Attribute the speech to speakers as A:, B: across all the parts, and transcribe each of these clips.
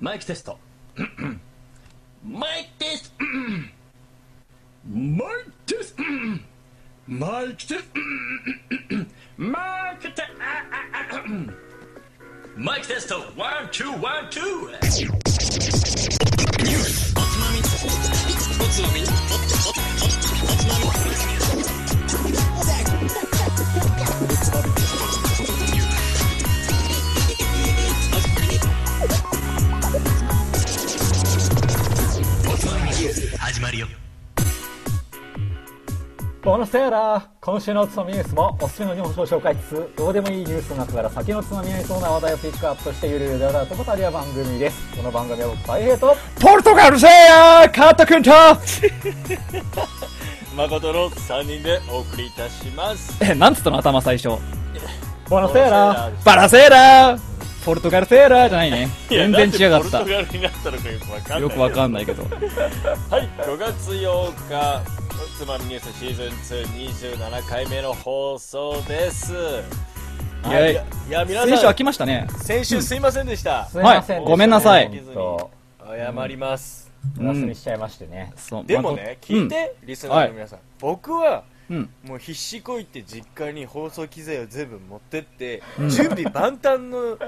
A: マイクテスト マイクテスト マイクテスト マイクテスト マイクテスト マイクテストワンツーワンツー始まるよ
B: ボノセーラー今週のおつまみニュースもおすすめの日本酒を紹介しつつどうでもいいニュースの中から先のおつまみになりそうな話題をピックアップしてゆるゆるだらだらと語り合う番組ですこの番組は僕大平と
C: ポルトガル勢やカット君と
A: 誠の3人でお送りいたします
C: え、なんつったの頭最初。
B: ボノセーラー
C: バラセーラーポルトガルセーラーじゃな いね。全然違かっ
A: ポルト
C: た。
A: ガルになったのかよくわかんない
C: よくわかんないけど。
A: はい、5月8日、つまみニュースシーズン2、27回目の放送です。
C: イェイ
A: いや、いや皆
C: 先週
A: さ
C: 飽
A: ん、
C: きましたね。
A: 先週すいませんでした。
B: すいませんでしたね、
C: はいごめんなさい
B: 本当
A: 謝ります。
B: お休みしちゃいましてね、
C: そう
A: でもね、
C: まあ
A: 聞いて、リスナーの皆さん、僕は、
C: うん。うん
A: もう必死こいて実家に放送機材を全部持ってって、準備万端の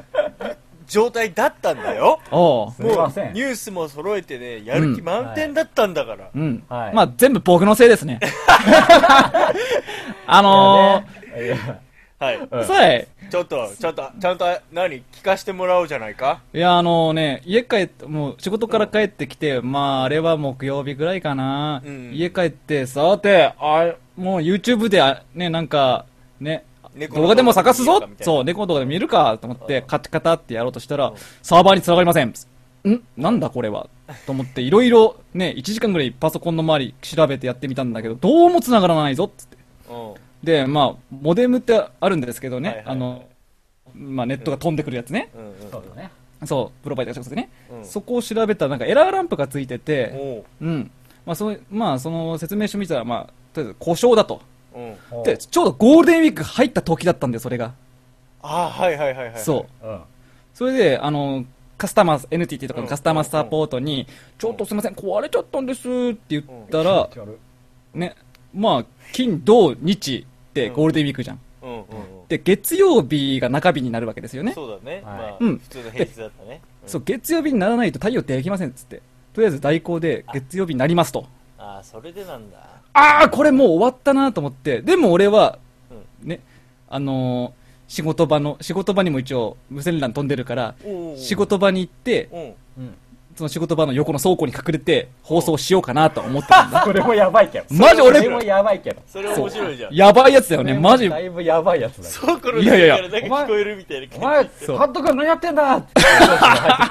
A: 状態だったんだよ。
C: おう。
B: すいません
A: もうニュースも揃えてね、やる気満点だったんだから。
C: うん。
B: はい
C: まあ、全部僕のせいです ね。あの
B: いやね
A: はい。
B: いや
C: ー、さえ、
A: ちょっと、ちょっと、ちゃんと、何、聞かしてもらおうじゃないか。
C: いや、あのね、家帰って、もう仕事から帰ってきて、まあ、あれは木曜日ぐらいかな。
A: うん
C: 家帰って、さて、あもう YouTube で、あね、なんか、ね、
A: 猫の
C: 動画でも探す
A: 動
C: ぞ
A: 画見ようかみたいな
C: そう、猫の動画で見るかと思って、カチカタってやろうとしたら、サーバーに繋がりません。んなんだこれはと思って、いろいろね、1時間ぐらいパソコンの周り調べてやってみたんだけど、どうも繋がらないぞっつって。
A: うん。
C: で、まあ、モデムってあるんですけどね、
A: はいはいはい
C: あの、まあ、ネットが飛んでくるやつね。
A: うんうん。
B: そうだね
C: そう、プロバイダー直接ね、
A: うん
C: そこを調べたら、なんかエラーランプがついてて、
A: おう。
C: うん。まあ、その、まあ、その説明書見たら、まあ、とりあえず故障だと。
A: うん。
C: で、ちょうどゴールデンウィーク入った時だったんで、それが。
A: ああ、はいはいはいはい。
C: そう。
B: うん
C: それで、あの、カスタマーズ、NTT とかのカスタマーサポートに、ちょっとすいません、壊れちゃったんですって言ったら、ね、まあ、金、土、日ってゴールデンウィークじゃん。
A: う。うんうんうん。
C: で、月曜日が中日になるわけですよね。
A: そうだね。
B: はい
A: まあ、
C: うん
A: 普通の平日だったね。うん
C: そう、月曜日にならないと対応できませんっつって。とりあえず代行で月曜日になりますと。
A: ああ、それでなんだ。
C: ああ、これもう終わったなと思って。でも俺は
A: うん、
C: ね、あのー仕事場の、仕事場にも一応無線 LAN 飛んでるから、
A: おう
C: 仕。事場に行って、
A: うん。
B: うん
C: その仕事場の横の倉庫に隠れて放送しようかなと思ってたんだ。
B: これもやばいけど
C: マジ俺
B: それもやばいけど
A: それ面白いじゃん。
C: やばいやつだよね、マジ
B: だ。いぶやばいやつだけど
A: そう、この
C: いやいやいや
A: 中からなんか聞こえるみたいな
B: お
A: 感
B: 前、
C: そう
B: ハット君何やってんだって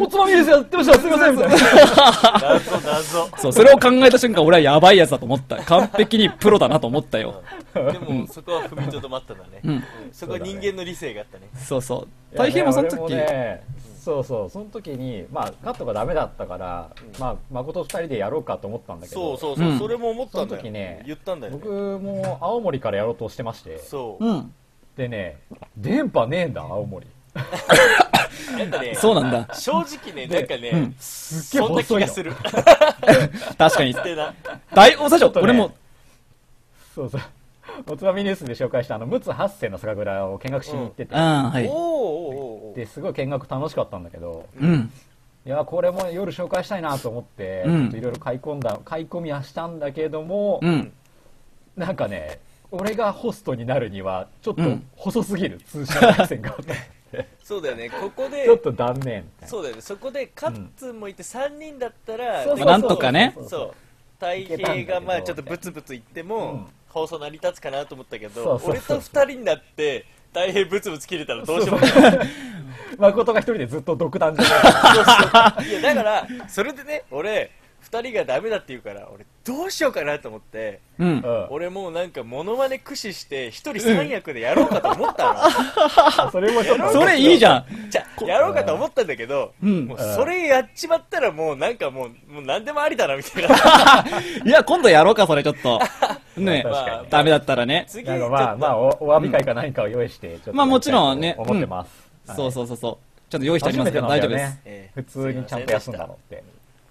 B: おつまみですやってました、すいません、みたいな。
A: じ。謎、 謎。
C: そう、それを考えた瞬間俺はやばいやつだと思った。完璧にプロだなと思ったよ。
A: でも、そこは踏みとどまったんだね。
C: うん。
A: そこは人間の理性があったね。
C: そうそう。大変もその時
B: い、やね俺もねそうそうその時にまあカットがダメだったから、まあ誠二人でやろうかと思ったんだけ
A: そ
B: ど
A: うそうそうう。
C: ん
A: それも思ったんだ
B: その時ね
A: よ。言ったんだよね
B: 僕。も青森からやろうとしてまして
A: そう。
C: うん。
B: でね電波ねえんだ青森
A: なんかね、
C: そうなんだ。
A: 正直ね、なんかね
C: ん、
B: っげえ
A: そんな気
B: 細いの
A: がする。
C: 確かに。
A: でな。
C: 大、お、最
B: っ
C: 初、
B: とね
C: 俺も、
B: そうそうおつまみニュースで紹介したあの陸奥八世の酒蔵を見学しに行ってて、
C: ああ、は
A: おー
C: い。
A: おーおーおー
B: ですごい見学楽しかったんだけど
C: うん。
B: いやこれも夜紹介したいなと思って、
C: うん
B: ちょっといろいろ買い込んだ買い込みはしたんだけども、
C: うん。
B: なんかね俺がホストになるにはちょっと
C: うん
B: 細すぎる、通信回線が
A: そうだよね、ここで
B: ちょ、っと断念
A: そうだよね、そこでカッツンもいて3人だったら、
B: そうそうそう
C: なんとかね
A: そう。太
B: いけたんだ
A: 平
B: けど
A: がまあちょっとブツブツ言って
B: う
A: も
B: ん
A: 放送成り立つかなと思ったけ
B: そ
A: ど
B: うそう
A: 俺
B: そう
A: と2人になって太平ブツブツ切れたらどうしようも
B: 誠が一人でずっと独断じゃ
A: ないいやだからそれでね俺2人がダメだって言うから俺どうしようかなと思って
C: う
B: な
C: ん。
B: い、
A: 俺もうなんかモノマネ駆使して1人3役でやろうかと思ったの
B: それもちょっと
C: それいいじゃん。
A: じゃあやろうかと思ったんだけど、
C: うん
A: もうそれやっちまったらもうなんかもうもう何でもありだなみたいな
C: いや、今度やろうか、それちょっと。ね
B: 確か
A: に
C: ダメだったらね。
A: 次ちょ
B: な
A: っ
B: ん
A: と
B: かまあまあおお詫び会か何かを用意してちょっと
C: まあもちろんね
B: 思ってます、
C: そうそうそうそう。ちゃんと用意してありますから
B: 初
C: 大丈
B: めて
C: 夫で
B: な
C: す
B: ん。だよ
A: え
B: ね
A: え
B: 普通にちゃんと休んだのって。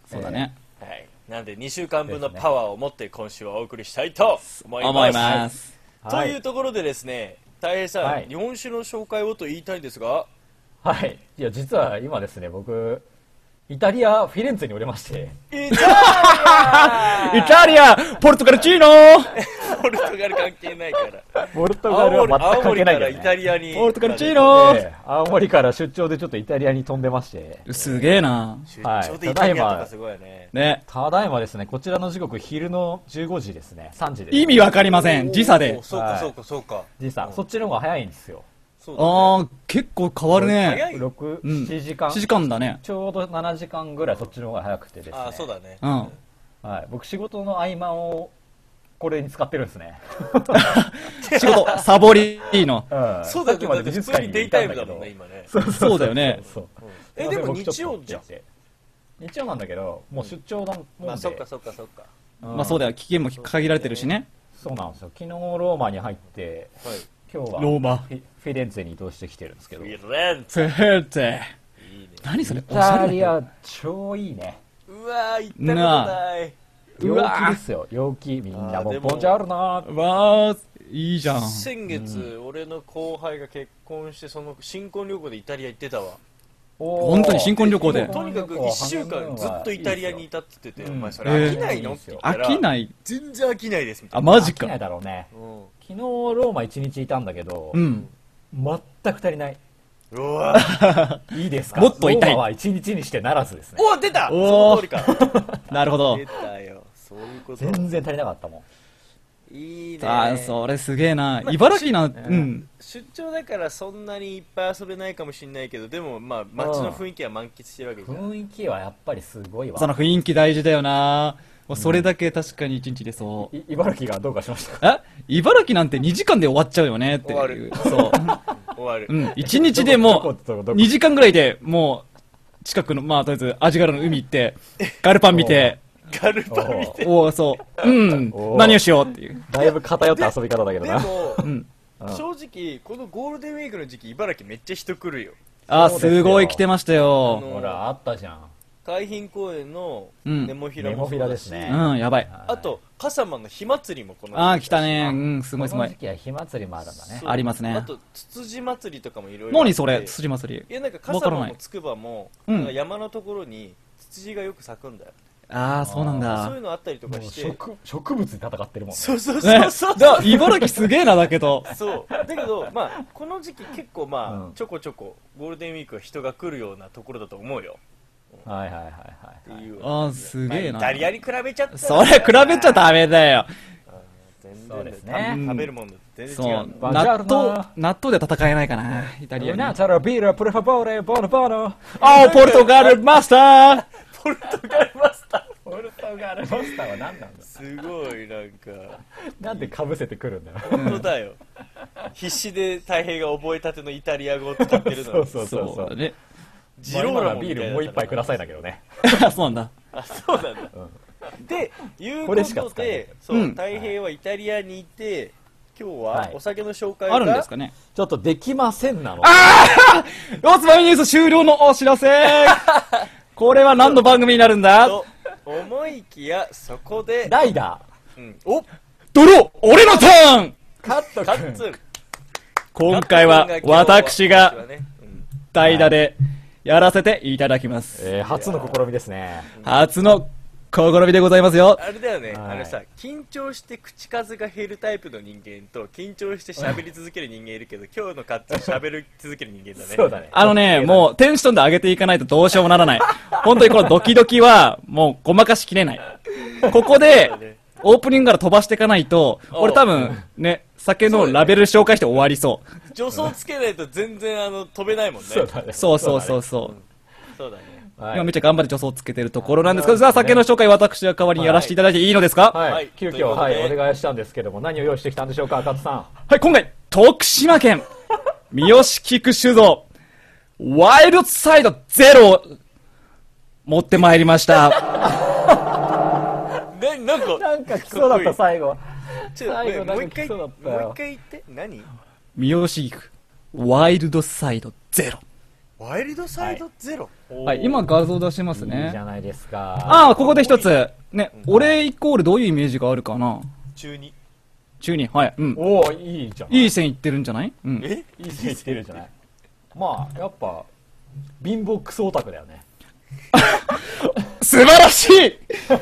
C: そうだね。
A: はい、なんで2週間分のパワーを持って今週はお送りしたいと思います
C: 思います。
A: と
B: はい
A: いうところでですね大平さん、
B: はい
A: 日本酒の紹介をと言いたいんですが
B: はい。いや、実は今ですね、僕、イタリア、フィレンツェにおりまして、
A: イタリ
C: イタリアポルトガルチーノ
A: アポルトガル関係ないから
B: ポルトガ
A: 青
B: ル
A: 森
B: は全く
A: 青
B: 関係
A: 森
B: な
A: か
B: い
A: ら
B: け
A: イ
B: ど、
A: タ
B: ね。
A: リアに
C: ポルトガルチー
A: ー
C: ノ
B: ええ青森から出張でちょっとイタリアに飛んでまして、
C: すげえな。
A: 出
B: はい
A: 張でイタリアとかすごいよね
C: ね。
B: ただいまですね、こちらの時刻、昼の15時ですね、3時です。
C: 意味わかりません。時差
A: お
C: で
A: ー。そう
B: は
A: か
B: い
A: そうかそうか
B: 時差、そっちの方が早いんですよ。
A: そうだね
C: ああ、結構変わる
A: 早い
C: ね。
B: 6、
C: うん
B: 7時間。
C: 7時間だね。
B: ちょうど7時間ぐらいそっちの方が早くてですね。
A: あーそうだね
C: うん。
B: はい。僕、仕事の合間を、これに使ってるんです ね。
C: 仕事、サボリーノ。
B: うん
A: そうだよねだって普通にデイタイムだもんね
B: 美術館にいた
A: 今
B: んだけど
A: ね
B: そうそう
C: そうだよね
B: そう
A: えでも日曜じゃん。
B: 日曜なんだけど、もう出張だもんで。
A: まあそっかそっかそっか
B: うん
C: まあそうだよ。期限も限られてるしね。
B: そうなんですよ。昨日ローマに入って、
A: はい
B: 今日は
C: ローマ
B: フィフィレンツェに移動してきてるんですけど。
A: フ
B: イ
A: ィレンツ
C: フェヘルツェ。
A: ェいいね
C: 何それおしゃ
B: タ
C: れ
B: リ
C: だ
B: ア、超いいね。
A: うわー行ったことない
C: う
B: 陽
C: わ
B: 気ですよ、陽気。みんなも
A: あーで
B: う
A: も
B: ボンジャールなー
C: けど。わあ、いいじゃん。
A: 先月、俺の後輩が結婚してその新婚旅行でイタリア行ってたわ
C: 本当に新婚旅行
A: も
C: で
A: う。とにかく1週間ずっとイタリアにいたって言ってて「
B: う
A: お
B: ん
A: 前それ飽きない
B: え
A: の?」
B: ー
A: って言ったら
C: 飽きない。
A: 全然飽きないですみたい
C: あ、
A: な、
C: マジ
B: 飽きない
C: か。
B: だろうね。
A: うん、
B: 昨日ローマ一日いたんだけど
C: う、ん。
B: 全く足りない。
A: うわ
B: いいですか
C: もっと痛い
B: ローマは一日にしてならずですね。
A: お出たそ
C: お
A: の通
C: ー
A: りか
C: なるほど
A: 出。たよそういうこと
B: 全然足りなかったもん。
A: いいね
C: ああ、それすげえな。茨城な、うん。
A: 出張だからそんなにいっぱい遊べないかもしれないけどでもまあ街の雰囲気は満喫してるわけじゃん
B: 雰囲気はやっぱりすごいわ
C: そ。の雰囲気大事だよな。もうそれだけ確かに一日でそう。
B: い茨城がどうかしましたか
C: え茨城なんて2時間で終わっちゃうよねって
A: 終
C: い
A: わ
C: う。そう。
A: 終わる、
C: うん。1日でも
B: どこどこどこど
C: う、
B: こ
C: 2時間ぐらいでもう、近くの、まあとりあえず、味柄の海行って、ガルパン見て、
A: ガルパン見て
C: おおそう。うん
B: お。ー
C: 何をしようっていう。
B: だいぶ偏った遊び方だけど
A: で
B: な。
A: も、
C: ん
A: 正直このゴールデンウィークの時期茨城めっちゃ人来るよ
C: あー、
B: そうですよ
C: すごい来てましたよ。
B: ほら、あったじゃん。
A: 海浜公園の
C: うん
A: ネモフィラ
B: ネ
A: も
B: モ
A: そ
B: フィ
A: うだ
B: ラ
A: し
B: ですね。
C: うん、やばい。
A: あと笠間の火祭りもこの
C: あー、来たね。うん、すごいす
B: こ
C: ご
B: の
C: い
B: 時。期は火祭りもあるんだね
A: そう
C: ありますね
A: あとつつじ祭りとかもいろいろ
C: 何それ、辻祭り
A: い。やなんか
C: わか
A: 笠
C: ら
A: 間
C: ない
A: もつくばも
C: うん
A: なんか山のところにつつじがよく咲くんだよ、
C: ああ、そうなん
A: そうい
C: だ
A: う。のあったりとか
B: もう
A: して
B: 植植物に戦ってるもんね。
A: そうそう
C: ね
A: そうそう、
C: じゃあ、茨城すげえな、だけど。
A: そうだけど、まあ、この時期結構、まあ
B: うん
A: ちょこちょこゴールデンウィークは人が来るようなところだと思うよ
B: はいはいはい
A: っ
B: は
A: て
B: い。
A: いう
C: あー、すげえな。
A: まあイタリアに比べちゃったら
C: それ比べちゃダメだよ。
A: 全然
B: そうですね
A: 食べるもの全然
C: そう
A: 違う、
B: バジャー
C: 納
B: ルな
C: 豆、納豆で戦えないかな、イタリア
B: ユ
C: に。
B: ナチャラビーラプレファボーレボルボーノ。
C: あポルトガルマスタ
A: ポルトガルマスター
B: ポルトガルマスターは何なんだ
A: すごいなんか
B: なんで被せてくるんだよ。
A: 本当だよ必死で太平が覚えたてのイタリア語を使ってるの
B: そう
C: ー
B: そうそうそう。
C: ね。
A: ジローラモン
B: ビ
A: みた
B: ー
A: い
B: ル
A: な
B: もう一杯くださいだけどね。
C: そうなんだ。
A: あそうなんだ、でいう
B: こ
A: こ
B: れしか
A: と
B: 使え
A: でそう、
C: うん
A: 太平はイタリアにいて今日は
B: はい
A: お酒の紹介が、
C: あるんですかね。
B: ちょっとできませんなの。
C: おつまみニュース終了のお知らせこれは何の番組になるんだ
A: と思いきやそこで、
B: ライダ
A: うん、お
C: ドロー俺のターン
B: ー、カット
A: カ
B: 君
A: ッツン
C: 今回は私
A: 今日は
C: が
A: ねうん
C: 代打でやらせていただきます。
B: えー、初の試みですね。
C: 初の試みでございますよ。
A: あれだよね、
B: はい
A: あのさ緊張して口数が減るタイプの人間と緊張して喋り続ける人間いるけど今日のカッツン喋り続ける人間だね
B: そうだね。
C: あのね、もうテンションで上げていかないとどうしようもならない。本当にこのドキドキは、もうごまかしきれない。ここ
A: そうだ
C: で
A: ね、
C: オープニングから飛ばしていかないと、
A: おう
C: 俺多分、ね、酒のラベル紹介して終わりそう。
A: 助走つけないと全然あの飛べないもんね
B: そうだね。
C: そうそうそうそう。
A: そうだね
B: はい
C: 今めっちゃ頑張って助走をつけてるところなんですけど、
B: な
C: さ
B: る
C: あ
B: ほどね
C: 酒の紹介私は代わりにやらせていただいていいのですかは
B: はい、
A: はい
B: 急
A: という
B: 遽、
A: こと
B: は
A: で
B: い、お願いしたんですけども、何を用意してきたんでしょうか、赤津さん。
C: い、今回、徳島県、三好菊酒造、ワイルドサイドゼロを持ってまいりました。
A: ねなんか
B: なんか来そうだった、
A: かっ
B: 最後。
A: こいいちょっと
B: 最後
A: ねもう一
B: なんか来
A: 回
B: そうだ
A: もう
B: ったよ
A: 一回言って何
C: 三好菊、ワイルドサイドゼロ。
A: ワイルドサイドゼロ、
C: はい、今画像出してます
B: いいじ
C: ね
B: ゃ。ないですか。
C: ああ、ここで一つ。ね、
A: うん
C: 俺イコールどういうイメージがあるかな
A: 中に
C: 中に、はい。うん。
B: おお、いいじゃん。
C: い
B: い
C: い線いってるんじゃないう ん。
A: え
B: い線いってるじゃない。まあ、やっぱ、貧乏クソオタクだよね。
C: 素晴らし い素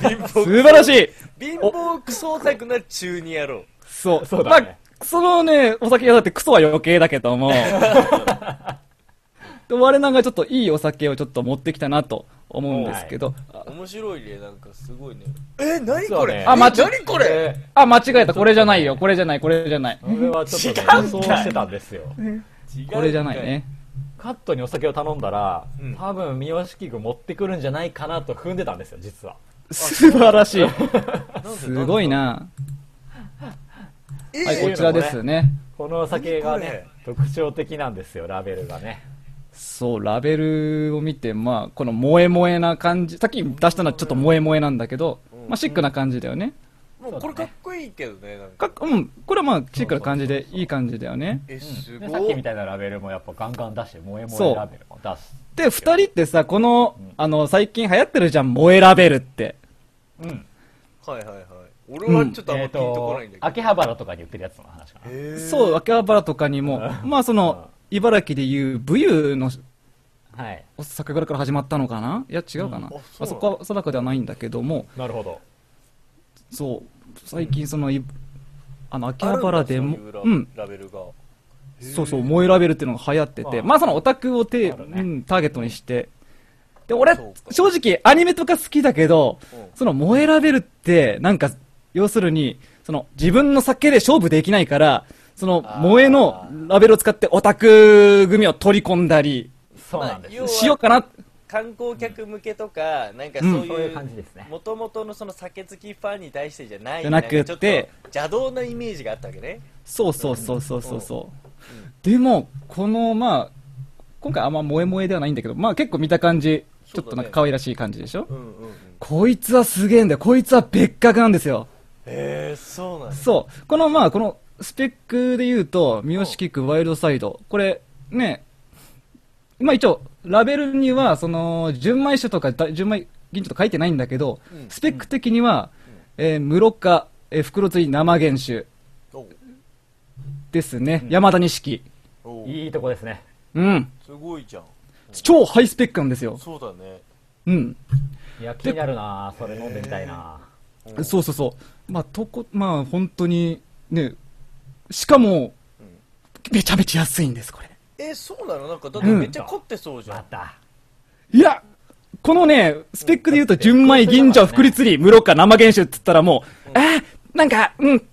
C: 晴らしい
A: 貧乏クソオタクな中二野郎
C: そう。
B: そうだね
C: まあ、そのね、お酒屋だってクソは余計だけ ども。で我ながらちょっといいお酒をちょっと持ってきたなと思うんですけど。
A: 面白いねなんかすごいねえ何これ、
B: 実はね
C: あ
A: あ
C: 待
A: 待
C: ち
A: 何これ
C: あ、間違えた。これじゃないよ。これじゃない、これじゃない。
B: 俺はちょっと、ね、
A: 違
B: 予
A: うんかい
B: 想してたんですよ。
C: これじゃないね。
B: カットにお酒を頼んだら、
A: うん
B: 多分三好器具持ってくるんじゃないかなと踏んでたんですよ実は
C: 素晴らしい。
A: なんです
C: ごいな。
A: え
C: はい、こちらですね。
B: このお酒がね特徴的なんですよラベルがね
C: そう、ラベルを見て、まあ、この萌え萌えな感じ。さっき出したのはちょっと萌え萌えなんだけど、まあ、シックな感じだよね。
A: もうこれかっこいいけどねなんか
C: かうん、これはまあ、シックな感じで、いい感じだよね。
A: えす
B: でさっ
A: ご
B: き
A: い、
B: みたいなラベルもやっぱガンガン出して萌え萌
C: そ
B: え
C: う
B: ラベルも出す
C: で、二人ってさ、この
B: うん、
C: あの、最近流行ってるじゃん、萌えラベルって。
B: うん
A: はいはいはい俺はちょっとあん
B: え
A: ま
B: っ
A: ピンとこな
B: と
A: いんだけど、
B: 秋葉原とかに売ってるやつの話かな
A: へー
C: そう、秋葉原とかにも、まあ、その、茨城でいう武勇の
B: はい
C: お酒蔵から始まったのかないや、違うかな。
A: うんあそうなの
C: まあそこは定かではないんだけども、
B: なるほど
C: そう、最近その、いあの、秋葉原でも
A: あるんだ、そういうんララ
C: う、
A: ベルが、
C: そうそう、萌えラベルっていうのが流行ってて、
B: ああ
C: まあそのオタクをて、
B: なるほどね
C: うん、ターゲットにして。で、俺
A: そうか、
C: 正直アニメとか好きだけど、
A: うん
C: その萌えラベルって、なんか、要するに、その自分の酒で勝負できないから、その
A: あー
C: 萌えのラベルを使ってオタク組を取り込んだり
B: そうなんです
A: まあ要は
C: しようかな。
A: 観光客向けとか、なんかそう
C: うん
B: そう
A: い
B: いう
A: う
B: 感じですね
A: もともとのその酒好きファンに対してじゃない
C: じゃなく
A: ん
C: て
A: かちょと邪道なイメージがあったわけね
C: そうそうそうそうそうそう。でも、この、まあ、今回あんま萌え萌えではないんだけど、まあ結構見た感じ、ちょっとなんか可愛らしい感じでしょ、
A: うんうんうん
C: こいつはすげえんだよ。こいつは別格なんですよ。
A: えー、そうなんだ
C: そう。この、まあ、このスペックで言うと、三好キックワイルドサイド。これ、ね、まあ一応、ラベルには、その、純米酒とか、だ純米銀酒とか書いてないんだけど、
A: うん
C: スペック的には、えー室賀、えー袋釣り生原酒
A: お
C: ですね。山田錦。
A: お
B: いいとこですね
C: うん。
A: すごいじゃん
C: 超ハイスペックなんですよ。
A: そうだね
C: うん。
B: いや気になるなそれ飲んでみたいな
C: そうそうそう。まあ、とこ、まあ、本当に、ね、しかも、めちゃめちゃ安いんです、これ。
A: えー、そうなのなんかだってめっちゃ凝ってそうじゃん、
B: また
C: いや、このね、スペックで言うと、純米、銀
B: だ
C: 醸、
B: って
C: 福利釣り、室賀、生原酒って言ったらもう、ああ、なんか、うん、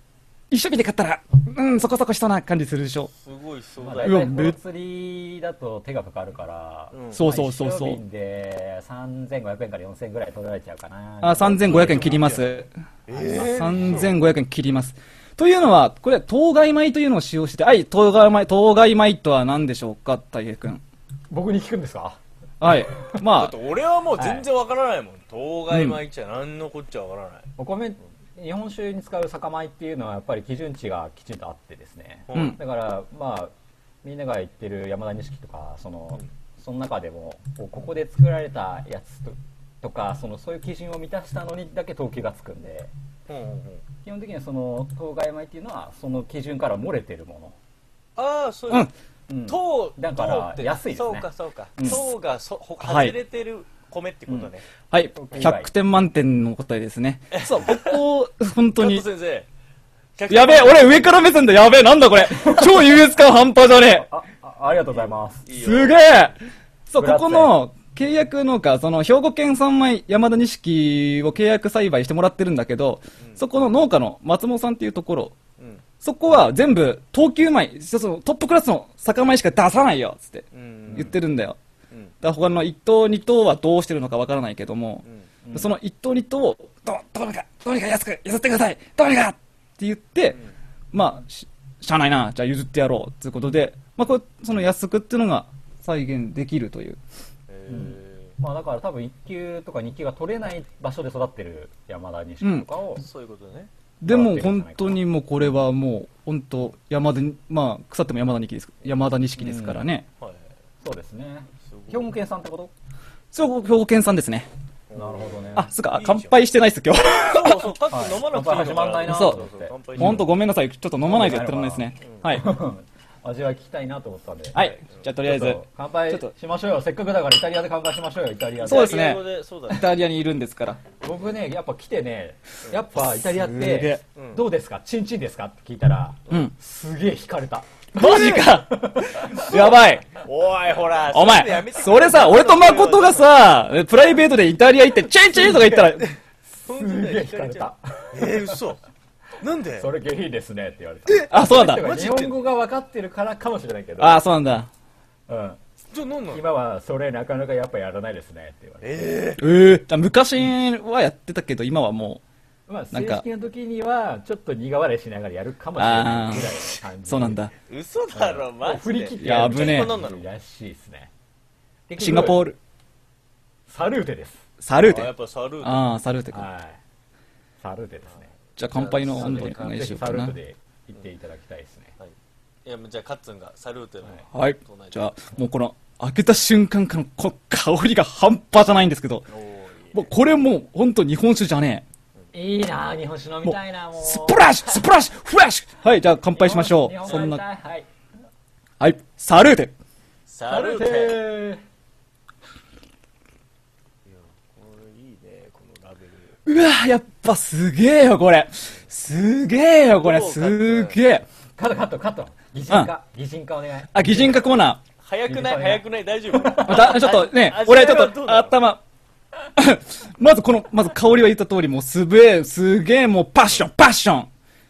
C: 一生懸命買ったら、うん、そこそこしそうな感じするでしょ。
A: すごいそう
B: まあ、
A: だ
B: 大
A: よ、
C: うわ
B: 体こ
C: め
B: の釣りだと手がかかるから、
A: うん
C: そうそうそう
B: まあ
C: そ
B: 一升
C: う
B: 瓶。で3500円から4000円ぐらい取られちゃうかな
C: あ、3500円切ります。
A: え
C: 3500円切ります。というのは、これ、当該米というのを使用してて、はい、当該米、当該米とは何でしょうか、たい平くん。
B: 僕に聞くんですか
C: はい。
A: ー、だ
C: ま
A: って
C: あ、
A: 俺はもう全然わからないもん、当該米ちゃ何のこっちゃわからない、
B: お米日本酒に使う酒米っていうのはやっぱり基準値がきちんとあってですね、
C: うん
B: だからまあみんなが言ってる山田錦とかその,、
A: うん
B: その中でもこうここで作られたやつととかそのそういう基準を満たしたのにだけ等級がつくんで
A: うんうんうん
B: 基本的にはその当該米っていうのはその基準から漏れてるも
A: ああそう
C: う、
A: いうん
B: の、うん
A: 糖
B: だから
A: 糖って
B: 安いですね
A: そうかそうか、
B: うん
A: 糖がそほ外
C: はい
A: れてる米ってことね、
C: はい、100点満点の答えですね。そう、ここ、本当に
A: 加。藤先生
C: やべえ、俺上から目線だ、やべえ、なんだこれ。超優越感半端じゃね
B: ああありがとうございます
A: い
C: え。
A: いよ
C: すげえそう、
B: ブラ
C: こ
B: ッド
C: この契約農家、その兵庫県三枚山田錦を契約栽培してもらってるんだけど、そこの農家の松本さんっていうところ、
A: うん
C: そこは全部等級米、そうそうトップクラスの酒米しか出さないよ、つって
A: うん
C: 言ってるんだよ。
A: うん
C: だから他の1等2等はどうしてるのかわからないけども、
A: う
C: その1等2等をどどうにかどうにか安く譲ってくださいどうにかって言って、まあししゃあないなじゃあ譲ってやろうということで、まあ、これその安くっていうのが再現できるという
A: え
B: まあだから多分1級とか2級が取れない場所で育ってる山田錦とかを、
A: ーそういうことね
C: で
B: まあ
C: も
B: 手に入らないか
C: 本
B: な
C: 当にもうこれはもう本当山田にまあ腐っても山田錦です山田錦ですからね、
A: はいはい
B: そうですね
A: す
B: 兵庫県産ってこと
C: そう、兵庫県産ですね。
B: なるほどね。
C: あ、すか、乾杯してないっす、今日。
A: そうそう、かつ飲まなくていいのか
B: はい乾杯始まんないな
C: と
A: そう
C: 思
B: って
A: そう乾杯しよ
C: ほんとごめんなさい。ちょっと飲まないとやってらんないですね。はい。
B: 味は聞きたいなと思ったんで。
C: はい。じゃあ、とりあえ
B: ちょっ
C: ず
B: と、乾杯
C: ちょっと
B: しましょうよ。せっかくだからイタリアで乾杯しましょうよ、イタリアで。
C: そうです
A: イ
C: ね
A: タリア語でそうだ
C: イ
A: ね。
C: タリアにいるんですから。
B: 僕ね、やっぱ来てね、やっぱイタリアっ
C: すげ
B: て
C: え、
B: どうですかチンチンですかって聞いたら、
C: うん。
B: すげえ惹かれた。
C: マジかやばい
A: おい、ほら、
C: お
A: そういうのや
C: 前
A: めてくれ
C: それさ、俺と誠が、さ、プライベートでイタリア行って、チェンチェンとか言ったら、
A: す
B: すげえ惹かれた。。
A: えー、嘘。なんで
B: それ下品ですねって言われた。
C: あ、そうなんだ。
A: マジ
B: 日
A: で
B: 本語が分かってるからかもしれないけど、
C: あ、そうなんだ。
B: うん、
A: じゃあ何なの
B: 今はそれなかなかやっぱやらないですねって言われて。
A: え
C: えー、じゃあ昔はやってたけど、今はも
B: まあ、正
C: なんか
B: 式の時には、ちょっと苦笑いしながらやるかもしれないぐらいの感
C: う、
B: じ。
C: そうなんだ。
A: ー、嘘だろ、マジで。
B: 振り切って
C: いや危ね
A: こ
C: え
A: れ何なの
B: らしいですね。
C: シンガポー
B: ル。
C: ル、
B: サルーテです。
C: サルー
A: あや
C: テ
A: っ。ぱサルート。
C: ああ、サルーテか。
B: はい。サルーテですね。
C: じゃあ、乾杯の温
B: ぜ
C: 度お願いし
B: ひ
C: よう
B: サ
C: か
B: ルー
C: な
B: テ。で行っていただきたいですね。
A: いや、じゃあ、カッツンがサルートの。
C: はい。じゃあ、もうこの、開けた瞬間からの、この香りが半端じゃないんですけど、
A: おー
C: もうこれもう、ほんと日本酒じゃねえ。
B: いいなぁ、日本酒飲みたいなもう。
C: スプラッシュスプラッシュフラッシュはい、じゃあ乾杯しましょ
B: 日
C: う。
B: 本
C: そ
B: 酒
C: ん
B: 飲み
C: な、
B: たいはい。
C: はい、サルーテ。
A: サ
B: サ
A: ル
B: ル
A: ー
B: ー
A: テ
B: テ
A: こ
B: ー。
A: れいいね、このラベル。
C: うわやっぱすげえよ、これ。すげえよ、これ。
A: どうか
C: すげえ。
B: カットカットカット。擬人化。擬人化お願い。
C: あ、擬人化コーナ
A: 早くない
B: いいね
A: 早くない大丈夫
C: ー。また、ちょっとね
A: あ、味わい
C: 俺
A: は
C: ちょっ
A: どう
C: と
A: なの
C: 頭。 まずこの、まず香りは言った通り、もうすげえ、すげえ、もうパッション、パッション。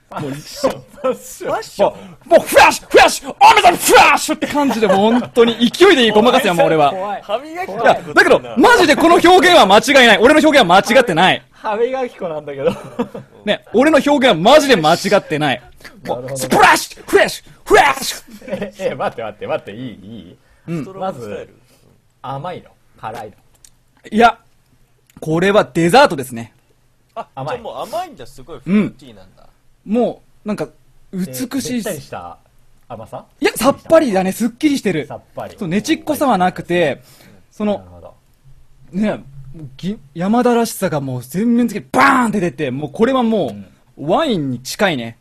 A: ファッショ
C: も
A: ン
C: う、もうフラッシュ、フラッシュ、おめでとう、フラッシュって感じで、もう本当に勢いでごまかすよ、もう俺は。い
B: 怖い。
A: 歯磨き粉
C: や、だけど、マジでこの表現は間違いない。俺の表現は間違ってない。
B: 歯磨き粉なんだけど。
C: ね、俺の表現はマジで間違ってない。もうスプラッシュフラッシュフラッシュ
B: え、え、待って待って待って、いいいいまず、甘いの。辛いの。
C: いや、これはデザートですね。
A: あ、
B: 甘
A: じゃ
B: い
A: あもう甘いんだ、すごい。フルーティーなんだ。
C: もう、なんか、
B: で
C: 美し
B: べ
C: い
B: っ
C: し。
B: たりした甘さ
C: いや、さっぱりだね、すっきりしてる
B: さ。っぱり。
C: そう、ねちっこさはなくて、そ
B: なる
C: の、
B: ほど。
C: ね、ぎ山田らしさがもう全面的にバーンって出て、もうこれはもう、ワインに近いね。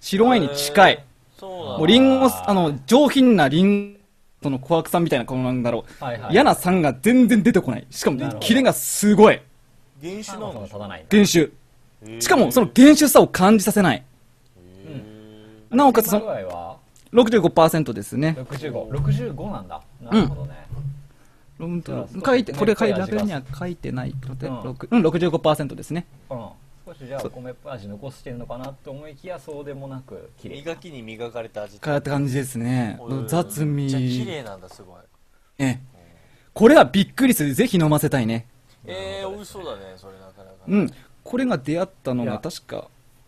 C: 白ワインに近
A: へ
C: い。
A: ー。そうなん
C: もう
A: だ。
C: リンゴ、
B: あー
C: あの、上品なリンゴ、その小悪さんみたいな、このなんだろう。
B: はいはい
C: 嫌な酸が全然出てこない。しか
B: なるほ
C: も、
B: ど
C: キレがすごい。
A: 原
B: そ
A: 酒
B: も
A: なん
B: そも
A: だ
B: 立たないんだ。
C: 原酒。
A: へー
C: しかも、その原酒さを感じさせない。なおかつ、そ
B: 今
C: の
B: 具合は
C: 65%ですね。
B: 65。65なんだ。なるほどね。
C: うんと
B: そう
C: 書いて、
B: ね
C: これ書いて、
B: 濃い
C: ラ
B: 味
C: ベ
B: が
C: ルには書いてないので、
B: うん
C: 六うん、65%ですね。
B: うん。少しじゃあ、お米味残してるのかなって思いきや、そうでもなく、綺麗。
A: 磨きに磨かれた味。
C: かって感じですね
A: お。い
C: 雑
A: めっ
C: 味。
A: ちゃ綺麗なんだ、すごい。
C: ええ。これはびっくりする。ぜひ飲ませたいね。
A: えー、美味しそうだね、それなかなか。
C: うん。これが出会ったの
B: い
C: が
B: や
C: 確か、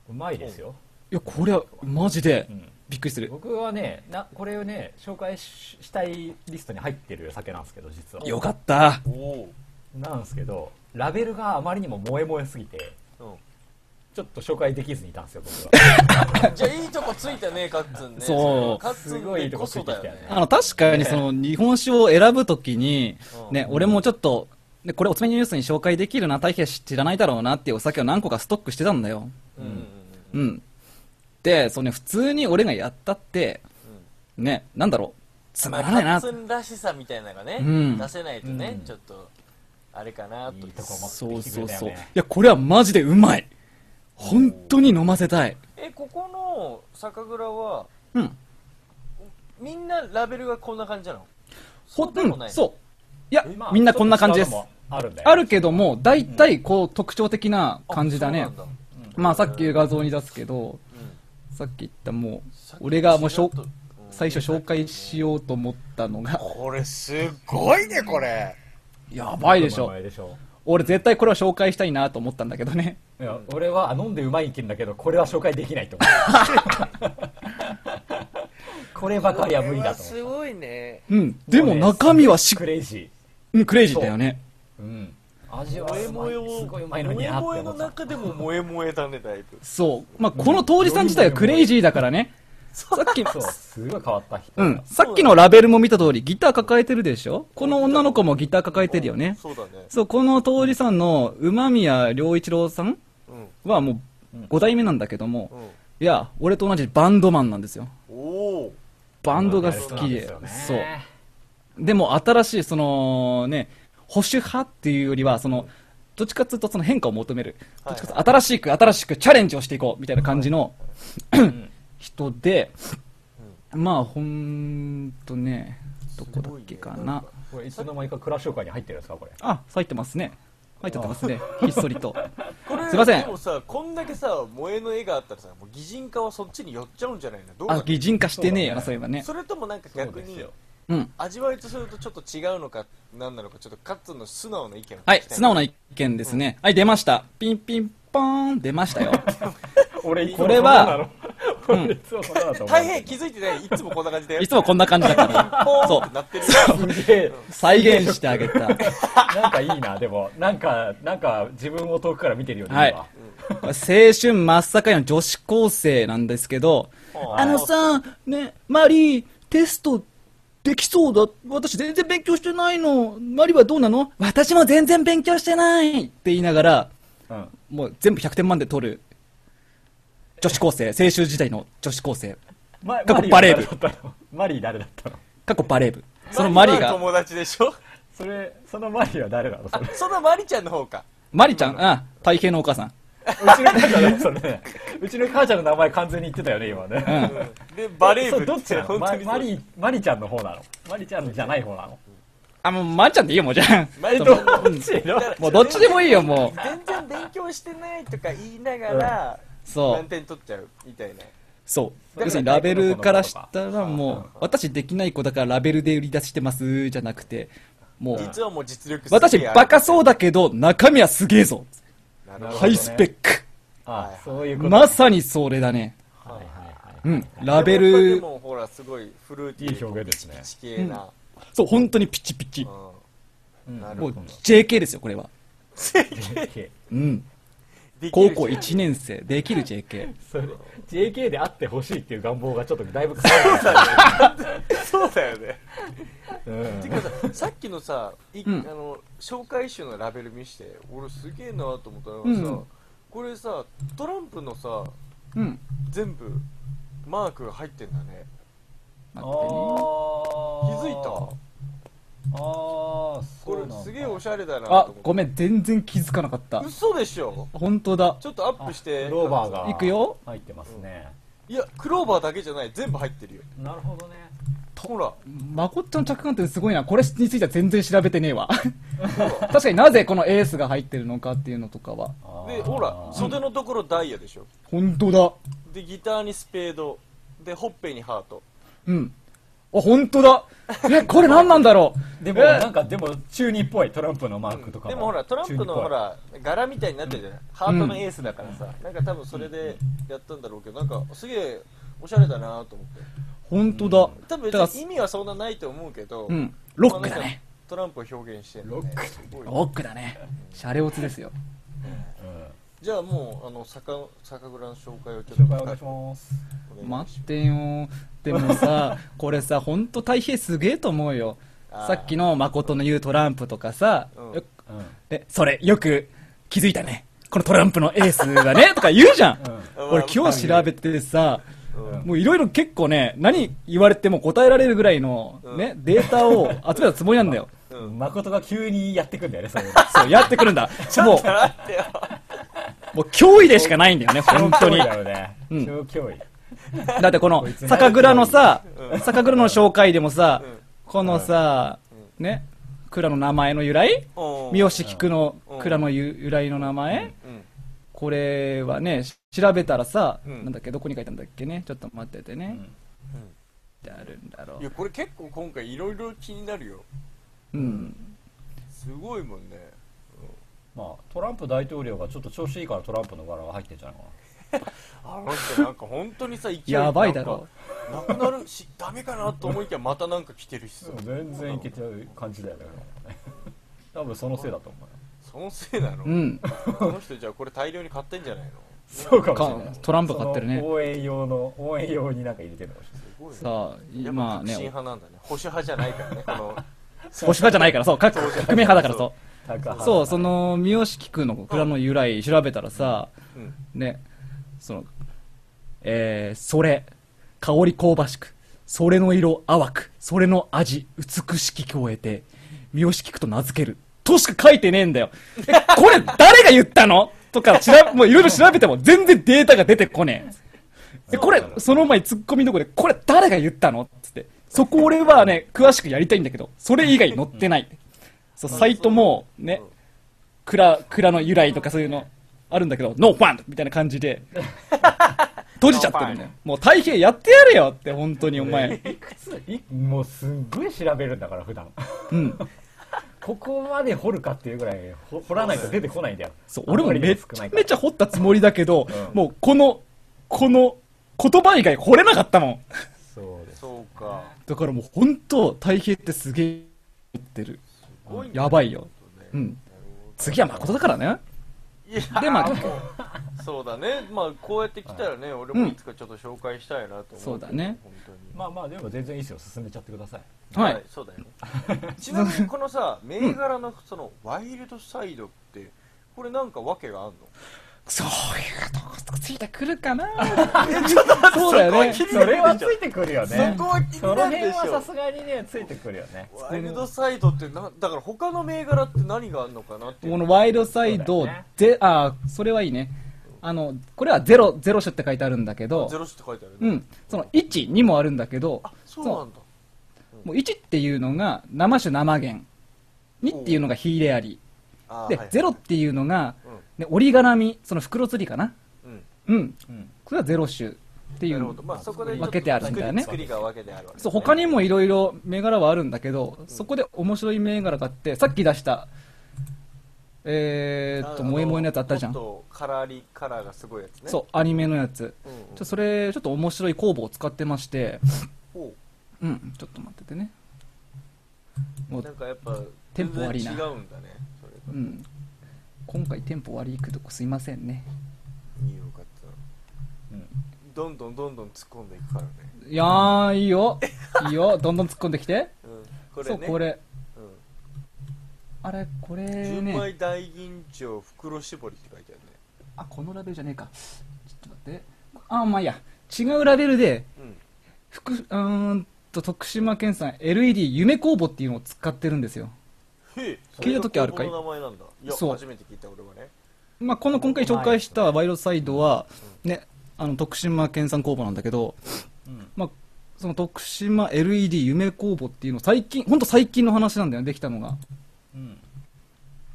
B: うまいですよ。
C: いや、これはマジで
B: うん
C: びっくりする。
B: 僕はね、な、これをね、紹介ししたいリストに入ってる酒なんですけど、実は。
C: よかった。
A: おお
B: なんですけど、ラベルがあまりにも萌え萌えすぎて、
A: ー。
B: ちょっと紹介できずにいたんですよ、僕は。
A: うんじゃあ、いいとこついたね、カッツンね。
C: そう
A: カッツン
B: すごいいいとこついてきた
A: こそ
B: よ
A: だ
B: ね
A: よね。
C: あの、確かにその、日本酒を選ぶときに、
A: うん
C: ね、俺もちょっと、ねこれおつめニュースに紹介できるな、大平知らないだろうなっていうお酒を何個かストックしてたんだよ。
A: うんうんうん
C: うん。で、そのね、普通に俺がやったって、ね、なんだろう、つまらないな
A: カッ。ツンらしさみたいなのがね、
C: うん
A: 出せないとね、
B: うん
A: ちょっと、あれかなと。
B: いいとこ持
C: そ
B: って
C: う
B: きて
C: そ
B: く
C: う
B: れた
C: そ
B: よ
C: う。い
B: ね。
C: や、これはマジでうまい。本当に飲ませたい。
A: え、ここの酒蔵は、
C: うん。
A: みんなラベルがこんな感じなの
C: ほ
A: そうでもない
C: そう。いや
B: ま、あ
C: みんなこんな感じです
B: ちょ。っと違うのもあるんだよ
C: あるけども、大体こう特徴的な
A: あ
C: 感じだね
A: そう。なん
C: まあさっき画像に出すけど、
A: うん
C: さっき言ったも
A: さ
C: う
A: っ、き
C: 俺がもうしょ
A: ちらっと
C: 最初紹介しようと思ったのが、
A: これすごいねこれ
C: やばいでし
B: う
C: ょ
B: ま。いでしょ
C: 俺絶対これは紹介したいなと思ったんだけどね。
B: いや俺は飲んでうまいけんだけどこれは紹介できないと思うこればかりは無理だと
A: す
B: 思う
A: ごいね
C: うん。でも中身はし
B: ク、レイジ
C: うん、クレイジーだよね。
B: ーうん味は
A: 萌え
B: すご
A: 萌え
B: い
A: を
B: すごいうまいのになっ
A: 萌
B: て
A: え萌
B: 思
A: えの
B: った
A: 中でも萌え萌えだねだいぶ
C: そう。まあこの当時さん自体はクレイジーだからね。さっき、
B: そう、すごい変わった人。
C: うん。さっきのラベルも見た通り、ギター抱えてるでしょこの女の子もギター抱えてるよね。
A: そうだね。
C: そう、この当時さんの馬宮良一郎さん
A: うん。
C: はもう5代目なんだけども、
A: うん。
C: いや、俺と同じバンドマンなんですよ。
A: おお。
C: バンドが好きで、そう。でも新しい、そのね、保守派っていうよりは、その、どっちかっていうとその変化を求める。ど
A: はい
C: っちかっていうと新しく新しくチャレンジをしていこうみたいな感じの人で、まあほんとね、どこだっけか
A: すごいねな
C: なん
A: か。
B: これいつの間にかクラッシュ会に入ってるんですかこれ
C: あ、入ってますね。入っちゃってますね。ひっそり と。
A: これ
C: すいません
A: でもさ、こんだけさ、萌えの絵があったらさ、もう擬人化はそっちに寄っちゃうんじゃないのどうな
C: あ
A: の、
C: 擬人化してねえよな、そういえばね。
A: それともなんか逆に、
C: うん。
A: 味わいとするとちょっと違うのか、なんなのか、ちょっとカッツンの素直な意見を聞きたい。
C: はい、素直な
A: 意
C: 意見ですね。はい、出ました。ピンピンポーン、出ましたよ。
B: 俺い
C: つもそんななの
B: こ
C: うん
B: れいつもそんなだと思
A: 大変気づいてない。いつもこんな感じだよ。
C: いつもこんな感じだ から。
A: ポーン
C: そ
A: って
C: う。
A: なってる。
B: すげえ
C: 再現してあげた。
B: なんかいいなでもなんかなんか自分を遠くから見てるよね
C: はい青春真っ盛りの女子高生なんですけど、
A: あ
C: あのさ、ね、マリー、テストできそうだ。私全然勉強してないの。マリーはどうなの私も全然勉強してないって言いながら、
B: 今うん
C: もう全部100点満点取る女子高生、青春時代の女子高生、
B: ま
C: 過去バレー部
B: マリー誰だったのマリー誰だったの
C: 過去バレー部。そのマリー
A: は
C: が、
A: 友達でしょ
B: それそのマリーは誰なのそ
A: あ
B: れ、
A: そのマリちゃんの方か。
C: マリちゃん、あ、太平のお母さん。
B: うちの母ちゃんだそれねうちの母ちゃんの名前完全に言ってたよね今
C: う
B: ね
C: ん。
A: うんで、バレー
B: そ
A: 部
B: うどっちなの
A: 本当
B: マ
A: にそう
B: マリーマリーちゃんの方なのマリーちゃんじゃない方なの
C: あ、もうマリちゃんでいいよ、もうじゃあ。
A: マリ
B: ど
A: と
B: っちの
C: もうどっちでもいいよ、もう。
A: 全然勉強してないとか言いながら、
C: そう
A: 満。点取っちゃうみたいな。
C: そう。
B: だから
C: 要するにラベルからしたらもう、私できない子だからラベルで売り出してます、じゃなくて、もう、
A: 実はもう実力すげえある
C: 私バカそうだけど中身はすげえぞ。
A: なるほど
C: ハイスペック。
B: あそういうこと、
C: まさにそれだね。
B: はいはいはい
C: うん。ラベ
A: で
C: ル、
A: もほら、すごいフルーティ
B: いい
A: ー
B: 表現ですね
A: 地形な。
C: そう、本当にピチピチ。も
B: うん
A: なる
C: う
A: ほど。
C: JK ですよ、これは。
B: JK
C: うん。
A: でき
C: 高
A: る
C: 校1年生、できる JK。
B: それ JK であってほしいっていう願望がちょっとだいぶ
A: そうだよね。
B: うん
A: てかさ、さっきのさ、いあ
C: ん
A: の紹介集のラベル見して、俺すげえなと思ったの
C: う
A: が
C: ん
A: さ、これさ、トランプのさ、
C: うん。
A: 全部マークが入ってんだね。
C: 待
B: あ
C: ってね
A: 気
B: ー
A: づいた
B: あー
A: こ
B: そうなん
A: れ
B: だ
A: すげえおしゃれだなと思っ
C: あ
A: て。、
C: ごめん、全然気づかなかった。
A: 嘘でしょ
C: 本当だ。
A: ちょっとアップして。
B: ローバーが
C: いくよ
B: 入ってますね、
A: いや、クローバーだけじゃない。全部入ってるよ。
B: なるほどね
A: ほら。
C: まこっちゃんの着眼点すごいな。これについては全然調べてねえ わ。確かになぜこのエースが入ってるのかっていうのとかは。
A: で、ほら、袖のところダイヤでしょ。
C: 本当だ。
A: で、ギターにスペード。で、ほっぺにハート。
C: うん。あ、本当だ。え、これ何なんだろう。
B: でもなんかでも中二っぽいトランプのマークとか
A: でもほら、トランプのほら、柄みたいになってるじゃない。ハートのエースだからさ。なんか多分それでやったんだろうけど、なんかすげえおしゃれだなと思って。
C: 本当だ。
A: 多分
C: だ
A: 別
C: か
A: に
C: ら
A: 意味はそんなないと思うけど。
C: うん。ロックだね。。
A: トランプを表現してる、ね。
B: ロック
A: すごい
C: ロックだね。シャレオツですよ。
A: じゃあもうあの坂酒蔵の紹介をちょっと
B: 紹介お願いします
C: 待ってよ。で もさ、これさ、本当大平すげえと思うよ。
A: あー
C: さっきの誠の言うトランプとかさ、
A: うん
C: よ
B: うん
C: で、それ、よく気づいたね。このトランプのエース がね、とか言うじゃん。俺今日調べてさ、
A: うん
C: もういろいろ結構ね、何言われても答えられるぐらいの、ね、データを集めたつもりなんだよ。
A: うん
B: 誠が急にやってくんだよねそういうの
C: そう、やってくるん だ。もう、
A: 待ってよ
C: もう脅威でしかないんだよね、本当
B: 超脅
C: に
B: 威。だよね
C: うん
B: 超脅威
C: だってこの
B: こいつ、ね
C: 酒蔵のさ
A: う、ん
C: 酒蔵の紹介でもさ
A: うん、
C: このさ、ね、蔵の名前の由来
A: おー
C: 三好菊の
A: うん
C: 蔵の由由来の名前
A: うん
C: これはね、し調べたらさ、
A: うん
C: なんだっけ、どこに書いたんだっけね。ちょっと待っててね。
A: うん
C: ってあるんだろ
A: いやこれ結構今回いろいろ気になるよ
C: う。うん。
A: すごいもんね
B: まあトランプ大統領がちょっと調子いいからトランプの柄が入ってんじゃないかな
A: あの人なんか本当に さ勢い
C: やばいだろ
A: なんかなくなるしダメかなと思いきやまたなんか来てるしさ
B: 全然いけちゃう感じだよね多分そのせいだと思うよ
A: そのせいなの
C: うん。
A: この人じゃあこれ大量に買ってんじゃないの
B: そうかもしれない
C: かトランプ買ってるね
B: その応援用の応援用になんか入れてるのかもしれない
A: すごいね。
C: さあ、
A: やっぱ
C: 今
A: 革新
C: ね、
A: 派なんだね。保守派じゃないからね。この、
C: 保守派じゃないから、そう、革革命派だから、そう。
B: 高原
C: そう、その、三好菊の蔵の由来調べたらさ、
A: うん。
C: ね、その、えー、それ、香り香ばしく、それの色淡く、それの味美しき聞こえて、三好菊と名付ける。としか書いてねえんだよ。えこれ誰が言ったのとか、調べ、もういろいろ調べても全然データが出てこねえ。え、これ、その前ツッコミのとこで、これ誰が言ったのつって。そこ俺はね、詳しくやりたいんだけど、それ以外載ってない。そう、サイトも、ね、蔵、蔵の由来とかそういうのあるんだけど、ノーファンみたいな感 じで、閉じちゃってるんだよ。もう大平やってやれよって、本当にお前。
B: いくついもうすんごい調べるんだから普段
C: うん。
B: ここまで掘るかっていうぐらいほ掘らないと出てこないんだよ
C: そう、俺もめっち
B: あま
C: ゃ
B: りに
C: めちゃ掘ったつもりだけど、
B: うん
C: もうこの、この言葉以外掘れなかったもん。
B: そうです
A: そうか。
C: だからもう本当、大平ってすげえ持ってる。
A: ごいね
C: やばいよ。
A: ね
C: うん。次は誠だからね。
A: いや
C: でまあ
A: もうそうだね。まあ、こうやって来たらね、俺もいつかちょっと紹介したいなと思うけど。
C: そうだね
A: 本当に。
B: まあまあでも全然いいですよ進めちゃってください
C: は
A: はい
C: い。
A: そうだよ ねちなみにこのさ銘柄のそのワイルドサイドってこれなんか訳があんの
C: そういうとこついてくるかな
A: そ
C: そうだよね。
A: そ
B: それはついてくるよね
A: こは気
B: そ
A: に
B: の
A: なるで
B: 辺
A: し
B: はさ
A: ょ
B: すがにねついてくるよね
A: ワイルドサイドってなだから他の銘柄って何があんのかなっていう
C: このワイドサイ
B: そう
C: ド
B: だよね、
C: ゼあーそれはいいね。あの、これはゼロ、ゼロ種って書いてあるんだけど
A: ゼ、ロ種って書いてある
C: う
A: ね
C: ん。その1、2もあるんだけど
A: あ、そうなんだ
C: もう1っていうのが生種生源。2っていうのがヒーレアリ。
A: あー
C: で
A: はい、
C: ゼロっていうのが、ね、折り絡み、その袋釣りかな。
A: うん
C: うん。
B: うん
C: これはゼロ種ってい
A: なる
C: う
A: ほど。まあそこで
C: 分けてあるんだよね
A: 作り作りが分けてあるわけ
C: そう、他
A: に
C: にもいろいろ銘柄はあるんだけど、そこで面白い銘柄があって、さっき出した、えーっと、萌え萌えのやつあったじゃん。
A: とカラーリカラーがすごいやつね
C: そう、アニメのやつ。
A: うんうん
C: ちょそれ、ちょっと面白い工房を使ってまして、
A: ほ
C: うん、ちょっと待っててね。も
A: うなん
C: う、
A: かやっぱ
C: テンポ悪いな
A: 全然違うんだねそれ
C: う
A: が
C: ん。今回テンポ悪いけど、すいませんね。
A: いいよかったどんどんどんどん突っ込んでいくからね、
C: いやー、いいよ。いいよ。どんどん突っ込んできて。
A: うん、 こ
C: そ
A: れ
C: う、
A: ね
C: これ。
A: うん
C: あれ、これ
A: 純
C: ね。
A: 米大吟醸袋絞りって書いてあるね
C: あ、このラベルじゃねえか。ちょっと待って。あ、まあいいや。違うラベルで、
A: うん
C: 福、うーんと、徳島県産 LED 夢工房っていうのを使ってるんですよ。
A: へえ
C: 聞いた時あるかい
A: それが工房の名前なんだいや
C: そう
A: 初めて聞いた俺はね
C: まあ、この今回紹介したワイルドサイドは、ね、あの徳島県産工房なんだけど、
B: うん
C: まあ、その徳島 LED 夢工房っていうの最近本当最近の話なんだよねできたのが
B: うん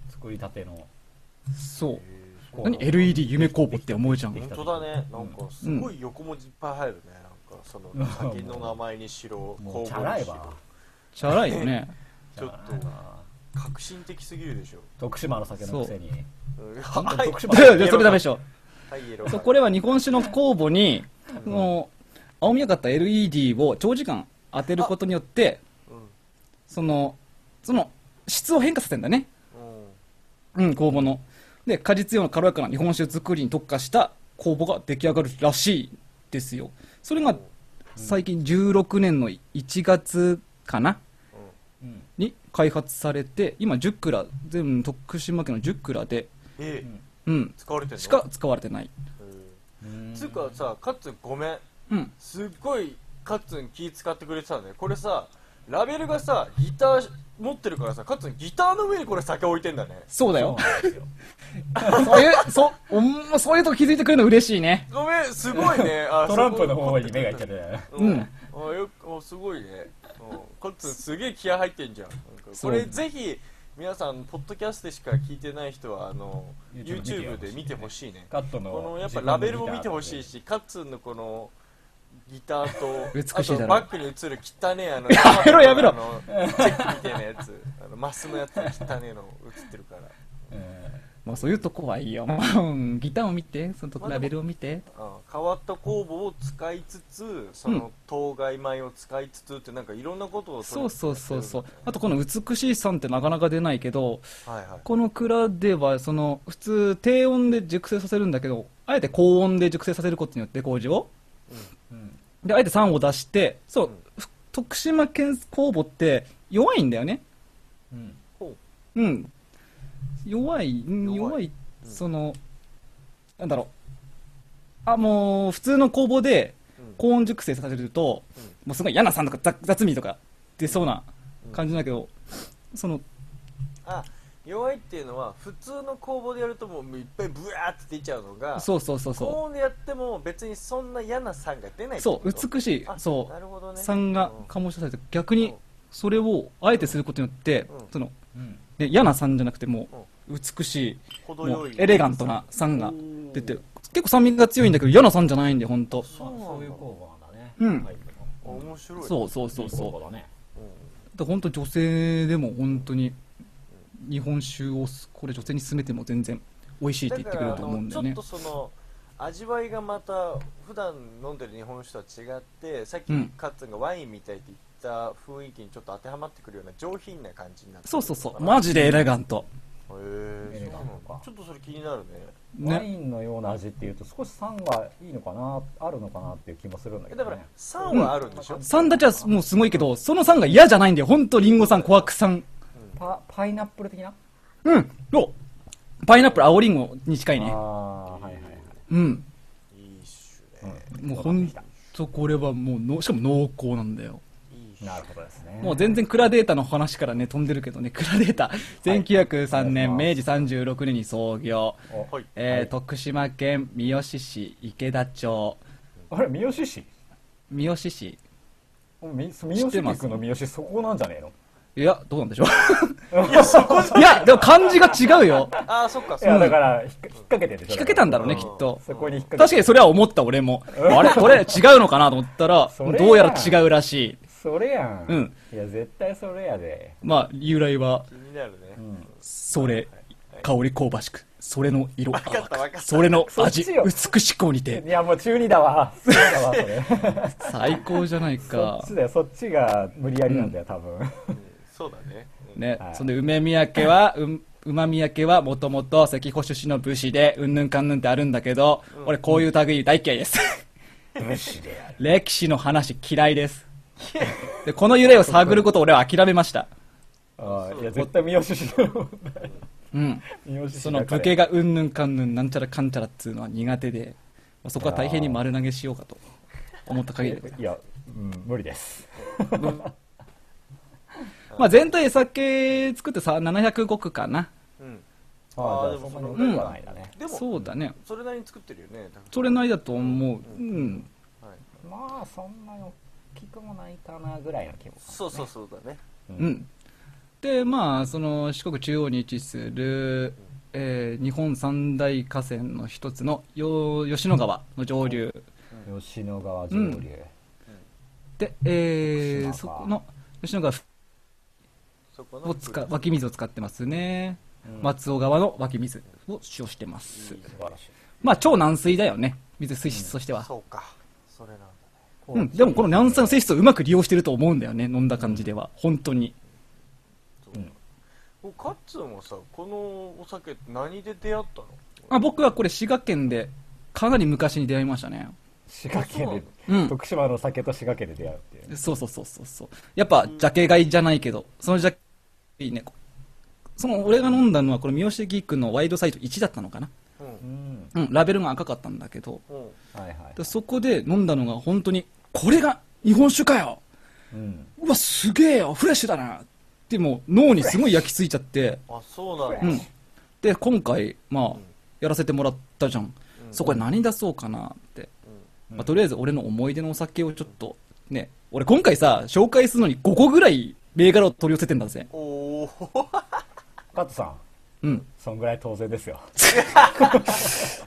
B: 作りたての
C: そう
B: こう
C: 何 LED 夢工房って思うじゃん
A: 本当だねなんかすごい横文字いっぱい入るねなんかその
B: うん
A: 先の名前にしろ
B: も
A: 工
B: う
A: 房
B: チャラい
A: にし
B: わ
A: ろ
C: チャラいよね
A: ちょっと革新的すぎるでしょ
B: 徳島の酒のくせに
A: うん
B: 当
A: はい
B: 徳島
C: いやいやそれダメでしょ
A: はいイエロー
C: そうこれは日本酒の工房にその青みがかった LED を長時間当てることによって
A: う
C: そのその質を変化させるんだね
A: んうん
C: うん、酵母の。で、果実用の軽やかな日本酒作りに特化した酵母が出来上がるらしいですよ。それが最近16年の1月かな
B: うん
C: に開発されて、今10蔵、全部徳島県の10蔵で、
A: ええ
C: うん、
A: 使われてんの
C: しか使われてない。
B: うん
A: つうかさカッツンごめん
C: うん。
A: すっごいカッツン気使ってくれてたんだよこれさラベルがさギター持ってるからさカッツンギターの上にこれ酒置いてんだね
C: そうだ
B: そう
C: よ。
B: なんですよ
C: そういう、そう、おんそういうとこ気づいてくれるの嬉しいね。
A: ごめんすごいねあ
B: トランプの方に目がいっちゃって
A: うん、
C: うん
A: あよくあすごいね、うん、カッツンすげえ気合入ってんじゃんなんかこ
C: そう
A: れぜひ皆さんポッドキャストでしか聞いてない人はあの YouTube
B: YouTube
A: で見てほしいね
B: カットの
A: このやっぱラベルも見てほしいしカッツンのこのギターと
C: 美しいだろ
A: あとバックに映る汚ねえあの
C: やめろやめろ
A: あのチェックみたいなやつあのマスのやつ汚ねえの映ってるから
B: う
C: まあそういうとこはいいよ。うんギターを見て、そのとラベルを見て。
A: あ変わった工房を使いつつその当該米を使いつつってなんかいろんなことをと
C: そ
A: に
C: う
A: かく
C: そうそうそ
A: やってるん
C: う
A: だね。
C: あとこの美しいさんってなかなか出ないけど、
A: はいはい
C: この蔵ではその普通低温で熟成させるんだけどあえて高温で熟成させることによって麹を、であえて酸を出してそう、ふ徳島県酵母って弱いんだよね
B: うん
A: ほ
C: うん弱いう
A: 弱
C: ん
A: い
C: 弱い
A: うん
C: そのなんだろうあもう普通の酵母で
A: うん
C: 高温熟成させると、
A: うん
C: もうすごい嫌な酸とか雑雑味とか出そうな感じだけど、その
A: あ弱いっていうのは普通の工房でやるともういっぱいブワーって出ちゃうのが
C: そうそうそうそう
A: 高温でやっても別にそんな嫌な酸が出ないって
C: そ
A: こ
C: う
A: と
C: 美しい
A: あ
C: そ
A: なるほど
C: う
A: ね
C: 酸が醸し出されて逆にそれをあえてすることによって、
A: うん
C: その
B: うん
C: で嫌な酸じゃなくてもう美しい、
A: うん程
C: も
A: よ
C: う
A: い
C: エレガントな酸が出て
A: おー
C: 結構酸味が強いんだけど嫌な酸じゃないんで本当
A: そう
B: まあ
A: な
B: そ
A: ん
B: う
A: だ
B: いう工房なんだね
C: うん
B: はい
A: あ面白い
C: そうそうそう
B: いい工
C: そ
B: 房だね
A: う
C: う本当女性でも本当に日本酒をこれ女性に勧めても全然美味しい
A: ん
C: って
A: だ
C: 言
A: か
C: って
A: らあ
C: くれると思う
A: の
C: んだ
A: ちょ
C: よ
A: っ
C: ね
A: とその味わいがまた普段飲んでる日本酒とは違ってさっき
C: うん
A: カッツンがワインみたいって言った雰囲気にちょっと当てはまってくるような上品な感じになって
C: そうそうそう
A: マ
C: マジでエレガント
A: へえ
B: エレガントか
A: ちょっとそれ気になるね
C: ね
B: ワインのような味っていうと少し酸がいいのかなあるのかなっていう気もするんだ
A: え
B: け
A: だ
B: ど
A: から
B: ね
A: 酸はあるんでしょ、
C: 酸立ちはもうすごいけどその酸が嫌じゃないんだよ本当リンゴ酸コアク酸
B: パパイナップル的な
C: うんおパイナップル青リンゴに近い
B: あ
C: ね
B: あはいはいはい
C: うん
A: いいっしゅね、
C: もうほんとこれはもうのしかも濃厚なんだよ
A: いいっしゅ
B: なるほどですね
C: もう全然クラデータの話からね飛んでるけどねクラデータ1903年、
B: お願
C: 明治36年に創業、
B: お
A: はい
C: えー徳島県三好市池田町
B: あれ三好市
C: 三好市
B: み三
C: 知
B: 好
C: ってます
B: 区の三好そこなんじゃねえの
C: いやどうなんでしょういやそこいやでも漢字が違うよ
A: ああそっか
B: い
A: そっ
B: や
A: か
B: だから引っか引っ掛けてる引っ
C: 引っ掛けたんだろうね
A: うん
C: きっと
B: そこに引っ掛
C: 確
B: け
C: かにそれは思った俺もあれこれ違うのかなと思ったら
B: それや
C: どうやら違うらしい
B: それやん、
C: うん
B: いや絶対それやで
C: まあ由来は
A: 気になるね、
B: ん
C: それ香り香ばしくそれの色淡
A: かったわかっ
C: く
A: た
C: それの
B: そっ
C: 味
B: ちよ
C: 美しくにて
B: いやもう中二だわ中二だわそれ
C: 最高じゃない
B: そ
C: か
B: っちだよそっちが無理やりなんだよ多分、
A: そうだね、うん
C: ね、
B: はい
C: そんで梅宮家はう馬宮家はもともと関保出身の武士でうんぬんかんぬんってあるんだけど、俺こういう類大嫌いです
B: 無視でやる
C: 歴史の話嫌いですでこの由来を探ることを俺は諦めました
B: あーいや絶対三好市だ よ
C: うん
B: 三好市だから
C: その武家がうんぬんかんぬんなんちゃらかんちゃらっつうのは苦手でまあそこは大変に丸投げしようかと思った限りでございます
B: いや、うん、無理です
C: まあ、全体で酒作ってさ705区かな
A: うん
B: あ
A: あ
B: あ
A: ー
B: で
A: でも
B: もそ
A: そ
B: ん
A: の
B: なに無理はないだね、
A: でも
C: そうだね
A: それなりに作ってるよね多分
C: それなりだと思ううん
A: はい、
B: まあそんなに大きくもないかなぐらいの規模かな
A: そうそうそうだね
B: う
C: うん、でまあその四国中央に位置する、えー日本三大河川の一つのよ吉野川の上流
B: 吉野川上流、
C: うんで、えー
B: 吉
C: そ
B: 野川
C: この吉野川
A: そこの
C: を使湧き水を使ってますね、
B: うん
C: 松尾川の湧き水を使用してます、
A: いいね
B: 素晴らしい
C: まあ超軟水だよね水水質としては、
A: そうかそれなんだね
C: うん、でもこの南酸性質をうまく利用してると思うんだよね、飲んだ感じでは、本当に。
A: そう
B: うん
A: おカッツンはさこのお酒って何で出会ったの
C: あ僕はこれ、滋賀県でかなり昔に出会いましたね。
B: 滋賀県で、
C: うん
B: 徳島の酒と滋賀県で出会うっていう
C: そうそうそうそうそう。やっぱ、ジャケ買いじゃないけど、そのジャケ、いいね。その俺が飲んだのは、この三好ギークのワイドサイト1だったのかな。
A: う
B: うんん
C: うん、ラベルが赤かったんだけど、
A: うん
B: はいはい
C: でそこで飲んだのが本当に、これが日本酒かよ
B: うん
C: うわ、すげえよフレッシュだなってもう脳にすごい焼き付いちゃって、
A: あそうなん
B: う
A: だ、
C: うん、で今回、まあやらせてもらったじゃん、そこで何出そうかなって、まあ、とりあえず俺の思い出のお酒をちょっとね俺今回さ紹介するのに5個ぐらい銘柄を取り寄せてんだぜ
A: おお
B: カットさん
C: うん
B: そんぐらい当然ですよ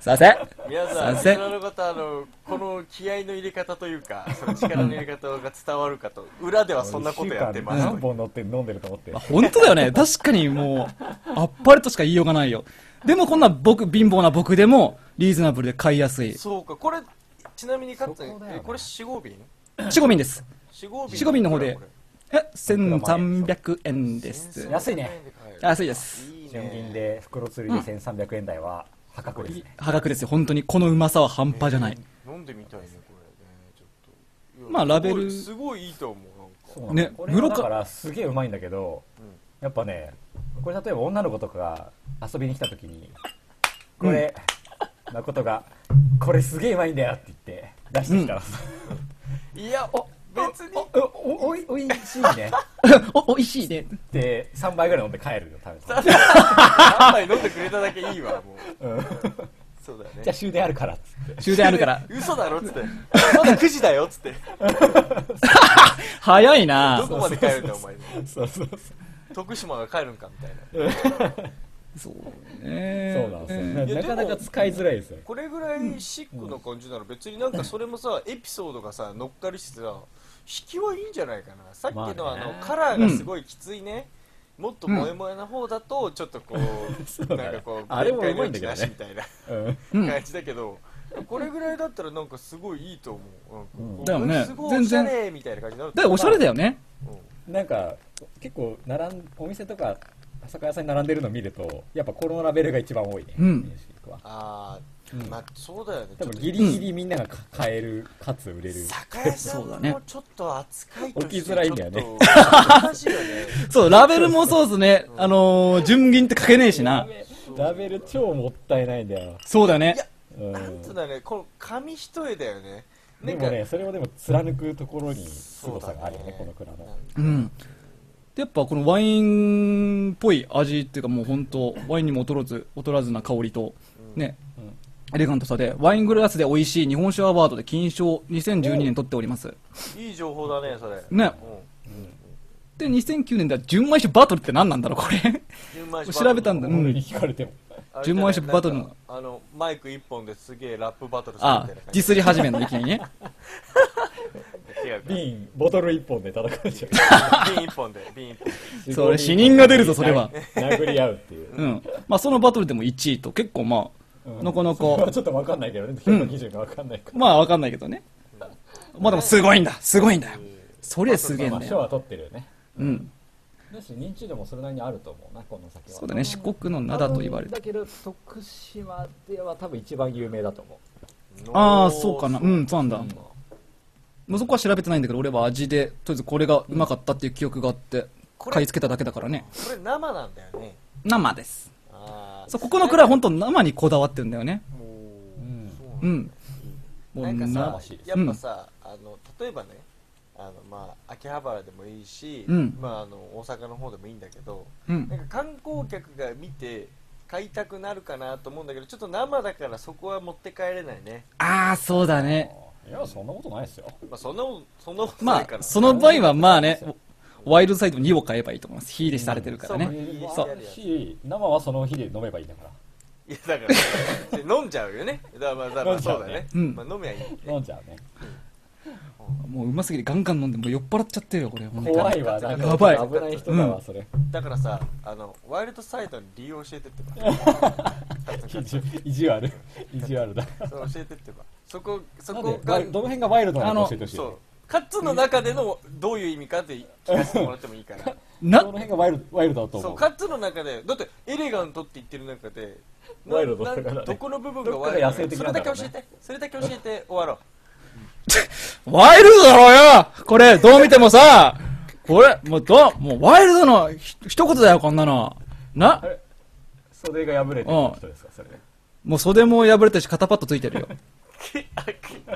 C: さあせ
A: 皆
C: さ
A: さ
C: あ
A: ん
C: せ
A: リスナーの方あのこの気合の入れ方というかその力の入れ方が伝わるかと裏ではそんなことやってま
B: 一週
A: す
B: 間何本乗って飲んでると思って
C: まあ本当だよね確かにもうあっぱれとしか言いようがないよでもこんな僕貧乏な僕でもリーズナブルで買いやすい
A: そうかこれちなみにカッツン、
B: そこだよね
A: えこれ四合瓶
C: 四五瓶です
A: 四合瓶
C: 四合瓶の方で
A: これ
C: え1300円で
A: こ
C: す
A: れ
B: 安い
A: 1300
B: ね
A: 円で買える
C: 安いです
A: いいね
B: 純銀で袋釣りで1300円台は、破格ですね。
C: 破格ですよ。本当に。このうまさは半端じゃない。
A: えー飲んでみたいねこれねちょっといや
C: まあラベル
A: すごいすごいいいと思う
B: そう
A: なんか
B: なの
C: ね
B: これは
C: 室
B: だ
C: か
B: からすげえうまいんだけど、
A: ん
B: やっぱねこれ例えば女の子とかが遊びに来た時にこれ、誠が「これすげえうまいんだよ」って言って出してきたら、
A: いや別に
B: おおおいおいしいね
C: お、おいしいね。
B: で3杯ぐらい飲んで帰るよ食べた
A: 何杯飲んでくれただけいいわもう、 そうだよね
B: じゃあ終電あるからっつって
C: 終電あるから。
A: 嘘だろっつって まだ9時だよっつって
C: 早い
A: ど
C: な
A: こまで帰るんだよお前
B: そうそうそう
A: 徳島が帰るんかみたいな
C: そう
B: そ
C: ね
B: うなんですよ、
A: いや
B: な
A: で
B: か
A: も
B: なか使いづらいですよ
A: これぐらいシックな感じなら別になんかそれもさエピソードがさ乗っかりしてさ引きはいいんじゃないかなさっきの
B: まあ
A: あ
B: ね
A: のカラーがすごいきついね、もっと萌え萌えな方だとちょっとこ う、
B: うだね
A: なんかこう
B: あれもうまいんだけどね
A: 限界のうちなし
B: うん
C: う
A: みたい
C: ん
A: な感じだけど、これぐらいだったらなんかすごいいいと思う、なんかこう
C: だよね
A: すごいおしゃれみたいな感じになる
C: だからおしゃれだよね。
B: なんか結構並んお店とか酒屋さんに並んでるの見るとやっぱこのラベルが一番多いね、
C: うん
B: ミュージックは
A: ああ、
B: うん
A: まあそうだよね
B: 多
A: ちょっ
B: 分
A: と
B: ギリギリみんながか買えるかつ売れる
A: 酒屋さん
C: そうだね
A: もちょっと扱いとして
B: 置きづらいんだよね
A: ちょっと難しいよね
C: そう、ラベルもそうですね。あのー、純銀って書けねえしな。
B: ラベル超もったいないんだよ、
C: そうだよね。
B: うん
A: なんつうんだろうね、この紙一重だよね。な
B: で
A: ん
B: も
A: か、
B: ねそれをでも貫くところに
A: そう
B: 凄
A: だ
B: さ
A: ね
B: があるよねこの蔵の
C: うん。でやっぱこのワインっぽい味っていうかもう本当ワインにも劣らず、劣らずな香りと、ね、
B: うん
C: エレガントさで、ワイングラスで美味しい日本酒アワードで金賞2012年取っております。
A: いい情報だね、それ。
C: ね
A: う
C: で、2009年では純米酒バトルって何なんだろう、これ。
A: 純米酒バトル
C: 調べたんだう
B: 俺
C: ん
B: に聞かれても
A: あれ
C: 純米酒バトルの
A: なんかあの、マイク一本ですげえラップバトルするみ
C: あ
A: たいな、
C: ディスり始めんの、いきなり ね。
A: 違うか
B: 瓶ボトル一本で戦うじ
A: 瓶一本で、瓶一本で。
B: ゃん
C: それ死人が出るぞそれは
B: 殴り合うっていう
C: うん。まあ、そのバトルでも1位と、結構まあ、
B: うん
C: なかなか、
B: それはちょっと分かんないけどね評価基準が分かんない から
C: まあ、わかんないけどね。まあでも、すごいんだすごいんだよ。そりゃすげえん
B: まあ
C: だ
B: 賞
C: よ。
B: は取ってるよね
C: うん。
B: だし認知度もそれなりにあると思うなこの酒は
C: そうだね、四国の灘と言われ
B: だ
C: て。
B: けど徳島では多分一番有名だと思
C: ああ、そうかな。う
A: うん
C: ん、そうなんだ。まあ、そこは調べてないんだけど、俺は味で、とりあえずこれがうまかったっていう記憶があって、
A: これ
C: 買い付けただけだからね。
A: これ生なんだよね。
C: 生です。
A: ああ。
C: そう、ここの蔵は本当生にこだわってるんだよね。
A: もう、
B: ん
A: そうなんだ
C: うん。も
A: な
C: う
A: か
C: んな
A: さ
B: しいで、す
A: やっぱさ、あの例えばね、あのまあ秋葉原でもいいし、
C: うん
A: まああの大阪の方でもいいんだけど、
C: うん
A: なんか観光客が見て買いたくなるかなと思うんだけど、ちょっと生だからそこは持って帰れないね。
C: ああ、そうだね。
B: いやそんなことないですよ
A: まあそんなもんそんなことな
C: ま
A: いから。
C: あ、その場合はまあね、ワイルドサイド2を買えばいいと思います。火入れされてるから
A: うん
C: ね。
B: そ
A: そうう
B: し生はその日で飲めばいいんだか
A: いやだから、で飲んじゃうよね。だからまあだからまあそうだね。
C: 飲んじゃうね
A: まあ飲みゃいい、ね。
B: ら飲んじゃうね
C: もううますぎてガンガン飲んで、もう酔っ払っちゃってるよ、これ。ほんとに
B: 怖いわなんか
C: やばい
B: 危ない人だわそれ
A: だからさ、あのワイルドサイドに理由教えてってば。
B: 意地意地悪意地悪だ
A: そう教えてってば。そこそ
B: なん
A: こ
B: で
A: が
B: どの辺がワイルドなのか教えてほしい
A: そ
B: よね
A: うカッツンの中でのどういう意味かって聞かせてもらってもいいから
B: ど
C: な
B: の、辺がワイルドワイルドだと
A: そ
B: 思
A: う
B: う
A: カッツンの中でだってエレガントって言ってる中でな
B: ワイルドだからね
A: なんどこの部分がワイルド
B: どっかが野生的
A: そ
B: な
A: れ
B: んだ
A: だ
B: ろう
A: け
B: ね
A: 教えてそれだけ教えて終わろう
C: ワイルドだろうよこれ、どう見てもさ、これ、もうど、もうワイルドのひ一言だよ、こんなの。な
B: あ、れ袖が破れてる人ですかそれ
C: もう袖も破れてるし、肩パッドついてるよ。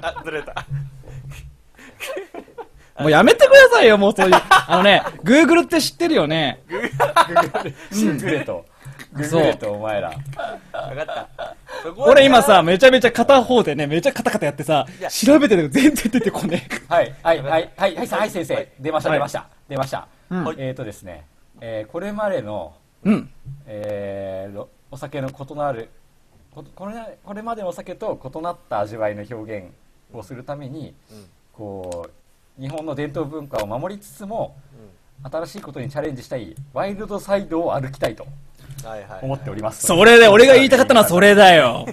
A: ああずれた
C: もうやめてくださいよ、もうそういう。あのね、Google って知ってるよね。
B: シングレとグ
C: そう
B: グレとお前ら
A: 分かったそこはね
C: 俺今さ、めちゃめちゃ片方でね、めちゃカタカタやってさ
A: い、や
C: 調べてるけど全然出てこねえ。
B: はい、はい、はい、はい、はい、さんはい、先
A: は
B: 生
A: い、
B: 出ました、
C: はい
B: 出ました、出ました。
C: うん
B: えっとですね、えーこれまでの、
C: うん。
B: えーろお酒の異なる、ここれこれまでのお酒と異なった味わいの表現をするために、
A: ん
B: こう、日本の伝統文化を守りつつも、新しいことにチャレンジしたい、ワイルドサイドを歩きたいと
A: はいはい
B: 思っております。
C: それで、俺が言いたかったのはそれだよ。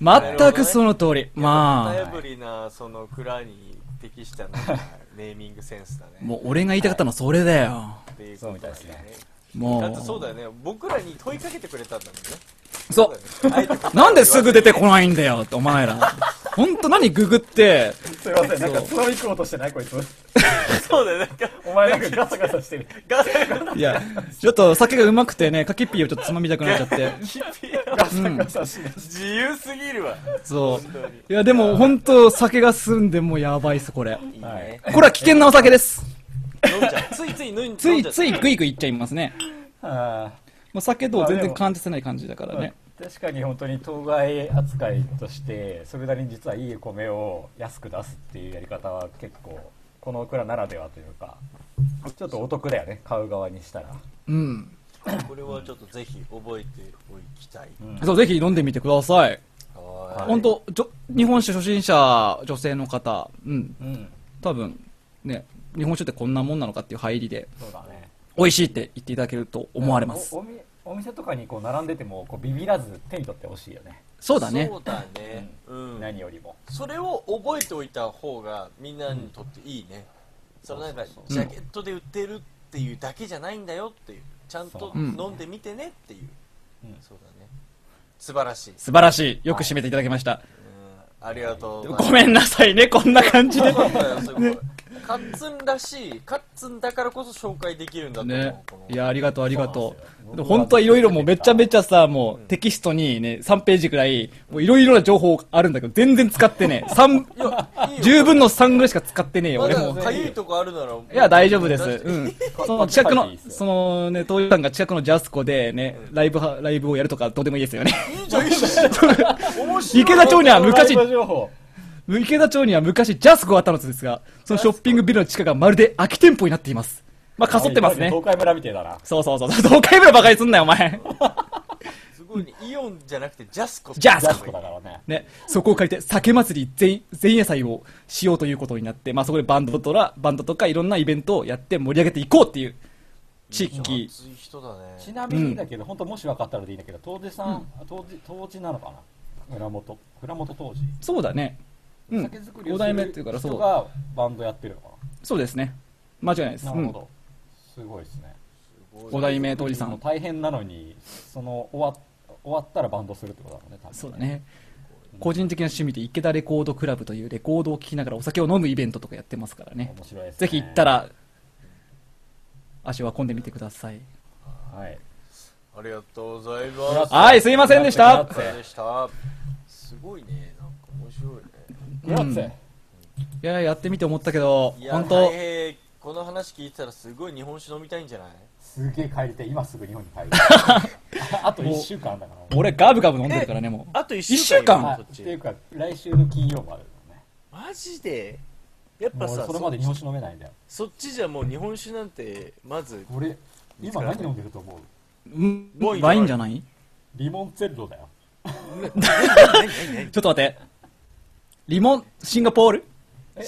C: 全くその通り。ま
A: タ
C: あ
A: イ。ブリなその蔵に適したなんかネーミングセンスだね
C: もう俺が言いたかったのはそれだよ。
A: っていう
B: そ
A: こ
B: うみ
A: と
B: たい
A: だ
B: ですね
C: も
A: だってそう
C: う。
A: だよね僕らに問いかけてくれたんだもんね
C: そう。
A: そうだよねあえて
C: なんですぐ出てこないんだよ、お前ら。ほんと何ググって、
B: すいません、なんかつまみ食おうとしてないこいつ。
A: そうだよなんか
B: お前なんかガサガサし てる。
A: ガサガ
C: いや、ちょっと酒がうまくてね、カキピーをちょっとつまみたくなっちゃって。
B: ガサガサしてる。
A: 自由すぎるわ
C: そう。いや、でも本当酒が済んでもうやばいっす、これ。
A: いいね
C: これは危険なお酒です。
A: 飲んじゃうついつい飲ん
C: つ
A: 飲ん
C: い
A: じゃう
C: ついグイグイいっちゃいますね。
B: あ
C: もう酒と全然感じてない感じだか
B: ー
C: らね。
B: 確かに本当に当該扱いとして、それなりに実はいい米を安く出すっていうやり方は結構、この蔵ならではというか、ちょっとお得だよね、買う側にしたら。
C: うん。
A: これはちょっとぜひ覚えておきたい、
C: そう、ぜひ飲んでみてください。
A: は
C: 本当ちょ日本酒初心者女性の方、うん、
B: うん、
C: 多分ね、日本酒ってこんなもんなのかっていう入りで、
B: そうだね。
C: 美味しいって言っていただけると思われます
B: お。おみお店とかにこう並んでてもこうビビらず手に取ってほしいよね、
C: そうだね
A: そ。うだねうん、
B: 何よりも
A: それを覚えておいた方がみんなにとっていいね、そのなんかジャケットで売ってるっていうだけじゃないんだよっていうちゃんと
B: うん
A: 飲んでみてねっていう、
B: うん
A: そうだね素晴らしい、
C: 素晴らしい。よく締めていただきました。
A: うん、ありがとう
C: ごめんなさいね、こんな感 じで。
A: そうだよそういうことカッツンらしいカッツンだからこそ紹介できるんだと思う、
C: ね
A: この。
C: いや、ありがとう、ありがと
B: そうなんです
C: う。
B: よ
C: 本当はいろいろもうめちゃめち ゃさ、もうテキストにね、3ページくらい、もういろいろな情報あるんだけど、全然使ってね、 三
A: いやいいよ
C: 10分の3ぐらいしか使ってねえよ、
A: ま
C: 俺
A: だ
C: も。
A: かゆいとこあるなら
C: いや、大丈 夫です。
A: 出して
C: うん。その近く
B: 書い
C: の
B: ていいです、よ
C: そのね、東洋館が近くのジャスコでね、ライブは、ライブをやるとかどうでもいいですよね。
A: いいじゃんいいじゃん面白い
C: 池田町には昔
B: ライ、ブ情報
C: 池田町には昔ジャスコがあったのですが、そのショッピングビルの地下がまるで空き店舗になっています。まあ、かそってますね。
B: 東海村みてえだな
C: そうそうそう。東海村ばかりすんなよ、お前。
A: すごいねイオンじゃなくてジャスコ
C: ジャ
B: ジャス
C: ス
B: コだからね
C: ね、そこを借りて酒祭り全前夜祭をしようということになって、まあ、そこでバンドとら、バンドとかいろんなイベントをやって盛り上げていこうっていう地域。
A: 熱い人だね
B: ちなみにだけど、本当もし分かったらでいいんだけど当時さん、当時当時なのかな蔵元蔵元当時、
C: そうだね。うん。
B: 酒造りを
C: 五代目っていうから
B: す
C: そ
B: る
C: う
B: 人がバンドやってるのか
C: そうですね。間違いないです。
B: な
C: う
B: なる
C: ん
B: ほ。ど、すごいですね
C: 五代目通りさん。
B: 大変なのにその終わ終わったらバンドするってことだもんね多分
C: そうだね。個人的な趣味で池田レコードクラブというレコードを聴きながらお酒を飲むイベントとかやってますからね。
B: 面白いですね
C: ぜひ行ったら、足を運んでみてください。
B: はい
A: ありがとうございます
C: はい、すいませんでした
A: お疲れでしたすごいねなんか面白いね
B: グラッツェ
C: いや、やってみて思ったけど
A: い、や
C: 本
A: 大
C: 当
A: 平この話聞いてたらすごい日本酒飲みたいんじゃない
B: すげえ帰りてえ今すぐ日本に帰る あと1週間だから
C: 俺ガブガブ飲んでるからね、もう。
A: と1
C: 一週間
B: まあっていうか来週の金曜までだね
A: マジでやっ
B: もう俺それまで日本酒飲めないんだよ
A: そっちじゃもう日本酒なんてまず
B: 俺今何飲んでると思う
C: うん
A: ワイン
C: ワインじゃない
B: リモンツェッロだよ
C: ちょっと待って。リモン、シンガポール
A: な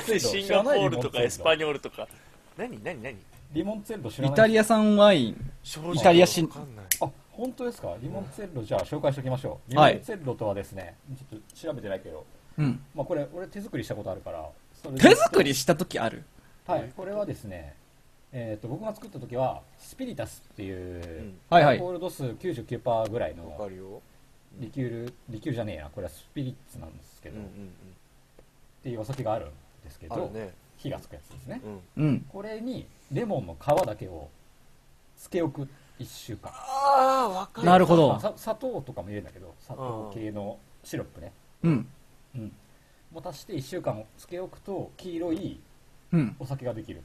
A: んでシンガポールとかエスパニ
B: ョ
A: ョルとか何何何
B: リモンツェッロ知ら
C: イ
B: ない
C: タリア産ワイン。
A: 正直
C: イタリア新
A: わかんない
B: あ本当ですかリモンツェッロじゃあ紹介しておきましょうリモ
C: はい
B: ンツェッロとはですねちょっと調べてないけど
C: うん。
B: まあこれ俺手作りしたことあるからそれで
C: 手作りした時ある
B: はい、これはですね、えー、と僕が作った時はスピリタスっていう、
C: んはいは
B: ア
C: い
B: ルコール度数99%ぐらい
A: わか
B: の
A: るよ
B: リキュールリキュールじゃねえやこれはスピリッツなんですけ
A: うん
B: ど、
A: うんう
B: っ
A: ん
B: ていうお酒があるんですけ
A: あ
B: ど、
A: るね
B: 火がつくやつですね、
A: うん
C: うん。
B: これにレモンの皮だけをつけ置く1週間
A: ああわかる
C: なるほど
B: ささ砂糖とかも入れるんだけど砂糖系のシロップね、
C: うん。
B: うん、もう足して1週間つけ置くと黄色い
C: うん。
B: お酒ができる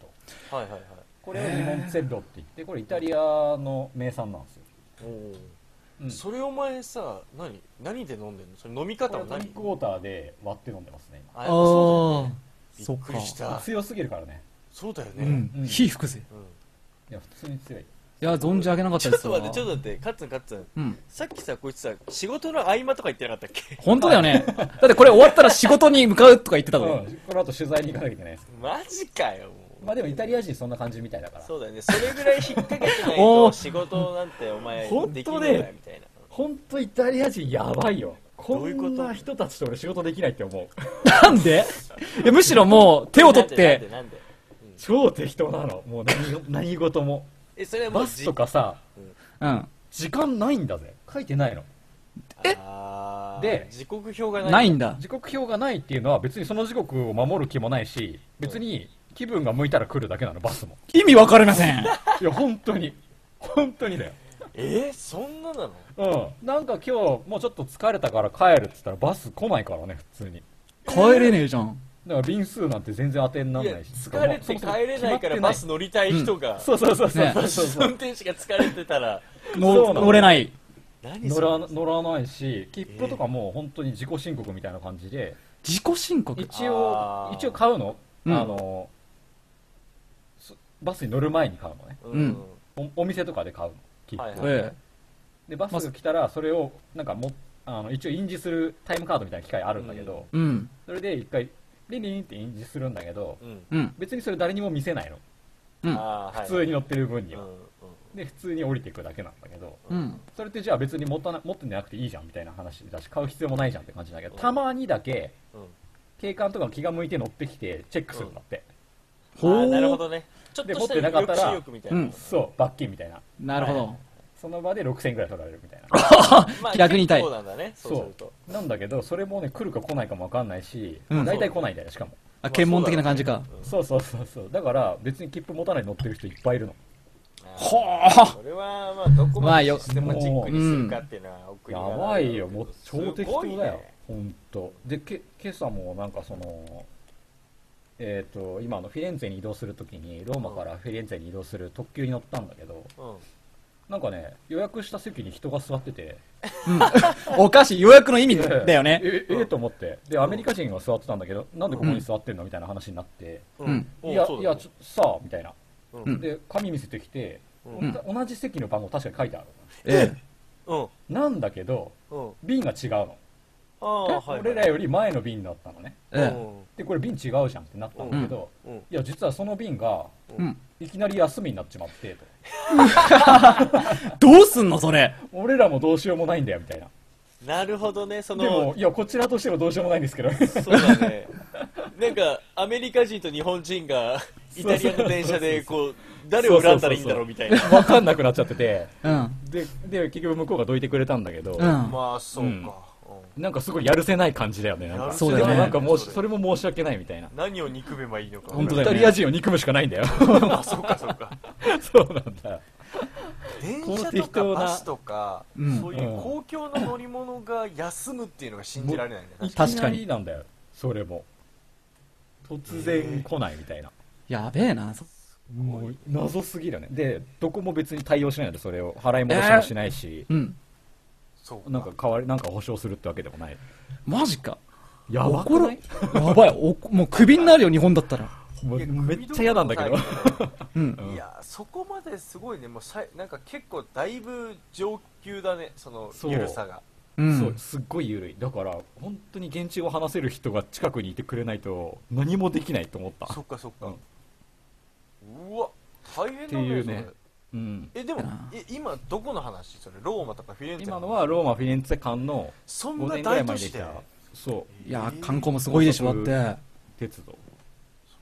B: と
A: はいはいはい
B: これをリモンツェッロって言ってこれイタリアの名産なんですよ
A: おお
B: うん
A: それお前さ何何で飲んでんのそれ飲み
B: こ
A: 方
B: れ
A: は
B: はト
A: 何
B: ニックウォーターで割って飲んでますね
A: あ
C: あ
A: やっぱそうだよ
C: ー
A: ねびっくりした
B: 今強すぎるからね
A: そうだよ
C: う
A: ねうん
C: ん。火吹くぜ。
B: いや普通に強い
C: いや、存じ上げなかっ
A: ち
C: た
A: ょ
C: で
A: っ
C: す
A: と
C: わ
A: 待ってちょっと待ってカッツンカッツン
C: うん。
A: さっきさこいつさ仕事の合間とか言ってなかったっけ
C: 本当だよね。だってこれ終わったら仕事に向かうとか言ってた
B: うん
C: ぞ。
B: この後取材に行かなきゃいけないです
A: マジかよもう
B: まあでもイタリア人そんな感じみたいだから
A: そうだよねそれぐらい引っ掛けてない
C: お
A: と
C: ー
A: 仕事なんてお前
B: 本当ね
A: できんのかよみたいな
B: 本当イタリア人やばいよこ
A: ういうこと
B: んな人たちと俺仕事できないって思う
C: なんでいや、むしろもう手を取
A: な
C: っ
A: んで
C: て、
A: なんでなんで
B: 超適当なのもう何何事も
A: えそれはもう
B: バスとかさ
C: うん。
B: 時間ないんだぜ書いてないの
A: え
B: で
A: 時刻表がない
C: ないんだ。
B: 時刻表がないっていうのは別にその時刻を守る気もないし別に気分が向いたら来るだけなのバスも
C: 意味わかりません。
B: いや本当に本当にだよ
A: えそんななの
B: うんなんか今日もうちょっと疲れたから帰るっつったらバス来ないからね普通に
C: 帰れねえじゃん。
B: だから便数なんて全然当てにないら
A: や
B: ないし
A: 疲れて帰れないからバス乗りたい人が、
B: そうそうそうそう、
C: ね
B: そう
A: バ
B: そう
A: ス
B: そう
A: の運転手が疲れてたら
B: そうな
C: の
B: の
C: 乗れない。
A: 何そ
B: 乗
A: れ
B: ら乗らないし切符とかもう本当に自己申告みたいな感じで、
C: 自己申告。
B: 一応
A: あー
B: 一応買うの,、
C: うん
B: あのそバスに乗る前に買うのね
A: うん
C: うん
B: おお店とかで買うの切符、
A: はいはい
C: え
B: でバスが来たらそれをなんかもあの一応印字するタイムカードみたいな機械あるんだけど、
A: うん
C: え。うん。
B: それで一回リンリンって印字するんだけど
A: うん
C: うん。
B: 別にそれ誰にも見せないの
C: うん。
A: あーはい
B: 普通に乗ってる分に
A: う
B: は、
A: んうん
B: で普通に降りていくだけなんだけど
C: うん。
B: それってじゃあ別に持たな持ってなくていいじゃんみたいな話だし買う必要もないじゃんって感じだけどたまにだけ
A: うん
B: 警官とか気が向いて乗ってきてチェックするんだって、
C: ほー
A: あーなるほどねちょっとした
B: で持ってなかったら
A: 抑止力みたいな、
C: うん
B: そう罰金みたいな
C: なるほ
B: は
C: ど。
B: その場で6000円ぐらい取られるみたいな
A: まあ
C: 気楽に痛い
A: 結構なんだねそうすると
B: なんだけどそれもね来るか来ないかも分かんないし、
C: うん
B: 大体来ないんだよしかも
C: あ、検問的な感じか。
B: そうそうそうそうだから別に切符持たないで乗ってる人いっぱいいるの
A: ほ
C: はあ。
A: それはまあどこ
C: ま
A: ま
C: あ
A: で
C: よ
A: システマチックにするかっていうのは奥に
B: や
A: はなる
B: ばいよもう
A: けど
B: 超適
A: すご
B: 当
A: いね
B: だよ本当でけ今朝もなんかそのえっ、と今のフィレンツェに移動するときにローマからフィレンツェに移動する特急に乗ったんだけど
A: うん
B: なんかね予約した席に人が座ってて
C: おかしい。予約の意味だよね。
B: ええええと思ってでアメリカ人が座ってたんだけどなんでここに座ってるのみたいな話になって、
C: うん
A: うん
B: いや
A: そうだ
B: いやちょさあみたいな、
A: うん
B: で紙見せてきて、
A: うん
B: 同同じ席の番号確かに書いてある
C: え
A: うん
B: なんだけど
A: うん
B: 便が違うの、
A: ああ
B: え
A: はい
B: 俺らより前の便だったのね
C: え。ええ。
B: でこれ便違うじゃんってなったんだけど、
A: うんうん
B: いや実はその便が
C: うん。
B: いきなり休みになっちまってと
C: どうすんの、それ。
B: 俺らもどうしようもないんだよみたいな
A: なるほどねそ
B: でも
A: の
B: いやこちらとしてもどうしようもないんです けど
A: そうだねなんかアメリカ人と日本人がイタリアの電車でこう誰を選んだらいいんだろうみたいな
B: 分かんなくなっちゃってて
C: うん。
B: でで結局向こうがどいてくれたんだけど、
C: うん。
A: まあそううんかうん
B: なんかすごいやるせない感じだよねなん
A: や
B: か
A: るせ
C: ない
B: でもなんかもうそれも申し訳ないみたいな
A: 何を憎めばいいのか
C: 本当だ
B: イ
C: よ
B: タ
C: ね
B: リア人を憎むしかないんだよ
A: あそうかそうか
B: そうなんだ
A: 電
B: この
A: 車
B: 適
A: とか
B: 当な
A: バスとか、
C: うん
A: そういう公共の乗り物が休むっていうのが信じられないね、
B: い
A: 確か
B: きなりなんだよそれも突然来ないみたいな、
C: やべえな。そ
B: もう謎すぎるよねでどこも別に対応しないのでそれを払い戻しもしないし、
C: うん。
A: そう
B: なんか代わりなんか保証するってわけでもない
C: マジか。
B: やばく
C: 怒
B: な
C: る
B: い。
C: やばい。おもうクビになるよ、日本だったら。
B: も
A: いうや
B: めっちゃ嫌なんだけど
A: 首どころじ
C: うん
A: ゃ。 ないいやそこまですごいねもうさいなんか結構だいぶ上級だねその
B: そう
A: ゆるさが
C: う。
B: そうんすっごい緩いだから本当に現地語を話せる人が近くにいてくれないと何もできないと思った
A: そっかそっか、
B: う
A: うわ大変だね
B: っていうね
A: それ
B: うん
A: えでも
C: あ
A: え今どこの話それローマとかフィレンツェ
B: 今のはローマフィレンツェ間の
A: そんな
B: 5年ぐら
A: 大
B: い
A: 都
B: 前で
A: 市
B: き
A: で
B: たそう
C: いや、観光もすごいでしょ、だって。
B: 鉄道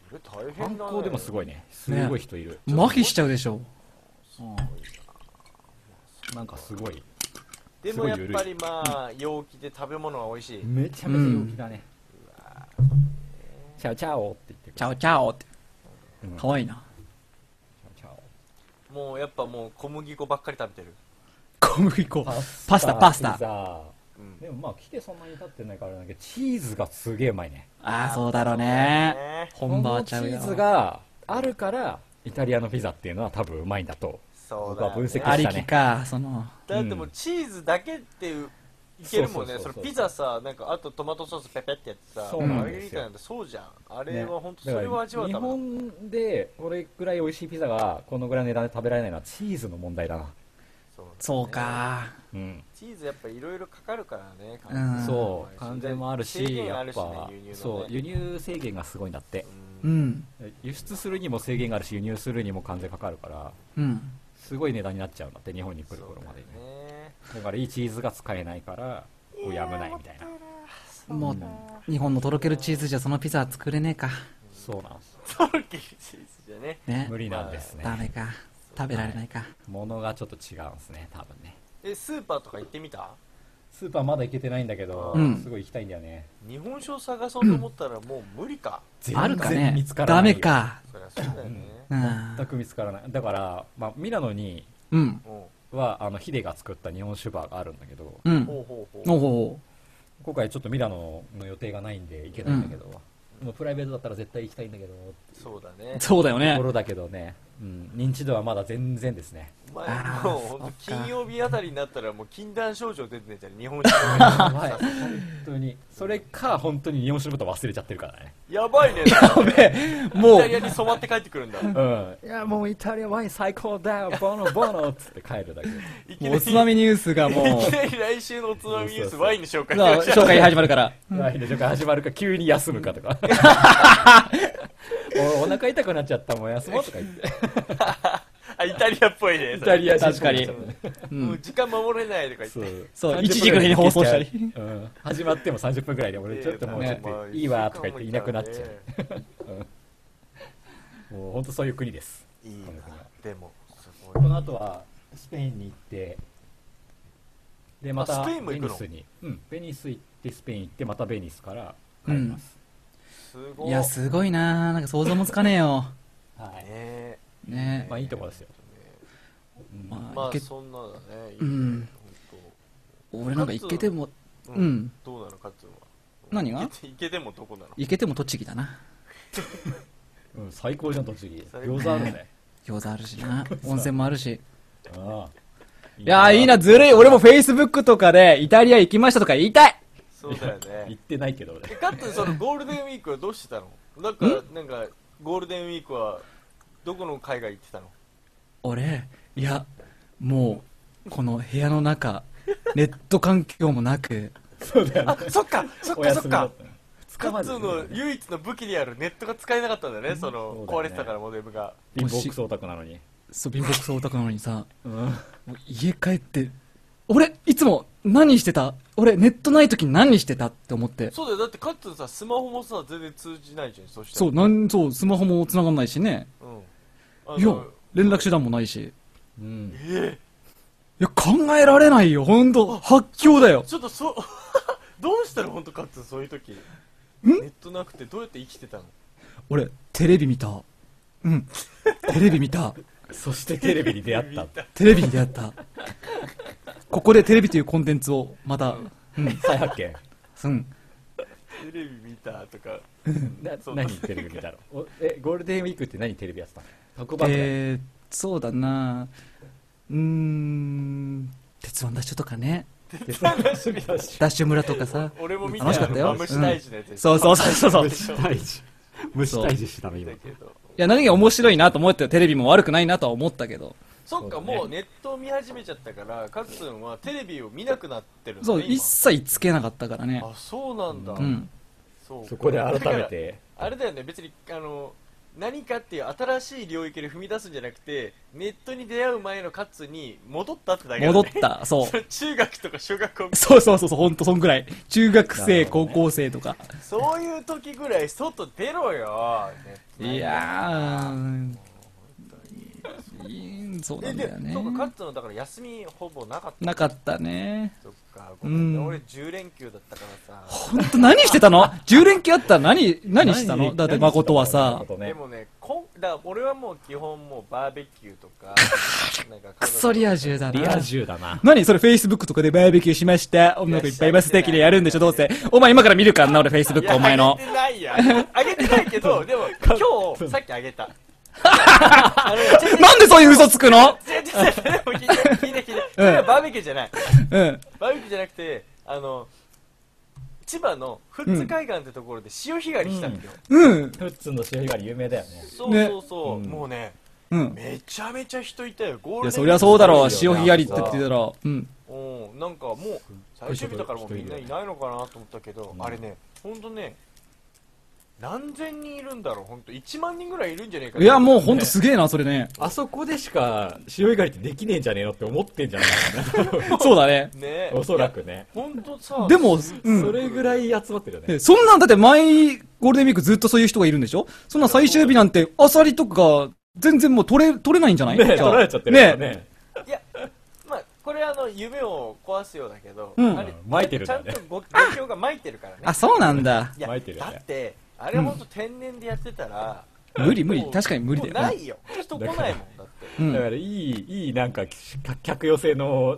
A: それ大変だ
B: 観
A: ね
B: 光でもすごいねすごい人いる、
C: 麻痺しちゃうでしょ。
B: なんかすごい
A: でもやっ
B: すごい緩い
A: ぱりまあ陽気で食べ物は美味しい、
B: めちゃめちゃ陽気だね、チャオチャオって言ってく
C: チャオチャオって
B: うん。
C: かわいいな。
B: るチャオ
A: もうやっぱもう小麦粉ばっかり食べてる、
C: 小麦粉。パスタ、パスタ
B: ピ。ザ
A: うん
B: でもまあ来てそんなに経ってないからあれだけどチーズがすげえうまいね
C: ああ、そうだろうね。
A: ね
C: 本場はちゃう
B: この
C: よ
B: チー。ズがあるからイタリアのピザっていうのは多分うまいんだと
A: そうだ、
B: 僕
A: ね、
B: は分析した
C: あ
B: ね
C: りきか、その、
A: だってもうチーズだけっていういけるもんね
B: そ
A: そ
B: うそうそうそう
A: れピザさなんかあとトマトソースペペってやってさ
B: そうなんですよ
A: マルゲリータなんてそうじゃんあ
B: ね
A: れは本当
B: だ
A: そ
B: から
A: れは味わう
B: 日
A: ためだ
B: 本でこれぐらい美味しいピザがこのぐらいの値段で食べられないのはチーズの問題だな
A: そうだね
C: そうか。
B: うん
A: チーズやっぱいろいろかかるからね
C: うん
B: そう関税もあるし
A: 制限
B: や
A: あ
B: っ
A: るしね
B: ぱ
A: 輸入のね
B: そう輸入制限がすごいんだって
C: う
A: うん
C: ん。
B: 輸出するにも制限があるし輸入するにも関税かかるから
C: うん。
B: すごい値段になっちゃうんだって日本に来る頃までね
A: そうだよね
B: だからいいチーズが使えないからこうやむないみたいな
C: もう、日本のとろけるチーズじゃそのピザは作れねえか。
B: そうなんです
A: トロキチーズじゃね
C: ね
B: 無。理なんですね
C: ダメか。食べられないか。
B: 物がちょっと違うんですね多分ね
A: えスーパーとか行ってみた
B: スーパーまだ行けてないんだけど、
C: うん
B: すごい行きたいんだよね
A: 日本酒を探そうと思ったらもう無理か
C: あるか
B: 全然
C: ね
B: 見つからな
C: ダ
B: い
C: メ
B: よ
C: か。
A: そりゃそうだよね
C: うん
B: 全。く見つからないだから、まあ、ミラノに
C: うん。
A: うん
B: はあのヒデが作った日本酒バーがあるんだけど
C: うん。
A: ほうほうほ
C: お
A: う
C: お
B: 今回ちょっとミラノの予定がないんで行けないんだけど、もうプライベートだったら絶対行きたいんだけど
A: そうだね
C: そうだよ
B: と
C: ね
B: こ。ろだけどね、うん、認知度はまだ全然ですね
A: 前
C: あー
A: もう
C: そっか
A: 本当金曜日あたりになったらもう禁断症状出てんじゃん日本酒
B: はい本当にそれか本当に日本酒のこと忘れちゃってるからね
A: やば いねやべ
C: も
A: イ
C: う
A: タリアに染まって帰ってくるんだ
B: うんいやもうイタリアワイン最高だよ ボノボノっつって帰るだけ
A: いきな
C: もう
A: り
C: おつまみニュースがも
A: いうき、なり来週のおつまみニュー
B: そうそ
A: ス
B: う
A: ワインの紹介
C: まあ
A: しちゃ
C: 紹介始まるから。
B: ワインの時間始まるか急に休むかと かおお腹痛くなっちゃったもん休もうとか言って
A: あイタリアっぽいね
B: イタリア人
C: 確かにう。
A: もうん時間守れないとか言って、
B: そう
C: そう
B: 30
C: 1時ぐらいに放送したり
B: 分ぐらいにうん、始まっても30分ぐらいで俺ちょっともうちょっといいわとか言っていなくなっちゃうもう本当そういう国です
A: ういいなでもすご
B: こ
A: い
B: の後はスペインに行ってでまた
A: スペインも
B: ベ
A: 行く
B: ニ
A: の
B: スに、うん、ベニス行ってスペイン行ってまたベニスから帰ります、
A: すご
C: いや、すごいななんか想像もつかねえよ。
B: は
A: ねえ
B: い
C: ね
B: まあいいとこですよ、うん
C: まあ、
A: ま
C: い
A: あ
C: け、
A: そんなのだねいいね
C: うん
A: ほん
C: 俺なんか行けても、
A: と
C: う、ん。
A: どうなのかっていうのは
C: 何が
A: いけていけてもどこなの
C: 行けても栃木だな。
B: うん、最高じゃん栃木
A: 最高
B: 餃子あ るね
C: 餃子あるしな。温泉もあるし。
B: あ
C: いやーいいな、ずるい。俺も Facebook とかでイタリア行きましたとか言いたい
A: そうだよ
B: 行
A: ね
B: ってないけど俺
A: えカットそのゴールデンウィークはどうしてたのなんかなんかゴールデンウィークはどこの海外行ってたの
C: 俺、いや、もう、この部屋の中、ネット環境もなく、
B: そうだよね
A: あそっかそっ
B: お
A: かそ
B: 休
A: っ
B: みだ
A: か
B: った
A: カ
B: 2
A: ッツの唯一の武器であるネットが使えなかったんだよね、その
B: そうだよね
A: 壊れてたからモデムが。
B: 貧乏クソオタクなのに
C: そう、貧乏くそオタクなのにさ、
B: うん
C: もう家帰って、俺、いつも何してた俺、ネットない時に何してたって思って。
A: そうだよ、だってカッツンさ、スマホもさ、全然通じないじゃん、そした
C: そう、なん、そう、スマホも繋がんないしね。
A: う。うん。あ
C: いや
A: の、
C: 連絡手段もないし。
B: うん
C: いや、考えられないよ、ほんと。発狂だよ。
A: ちょっとそう、 どうしたの、本当カッツン、そういう時ネットなくて、どうやって生きてたの
C: 俺、テレビ見た。うん。テレビ見た。
B: そしてテレビに出会 った
C: テレビに出会った。ここでテレビというコンテンツを、また、うん、
B: 再発見
C: うん。
A: テレビ見たとか、
B: な
A: そう
B: 何テレビ見 たのおえゴールデンウィークって何テレビやってたの特番だよ
C: えー、そうだなうーん、鉄腕ダッシュとかね。
B: でその話見たし
C: ダッシュ村とかさ。
A: 俺も見た
C: 楽しかった
A: あ
C: よ
A: のマムシ大事のやつ、
C: そうそうそうそう。い
A: しょ
B: 退治虫退治したの今
A: だけど。
C: や、何が面白いなと思って、テレビも悪くないなとは思ったけど。
A: そっか
B: そうだね
A: もうネットを見始めちゃったから、カッツンはテレビを見なくなってるんだ
C: そう、
A: ね今
C: 一切つけなかったからね。
A: あ、そうなんだ。
C: うん。
A: そうか
B: そこで改
A: だ
B: め
A: から
B: て
A: あれだよね別にあの何かっていう新しい領域で踏み出すんじゃなくてネットに出会う前のカッツに戻ったってだけだ、ね、
C: 戻った、そう。
A: それ 中学とか小学校
C: そうそうそうそう、ほんと、そんぐらい。中学
B: な
C: 生、
B: るほど
C: 高
B: ね
C: 校生とか。
A: そういう時ぐらい外出ろよ、
C: いやー。いいそうな
A: え
C: ん
A: で
C: だよね
A: そ。うかカッツのだから休みほぼなかった
C: なかったね。
A: そっかごめんね
C: うん
A: 俺10連休だったから さ
C: ほんと、何してたの ?10 連休あったら何、何してたの
B: 何
C: だって、
B: 何
C: 誠はさ。
B: 誠ね
A: でもねこんだから俺はもう基本もうバーベキューと かなんか
C: クソリア充だ
B: リア
C: な。
B: 充だな
C: 何それ、Facebook とかでバーベキューしました。女の子いっぱいいます。的でやるんでしょ、どうせ。お前今から見るからな、俺
A: い
C: Facebook
A: や
C: お前の
A: あげ。てないやあげてないけ どでも今日さっきあげたあの違う違う
C: なんでそういう嘘つくの
A: 違う違うでも聞いて聞 いて聞いてそれはバーベキューじゃない
C: うん。
A: バーベキューじゃなくてあの千葉の富津海岸ってところで潮干狩りしたんだよ、
C: うん。
B: フッツンの潮干狩り有名だよね
A: そうそうそう、
B: ね
A: もうね
C: うん。
A: めちゃめちゃ人いたよゴールデ
C: い
A: ン
C: や、そりゃそうだろ
A: ウ
C: う。
A: ィーク
C: 潮干狩りって言ってたら。うん。
A: うんなんかもう最終日だからもうみんないないのかなと思ったけど、
B: うん
A: あれね本当ね何千人いるんだろう本当1万人ぐらいいるんじゃねえか
C: いや、もうほんとすげえな、それね。
B: あそこでしか潮干狩りってできねえんじゃねえのって思ってんじゃないかな
C: そうだね。
A: ね
B: おそらくね
A: 本当さ
C: でも、うん
B: それぐらい集まってるよね
C: えそんなんだって毎ゴールデンウィークずっとそういう人がいるんでしょそんな最終日なんてアサリとか全然もう取れ、取れないんじゃない
B: ねえ、
C: じゃあ
B: 取られちゃってるからね。
C: ね
A: いや、まあ、これあの、夢を壊すようだけど、
C: うん
A: あれ、
B: 巻いてるん
A: ちゃ
B: だ
A: ん
B: ね
A: とご、環境が巻いてるからね
C: あ、。そうなんだ
A: い。や、
B: 巻いてるよ
A: だ
B: ね
A: って、あれ本当天然でやってたら、
C: 無理無理
A: も。う
C: 確かに無理だよ。
A: もうないよ。人来ないもん、だって。
C: うん
B: だからいい、いいなんか、客客寄せの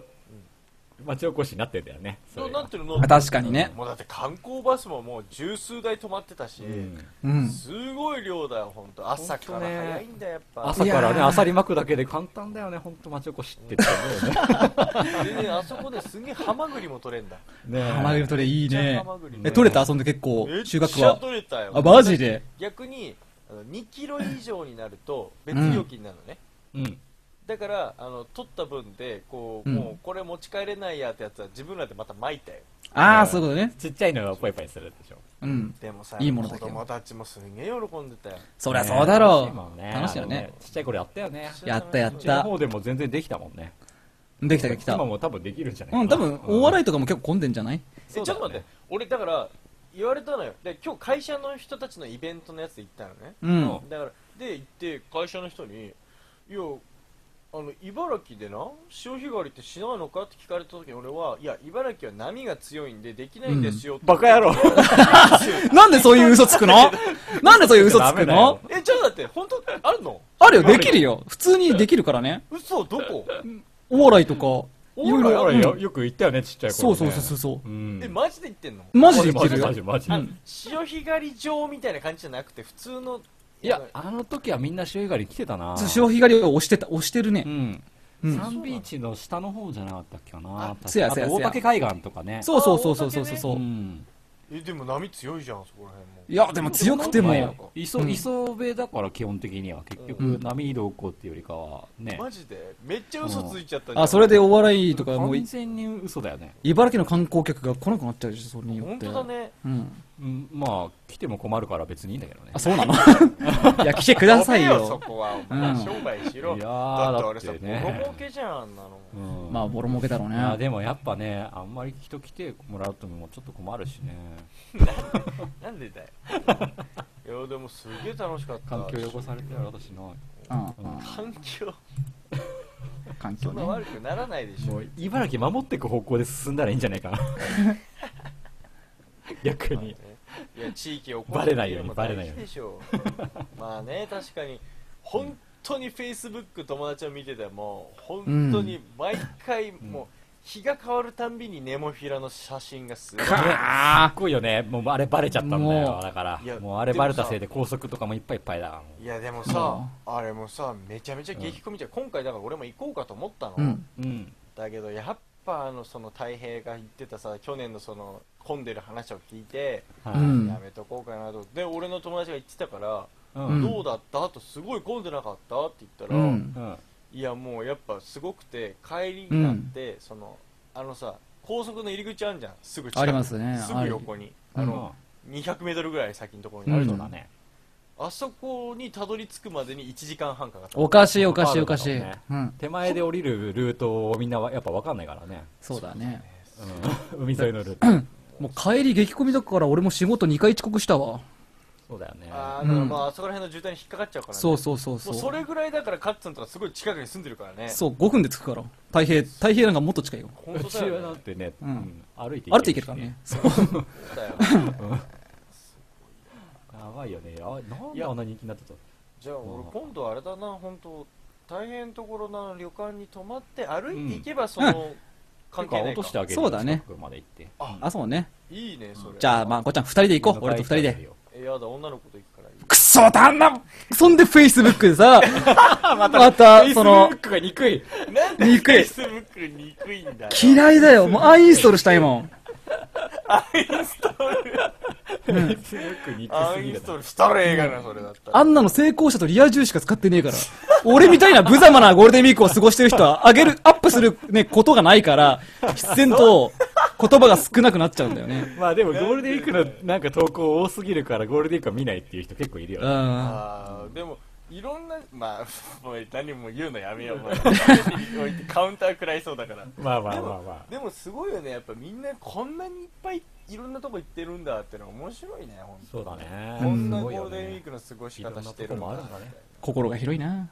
B: 町おこしになってんだよね。そ
A: ど
B: れ
A: う
B: が
A: なってる
C: あ
A: の
C: 確かにね。
A: もうだって観光バスももう十数台止まってたし、
B: うん
C: うん。
A: すごい量だよ、本当朝から早いんだよ、やっぱ。
B: 朝から
C: い
B: ね、
C: やー
B: あさり巻くだけで簡単だよね、本当町おこしってって思 うよ
A: でね、あそこですげえハマグリも取れんだ。
B: ね。ねえ
C: ハマグリ取れい
A: め
C: い
A: っちゃ
C: ね
A: ハマグリ。
C: え、取れたそんで結構
A: めっ、
C: 収
A: ち
C: 穫
A: ゃ
C: は。
A: 取れたよ。
C: あ、マジで。
A: 逆に、あの2キロ以上になると別料金になるのね。
B: うん。
A: だから、あの、取った分で、こう、
C: うん
A: もうこれ持ち帰れないやってやつは自分らでまた巻いたよ。
C: ああ、そういうことね。
B: ちっちゃいのがポイポイするでしょ。
C: うん。
A: でもさ、
C: いいものだ
A: 子
C: けど
A: 供たちもすげえ喜んでたよ。
C: そりゃそうだろ
B: ね楽しいもん
C: う。楽しいよ
B: あの
C: ね。
B: ちっちゃい頃やったよね。
C: やったやっ
B: うちの
C: た。
B: 方でも全然できたもんね。
C: できたできた。
B: 今
C: う、
B: も多分できるんじゃないかなん
C: 多分、大
B: い。
C: 笑いとかも結構混んでんじゃない
A: えちょっと待って、俺だから言われたのよで今日会社の人たちのイベントのやつで行ったのね
C: うん。
A: だからで行って会社の人に「いやあの茨城でな潮干狩りってしないのか?」って聞かれた時に俺はいや茨城は波が強いんでできないんですよって、
B: バカ野郎。
C: なんでそういう嘘つくのなんでそういう嘘つく
B: ダメだよ
C: の
A: えちょっと待って本当あるの
C: あるよ、できるよ。普通にできるからね。
A: 嘘どこ
C: お笑いとか。いろい
B: 大
C: ろ。
B: 笑いよ
C: うん
B: よく言ったよね、ちっちゃい
C: そ
B: 頃
C: う
B: ね。
C: そうそうそうそうう。
B: ん。
A: えマジで言ってんの
C: マジでいけるよ
B: マ。ジマジ
C: う
B: マジ
C: ん
A: 潮干狩り場みたいな感じじゃなくて普通の
B: いや、あの時はみんな潮干狩り来てたな。
C: そう潮干狩りを押してた、押してる
B: う
C: ね。
B: ん。
C: うん
B: サンビーチの下の方じゃなかったっけかな。確か
C: そうやそうや
B: あと
C: そうや
B: 大竹海岸とかね。
C: そうそうそうそうそうそう
A: あ
C: そう。
B: ん。
A: えでも波強いじゃんそこら辺も
C: いや、でも強くて
A: でも
C: も、
B: 磯、
C: うん
B: 磯辺だから基本的には。結局、
C: うん
B: 波移動こうっていうよりかは、ね。
A: マジでめっちゃ嘘ついちゃったじゃん
C: あ、それでお笑いとか、もう
B: 完、全に嘘だよね。
C: 茨城の観光客が来なくなっちゃうでしょ、それによ
A: 本
C: って。
A: 当だね
C: うん。
B: うん、まあ、来ても困るから別にいいんだけどね
C: あ、。そう なのいや、来てください
A: 飛べそ
C: よ。
A: こはお前、
C: うん
A: 商売しろ
B: いや
A: だ
B: ー
A: って俺さ
B: だってね
A: ボロ儲けじゃんあんなの
B: うん
C: まあ、ボロ儲けだろう
B: いや
C: ね。
B: でもやっぱね、あんまり人来てもらうともちょっと困るしね、
A: なんでだ よいやでもすげえ楽しかった
B: 環境汚されてる私の、
C: うん。うん
A: 環境
C: 環境
A: そん
C: ね
A: な。悪くならないでし
B: も
A: ょ
B: う茨城守っていく方向で進んだらいいんじゃないか な、逆に、
A: いや地域を
B: バレないようにバレないように
A: でしょうまあね確かに本当にフェイスブック友達を見てても本当に毎回もう日が変わるたんびにネモフィラの写真がすごい
B: かっこいいよね、もうあれバレちゃったんだ
C: も
B: よ
C: う、
B: だか
A: いや
B: ら、もうあれバレたせいで高速とかもいっぱいいっぱいだから、も
A: いやでもさ、あれもさめちゃめちゃ激混みじゃん、今回だから俺も行こうかと思ったの、
C: うん。
B: ううん、
A: だけどやっぱあのその太平が言ってたさ去年のその混んでる話を聞いて、
B: はい
C: うん
A: やめとこうかなとで俺の友達が言ってたから、
B: うん
C: うん
A: どうだったとすごい混んでなかったって言った
C: う
A: ら、
C: ん。
B: うん
A: いやもうやっぱすごくて帰りになって、そのあのさ高速の入り口あるじゃんすぐ近く
C: ありますね
A: すぐ横に
C: あ
A: あ
C: る
A: の、200m ぐらい先のところに
B: あ
A: あ
B: る
A: る、
B: とだね、
A: あそこにたどり着くまでに1時間半かかった
C: おかしいおかしいおかしい。うん。
B: 手前で降りるルートをみんなはやっぱ分かんないからね、
C: そうだね。
B: うん海沿いのルート、
C: もう帰り激混みだから俺も仕事2回遅刻したわ。
B: そうだよね、
A: あーだからま
C: う
A: ああそこら辺の渋滞に引っかかっちゃうからね
C: そうそうそう
A: もう
C: そ。
A: そうれぐらいだからカッツンとかすごい近くに住んでるからね
C: そう、5分で着くから。太平、太平なんかもっと近いよ。
A: 本
B: う
A: 当
B: ち
A: だ
B: はだ
A: よ
B: っ
A: ね
B: てね、
C: うん
B: うん歩いて
C: 歩いていけるからね。そう。
A: そうだよ
B: やばいよね。あなんであんな人気になってた
A: じゃあ俺今度あれだな本当大変ところの旅館に泊まって歩いていけばその関係
B: なんか
A: な
B: 落
A: いか
B: としてあげる
C: そうだね
B: 近くまで行って。
C: あ、そうね。
A: いいねそれ
C: じゃあ、まあ、こっちゃん2人で行こう。俺と2人で。。
A: えやだ女の子と行くからいい
C: くそだなそんで Facebook でさ、 また、その、
B: ックが憎い。
A: なんで
C: 憎い
A: Facebook に憎いんだよ
C: 嫌いだよ。もうアンインストールしたいもん。
B: フェイスブック憎
A: ア
B: す
A: ンイ
B: ぎ
A: ン
B: る
A: ス。トールしたらええがなそれだったら
C: あんなの成功者とリア充しか使ってねえから。俺みたいな無様なゴールデンウィークを過ごしてる人は、上げる、アップするね、ことがないから、必然と言葉が少なくなっちゃうんだよね。
B: まあでもゴールデンウィークのなんか投稿多すぎるからゴールデンウィークは見ないっていう人結構いるよ
C: う
B: ね。
C: ん。
A: あーでもいろんな、まあ、も う何も言うのやめよう、もう やめておいてカウンター食らいそうだから。
B: まあまあ
A: で
B: まあ
A: も
B: まあ。
A: でもすごいよね、やっぱみんなこんなにいっぱいいろんなとこ行ってるんだってのは面白いね、本当
B: そうだね。
A: こんな
B: す
A: ゴ
B: ごい
A: ー
B: よ
A: ルデンウィー
B: ね。
A: クの過ごし
B: いろん
A: 方
B: な
A: し
B: と
A: て
B: こ
A: るんだ
B: もあ
A: み
B: る
A: たい
B: んだね。
C: 心が広いな。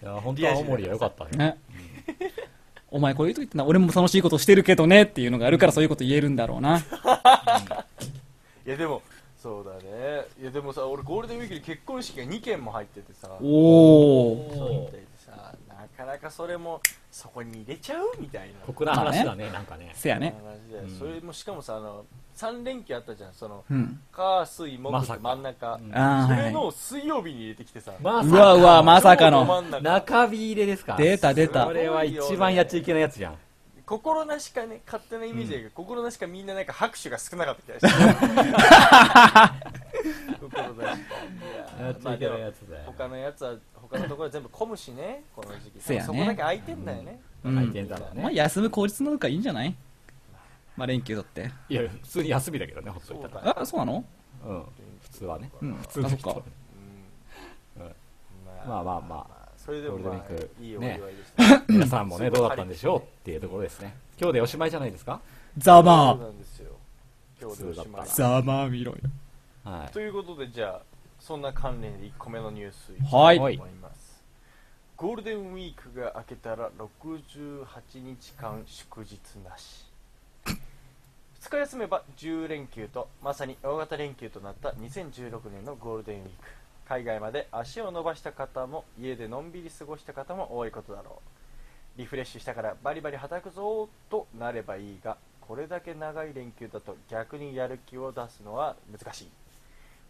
B: いや、本当は青森は良かったね。
C: ね。お前こういうと言ってな、俺も楽しいことしてるけどねっていうのがあるからそういうこと言えるんだろうな。
A: いやでもそうだねいやでもさ俺ゴールデンウィークに結婚式が2件も入っててさ
C: おー。
A: そうみたいでさなかなかそれもそこに入れちゃうみたいな
B: 酷な話だね、なんかね。
C: せや
A: 話
C: ね。
A: で、
B: うん
A: それもしかもさあの3連休あったじゃんその
C: うん。
A: 火水木
B: ま
A: っ
B: さ
A: て
B: か
A: 真ん中、
B: うん
C: あ
A: そ
C: ーは
A: れ
C: いは
A: の水曜日に入れてきてさ、
B: まあ
C: い。うわうわ、まさか
A: 超ど
C: の。
A: 真ん中
B: 中火入れですか
C: 出た出た
B: これは一番やっちゃいけないやつじゃん。
A: 心なしかね勝手なイメージだけど、心なしかみんななんか拍手が少なかった気が して心なしかいやー
B: やっちゃいけないやつだよ。
A: 他のやつは他のところは全部混むし ねこの時期
C: せやね
A: そこだけ空いてんだよね、
C: うん
B: 回転だろう
C: まあ
B: ね。
C: 休む効率の方がいいんじゃないまあ連休だって。
B: いや、普通に休みだけどね、ほっといたら。
C: あ、そうなの
B: うん。普通はね。
C: うん。
B: 普通
C: あ、
B: の
C: そっか
B: 人。
A: うん
B: うんまあまあまあ
A: それでも、ま
B: ゴールデンウィー
A: あ、
B: ク
A: いいお祝
B: ね
A: いでしたね
B: 皆さんもね、どうだったんでしょうっていうところですね。今日でおしまいじゃないですか
C: ざ
A: そう
C: ま
A: なんですよ今日でおしまい
B: 普
C: ー。ざまー見ろよ。
B: は。
A: ということでじゃあそんな関連で1個目のニュースい
C: はい
A: きたと思いますゴールデンウィークが明けたら68日間祝日なし2日休めば10連休とまさに大型連休となった2016年のゴールデンウィーク海外まで足を伸ばした方も家でのんびり過ごした方も多いことだろうリフレッシュしたからバリバリ働くぞーとなればいいがこれだけ長い連休だと逆にやる気を出すのは難しい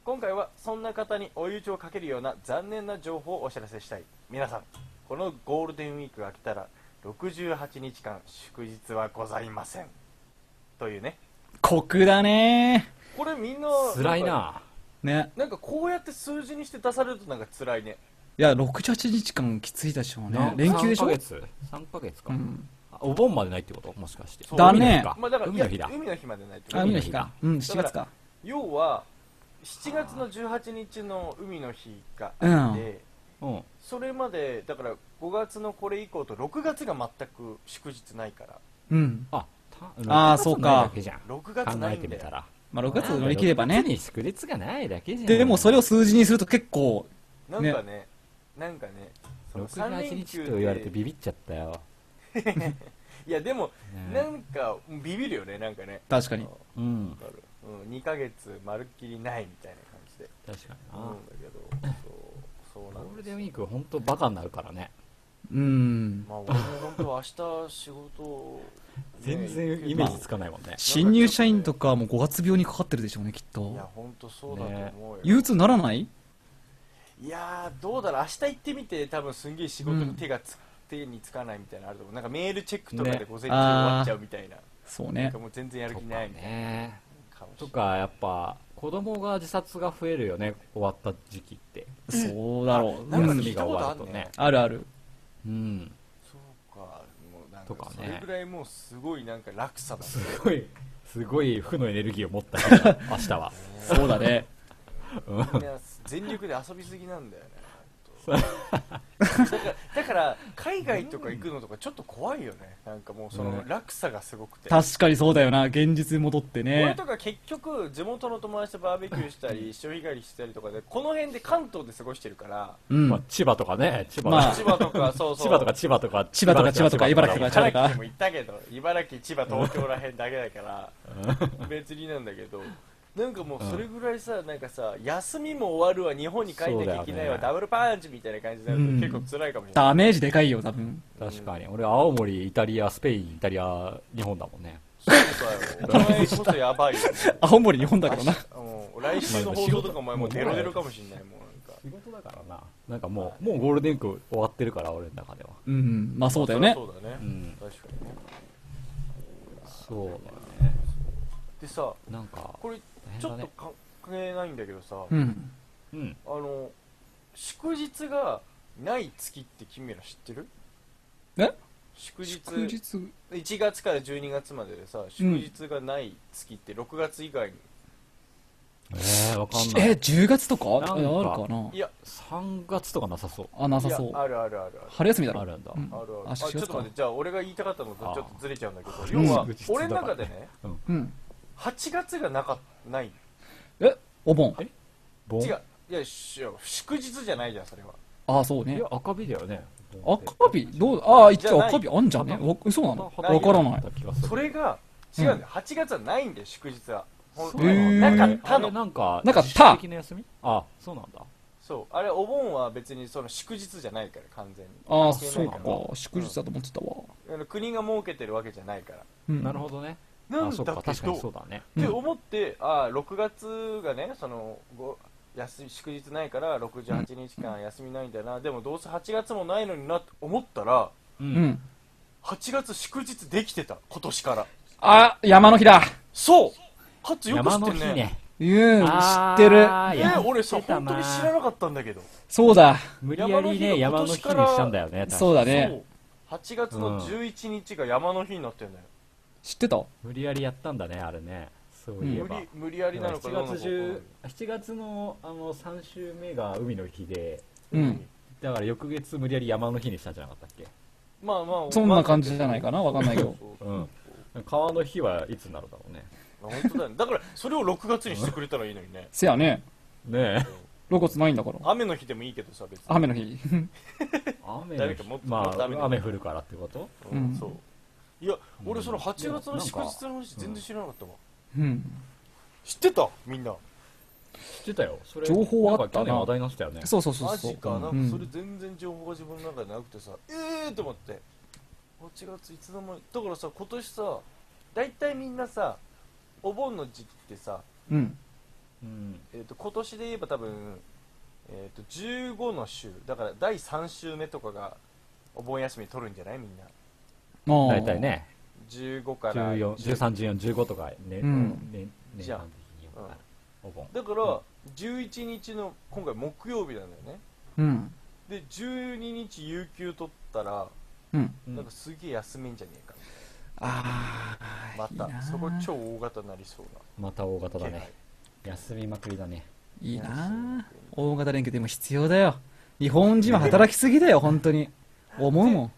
A: 今回はそんな方に追い打ちをかけるような残念な情報をお知らせしたい皆さんこのゴールデンウィークが来たら68日間祝日はございませんというね
C: 酷だね
A: これみんない
B: 辛いな
C: ー。ね。
A: なんかこうやって数字にして出されるとなんか辛いね
C: いや、68日間きついでしょうね
B: な。
C: 連休でしょ
B: 3ヶ月 ?3 ヶ月か
C: う。ん。
B: あお盆までないってこともしかして。
A: そう
C: だね
B: 海の日か
A: まあだから
B: 海の日だ
A: いや。海の日までないと
C: あ、海の日
B: 海の
C: か。うん、7月か。
A: 要は7月の18日の海の日があって、
B: うん。
A: それまでだから5月のこれ以降と6月が全く祝日ないから
C: うん。
B: あ、
C: あー
B: た
C: そうか
B: 六
A: 6月
B: 月ないだけじゃん考
A: な
B: え
A: いん
B: て
A: だ
B: み
A: よ
B: たら。
C: まあ、6月乗り切ればね
B: 6。月に祝日がないだけじゃん。
C: で、でもそれを数字にすると結構、
A: なんかね、なんかね、その
B: 6
A: 3
B: 月
A: 連
B: 日
A: 休
B: と言われ
A: って
B: ビビっちゃったよ。
A: いや、でも、
B: ね
A: なんか、ビビるよね、なんかね。
C: 確かに。
B: うん。
A: わかるうん、2ヶ月まるっきりないみたいな感じで
B: 確かにな。
A: 思うんだけど、そう、そう
B: ゴ
A: なん
B: ー
A: で
B: ル
A: す
B: デンウ
A: よ。
B: ィーク本当バカになるからね。
C: うん。
A: まあ、俺も本当明日仕事、ね
B: 全然イメージつかないもんね。
C: 新入社員とかも5月病にかかってるでしょうね、きっ
A: いや
C: と。、
A: 本当そうだと思うよ。
C: 憂鬱にならない
A: いやー、どうだろう、明日行ってみて、多分すんげえ仕事に手がつ、手につかないみたいなのあると思う。なんかメールチェックとかで
B: ね
A: 午前中終わっちゃうみたいな。
C: そう
A: なん
C: ね
A: か。もう全然やる
B: と
A: 気
B: か
A: ないみたい
B: ね。
A: なかもしれ
B: と
A: ない。
B: か、やっぱ、子供が自殺が増えるよね、終わった時期って。
C: そうだろう。
A: なんか
C: う
A: 聞
B: 休
A: い
C: ん。
B: みが
A: たこと
B: 終
A: あ
B: わ
A: ん
B: る
A: ね
B: とね。
C: あるある。
B: うん。
A: そうか、もうなん
B: と
A: か
B: かね
A: それぐらいもうすごいなんか落差だね。
B: すごい、すごい負のエネルギーを持った日だ、明日は。
C: そうだね。
B: うん
A: みんな全力で遊びすぎなんだよね。本当だからだから海外とか行くのとかちょっと怖いよね。なんかもうその
B: ね
A: 落差がすごくて。
C: 確かにそうだよな。現実に戻って
A: 俺
C: ね。
A: とか結局地元の友達とバーベキューしたり潮干狩りしたりとかでこの辺で関東で過ごしてるから
C: うん
B: まあ。千葉とかね、千葉、
C: まあ
A: 千葉とかそうそう
B: 千葉とか千葉とか、
C: 千葉とか千葉とか
B: 千葉
C: 千葉とか
A: 茨城でも行ったけど茨城千葉東京らへんだけだから 別になんだけどなんかもうそれぐらいさ、なんかさ休みも終わるわ日本に帰んなきゃいけないわ、
B: そうだよね
A: ダブルパンチみたいな感じになると
C: うん
A: 結構辛いかもしれない、
C: ダメージでかいよ、多分。
B: 確かに。俺、青森、イタリア、スペイン、イタリア、日本だもんね。
A: そうだよお前こ そやばいよ
C: 青森日本だけどな。
A: もう来週の放送とかお前もうデロデロかもしれないもうなんか
B: 仕事だからな。なんかもう、もうゴールデンウィーク終わってるから、俺の中では。
C: うん。まあそうだよね。
A: そうだね、
B: うん
A: 確かにね
B: そうだよね。
A: でさ
B: なんか、
A: これちょっと関係ないんだけどさ、
C: うん。
B: うん。
A: あの祝日がない月って君ら知ってる
C: え
A: 祝日
C: 祝日。
A: 1月から12月まででさ祝日がない月って6月以外に
B: えー、わかんない。
C: え、10月とか
B: なんか
C: えあるかない
A: や
B: 3月とかなさそう。
C: あ、なさそ
A: いうや。あるあるあるある
C: 春休みだろ。
B: あるんだ。
C: うん
A: あるある
C: あ
A: あちょっ
C: 4
A: と
C: 月か
A: 待ってじゃあ俺が言いたかったのとちょっとずれちゃうんだけど
B: あー
A: 要は
B: うん
A: 俺の中でね
C: うん。
A: 8月がなかない
C: え、お盆。
B: 盆
A: 違ういやしいや祝日じゃないじゃんそれは
C: あ、そう
B: い
C: ね
B: や。、赤火だよね。
C: 赤日どう、ああ、一
A: じゃ
C: 応
A: ない
C: 赤日あんじゃんね。わそうなの
A: ない
C: わからない。。
A: それが違うんだよ8月はないんだよ祝日はほん
B: そ
C: へ
B: うな
C: ー
B: ん
A: な
B: だ
A: ん
C: ん
A: か他
C: だ
B: あれ
A: の
B: なんか、
C: なんか
B: 自主
C: 他
B: 的な休みあ、そうなんだ。
A: そうあれお盆は別にその祝日じゃないから完全に
C: ああ、
A: 関係
C: そ
A: な
C: う
A: い
C: か
A: ら。
C: 祝日だと思ってたわ。
A: あの国が設けてるわけじゃないから
C: うん
B: なるほどね。
A: な
B: あ、
A: んだ
B: そ
A: け
B: っか、確か
A: ど
B: にそうだね。
A: って思って、ああ6月がねそのご休み祝日ないから68日間休みないんだな、でもどうせ8月もないのになって思ったら
B: う
C: う。ん。
A: 8月祝日できてた今年から
C: あ、山の日だ。
A: そうハッツよく知
B: 山
A: って
B: の
A: ん
B: 日
A: ね
B: ね。
C: うん、知
B: あー
C: ってる。
A: え
B: や
A: ー俺さ
B: 知ってた
A: 本
B: な
A: 当に知らなかったんだけど
C: そうだ。
B: 無理やりね、
A: 山
B: 山
A: の
B: の
A: 日
B: 日
A: が今年か
B: に
A: ら
B: したんだよね。
C: そう
B: だ。
C: だね。
A: そう8月の11日が山の日になってんだよ、
C: 知ってた
B: 無理やりやったんだね、あれね。そういえ
A: 無
B: ば
A: 理。無理やりなのかどうなのか
B: 7月中7月のあの3週目が海の日で
C: うん。
B: だから翌月無理やり山の日にしたんじゃなかったっけ、、
A: まあまあ
C: そんな感じじゃないかなわかんないけど
A: そうそううん
B: 川の日はいつになるだろうね
A: 本当だよねだからそれを6月にしてくれたらいいのにね
C: せやね。
B: ね
C: 露骨ないんだから。
A: 雨の日でもいいけどさ別に
C: 雨の日。
B: え雨の
A: 誰
B: 日
A: かもっとも
B: ま
A: っと雨の
B: あ
A: 日
B: 雨降るからってこと
A: う、
C: うんん
A: そういや俺
B: うん
A: その8月
B: い
A: の
B: や
A: 祝
B: なんか
A: 日の話全然知らなかったわ、
C: うん。
A: 知ってたみんな
B: 知ってたよそれ
C: 情報はあっ
B: なんか去
C: たな
B: 年話題になってたよね
C: そうそうそう
A: マ
C: そう。
A: ジかな
C: うん
A: かそれ全然情報が自分の中でなくてさ、ええーと思って8月いつの間にだからさ今年さ大体みんなさお盆の時期ってさ、
C: うん。
B: うん
A: えー、と今年で言えば多分、えー、と15の週だから第3週目とかがお盆休み取るんじゃないみんな
C: まあ。
B: 大体。ね
A: 15から
B: 131415とかね、
C: うん
B: ね年
A: じゃあ
B: 間的に
A: うん
B: お盆
A: だから11日の今回木曜日なんだよね
C: うん。
A: で12日有給取ったら
C: うん。
B: うん
A: なんかすげえ休めんじゃねえか
C: ああ。
A: また
C: いいな
A: そこ超大型になりそう
B: また大型
A: な
B: だね休みまくりだね
C: いいなあ大型連休でも必要だよ日本人は働きすぎだよ本当に思うもん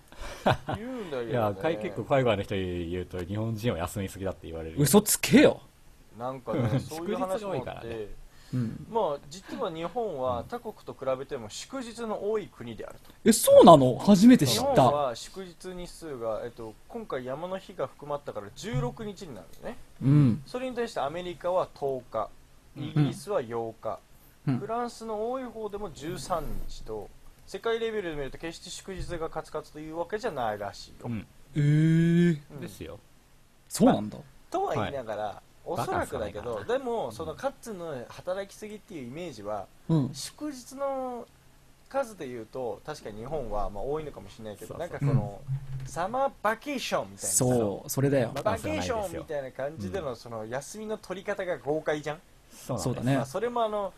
A: 気配言うんだけど、ね、
B: いやかい結構海外の人に言うと日本人は休みすぎだって言われる
C: 嘘つけよ
A: なんかねそう
B: 祝
A: いう
B: 日
A: 話
B: が
A: も
B: 多
A: あっ
B: い
A: て
B: からね
C: うん
A: まあ実は日本は他国と比べても祝日の多い国であると
C: えそうなの初めて
A: 日
C: 知
A: 本
C: った
A: は祝日日数が、えっと、今回山の日が含まったから16日になるのね
C: うん
A: それに対してアメリカは10日イギリスは8日、
C: うん
A: フランスの多い方でも13日と世界レベルで見ると決して祝日がカツカツというわけじゃないらしいよ、
B: うん
C: えー、
A: うん
B: ですよ
C: そうなんだ
A: とは言いながら、おそらくだけ
B: バカ
A: ど
B: ンス
A: でもそのカッツの働きすぎっていうイメージは
C: うん
A: 祝日の数でいうと確かに日本はまあ多いのかもしれないけど
B: そう
A: な
B: そうん
A: かこの、サマーバケーションみたいなさ
C: そうそれだよ
B: ま
A: バケーションみたいな感じでのその休みの取り方が豪快じゃん、
B: そうなん
C: そう
B: で
C: だ
B: す
C: ね
A: まあ、それもあの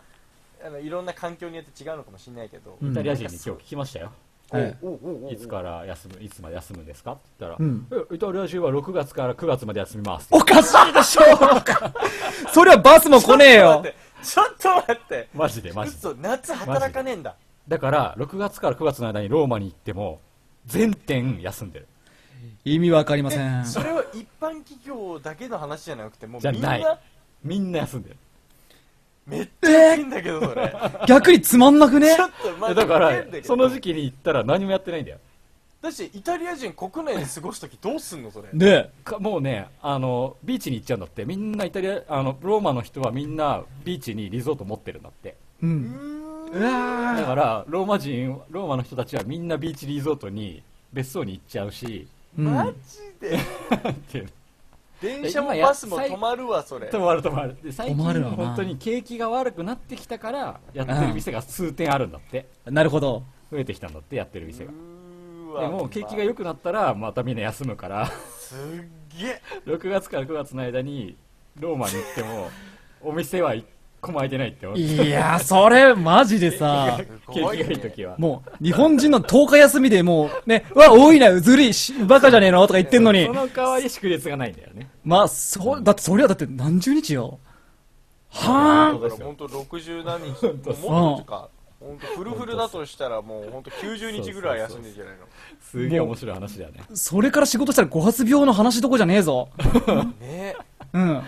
A: あのいろんな環境によって違うのかもしれないけど、
C: うん
B: イタリア人に今日聞きましたよ、
C: はい
A: おうおうおう
B: いつから休むいつまで休むんですかって言った
C: う
B: ら、
C: ん
B: えイタリア人は6月から9月まで休みます
C: おかしいでしょそりゃバスも来ねえよ
A: ちょっと待って
B: マジでマジで
A: 嘘夏働かねえんだ
B: だから6月から9月の間にローマに行っても全店休んでる
C: 意味わかりません
A: それは一般企業だけの話じゃなくても
B: じ
A: う
B: ゃ
A: みん
B: ない
A: な
B: みんな休んでる
A: めっちゃいいんだけどそれ
C: 逆につまんなくね
A: ちょっと待
B: え
A: って
B: だから
A: 変けど
B: その時期に行ったら何もやってないんだよ
A: だしイタリア人国内で過ごす時どうすんのそれ
C: ね
B: かもうねあのビーチに行っちゃうんだってみんなイタリアあのローマの人はみんなビーチにリゾート持ってるんだって
C: う
A: うー
C: ん
A: ん
C: うわ
B: だ
C: ー
B: からローマ人ローマの人たちはみんなビーチリゾートに別荘に行っちゃうし
C: うん
A: マジで
B: っていう
A: 電車も
B: 今や
A: バスも止まるわそれ
B: 止まる止まるで最近
C: 止まるわな
B: 本当に景気が悪くなってきたからやってる店が数店あるんだって
C: なるほど
B: 増えてきたんだってやってる店が
A: う
B: で
A: ーわ
B: もう景気が良くなったらまたみんな休むから
A: すっげえ
B: 6月から9月の間にローマに行ってもお店は一個も開いてないって思う
C: いやそれマジでさ
B: 景気がいい時は
C: もう、日本人の10日休みでもう、ね、うわ、多いな、ずるいし、バカじゃねえのとか言ってんのに
B: そ。の代わり祝日がないんだよね
C: まあ、そう、だってそりゃ、だって何十日よ。は
A: だから本当60何日、もっとか、本当フルフルだとしたらもう本当90日ぐらい休んでんじゃないの。
B: すげえ面白い話だよね。
C: あそれから仕事したら5発病の話どこじゃねえぞ。
A: ね
C: うん。
A: もう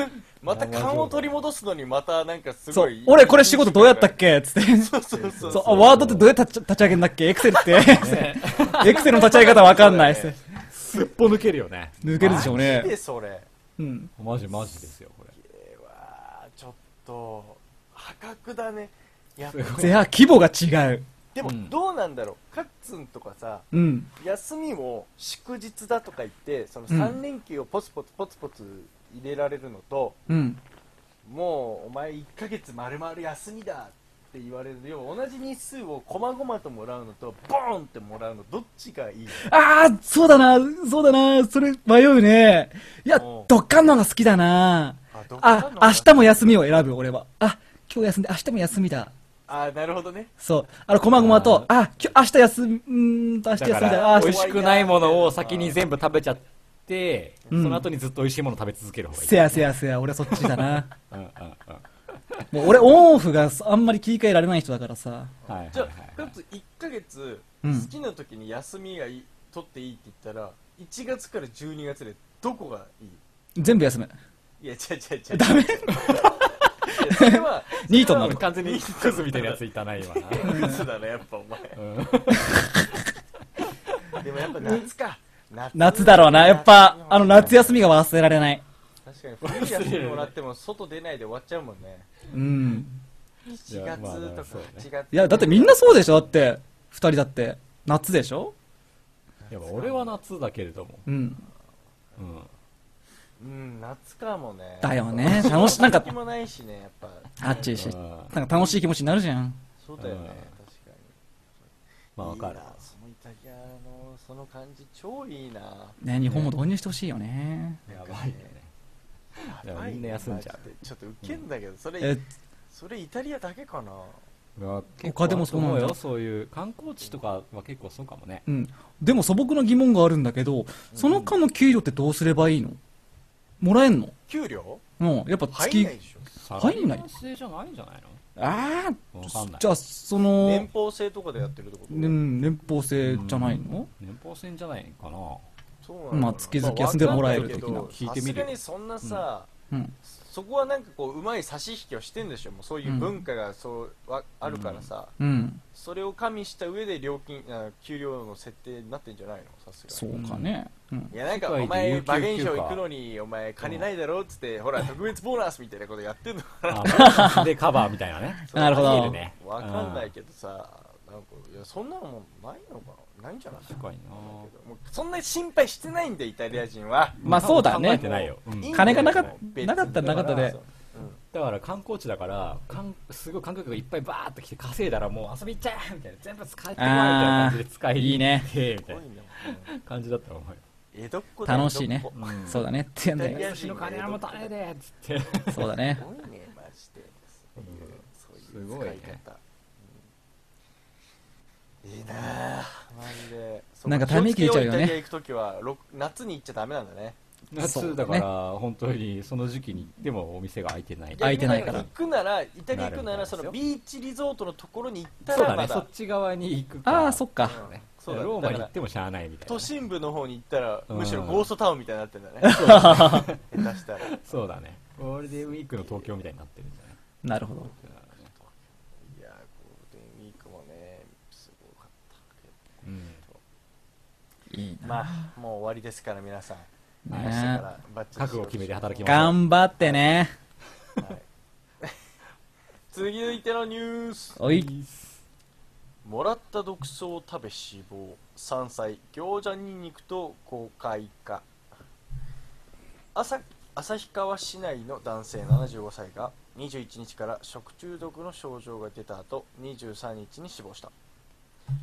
A: また勘を取り戻すのにまたなんかす
C: そ
A: ご
C: う
A: い。。
C: 俺これ仕事どうやったっけつって。
A: そうそうそう
C: そう、あワードってどうやって立ち立ち上げんだっけエクセルって。エクセルの立ち上げ方わかんないっ
A: そう
C: て
A: だ。
B: すっぽ抜けるよね。
C: 抜けるでしょう
A: マジ
C: ね
A: で。それ。
C: うん。
B: マジマジですよ、これ。
A: えーわーちょっと、破格だね。やっぱ
B: すごい
C: ゼア規模が違う。
A: でも
B: うん
A: どうなんだろう。カッツンとかさ、
C: うん。
A: 休みも祝日だとか言って、その
C: うん
A: 3連休をポツポツポツポツ入れられるのと、
C: うん。
A: もうお前1ヶ月丸々休みだって言われる要は同じ日数をこまごまともらうのとボーンってもらうのどっちがいい
C: ああ、そうだな、そうだな、それ迷うね。いや
A: おう、
C: ドッカンの方が好きだな。
A: あどっか
C: あ
A: の、
C: 明日も休みを選ぶ、俺は。あ、今日休んで、明日も休みだ。
A: あなるほどね
C: そう。あの、こまごまと、あ、今日、明日休み、うーんと、明日
B: だか
C: 休みだ。
B: ら、
C: あ
B: 美
C: ー、
B: 味しくないものを先に全部食べちゃって、その後にずっと美味しいもの食べ続ける方がいい。
C: せやせやせや、俺はそっちだな。
B: うんうんうん。はい
C: もう俺、オンオフがあんまり切り替えられない人だからさ。
B: はいはい。
A: じゃあかつ1ヶ月
C: うん
A: 好きな時に休みがいい取っていいって言ったら1月から12月でどこがいい
C: 全部休む。
A: いや違う違う違うダメそれは
C: ニートになる。
B: 完全にクズみたいなやついたな、今な。
A: クズだねやっぱお
B: うん
A: 前でもやっぱ夏か
C: 夏だろうな。やっぱ、あの、夏
A: や
C: 休みが忘れられない。
A: 確かに冬休みもらっても外出ないで終わっちゃうもんね
C: うん。
B: い
A: 4
B: や
A: 月
B: まあまあ
A: と
B: そ
A: か
B: うね
A: 8月
C: いや、だってみんなそうでしょだって、二人だって。夏でしょ
B: やっぱ俺は夏だけれども。
C: うん。
B: うん。
A: うん夏かもね
C: だよね。楽し、なんか
A: 気、もないしねやっぱ
C: あっちいし。
B: うん
C: なんか楽しい気持ちになるじゃん。
A: そうだよね
B: うん
A: 確かに
B: まあわかる
A: いい。なそのイタリアのその感じ超いいな
C: ね、日本も導入してほしいよね。
B: やばいよね。でもみんな休んじゃ
A: マジでちょっとウケんだけどそれ
C: え、
A: それイタリアだけかな
B: う。わ
C: 他でもそうなんだ
B: 結構あると思よ。そういう観光地とかは結構そうかもね。
C: うん。でも素朴な疑問があるんだけど、その間の給料ってどうすればいいのもらえんの
A: 給料
C: うん。やっぱ
A: 入ん
C: 月
A: ない、でしょ
B: サ
C: 入んない
B: 制じゃないんじゃないの
C: あ
B: わかんな
C: あ、
B: い
C: じゃあ、その、
A: 年俸制とかでやってるってこと
C: うん年俸制じゃないの
B: 年俸制じゃないかな。
A: そうなのかな
C: まあ月々休んでもらえる的な
A: まあわかん
B: 聞い
A: ないけど
B: てみる
A: さすがにそんなさ
C: うん。
A: そこはなんかこううまい差し引きをしてんでしょもうそういう文化がそうわあるからさ
C: うん。
A: それを加味した上で料金あ給料の設定になってんじゃないのさすがに
C: そうかね。うん
A: い。やなんか
B: 世界
A: お
B: で
A: 前
B: 有給
A: 馬券賞
B: 休暇
A: 行くのにお前金ないだろっつってほら特別ボーナスみたいなことやってんのか
B: あまあでカバーみたいな ね。
C: なるほ
B: ありえ
C: ど。
B: ね
A: なわかんないけどさなんかいやそんなのもんないのかなないんじゃない
B: 確かにな
A: もうそんな心配してないんでイタリア人は
C: まあそうだ
B: 考え
C: ね
B: て。ないよ。うん
A: いいんだよ
C: 金がなかっ
A: 別に
C: なかったらなかったで
A: そううん
B: だから観光地だから、かんすごい観光客がいっぱいバーっと来て稼いだらもう遊び行っちゃえみたいな。全部使えてもらえみたいな感じで使いに行ってみ
A: す
B: たい
A: ご
B: ない
A: な
B: 感じだったら思うよ。
A: 江戸っ子だよ
C: 楽しいね
A: 江戸っ子。
C: そうだね。ってやんだ
A: イタリ
C: よ。
A: ア人
B: 私の金はもう誰でっ つって。
C: そうだ ね
A: す。ごいねマジでそういう
B: す
A: そう
B: ごい
A: いう使
B: ね
A: い方うんいいなあマジでそう
C: なんかため息出ちゃうよね
A: 気をつけイタリア行く時はろ夏に行っちゃダメなんだね
B: 夏だから、本当にその時期に行ってもお店が開いてない。
C: 開いてないから
A: 行くならイタリア行くな
B: なるほど
A: らそのビーチリゾートのところに行った
B: そう
A: ら
B: だ
A: ま
B: ね、そ
A: だ
B: っち側に行くから。
C: ああ、そっか。
A: うん
B: そう
A: だね
B: ローマに行
A: だ
B: っ
A: か
B: てもしゃあないみた
A: ら
B: いな
A: 都
B: ね。
A: 心部の方に行ったら
B: うん
A: むしろゴーストタウンみたいになってんだね 下手したらい
B: そうだね。ゴールデンウィークの東京みたいになってるんじゃない
C: なるほど。
A: やゴールデンウィークもねすごかったけ
C: いい
A: どまあもう終わりですから皆さん
C: な。
A: 明日か
C: ね
A: らバッチリ
B: 覚悟を決めて働きましょう。
C: 頑張ってね。
A: はい 続いてのニュース
C: おい。
A: もらった毒草を食べ死亡山菜餃子ニンニクと公開化朝旭川市内の男性75歳が21日から食中毒の症状が出た後23日に死亡した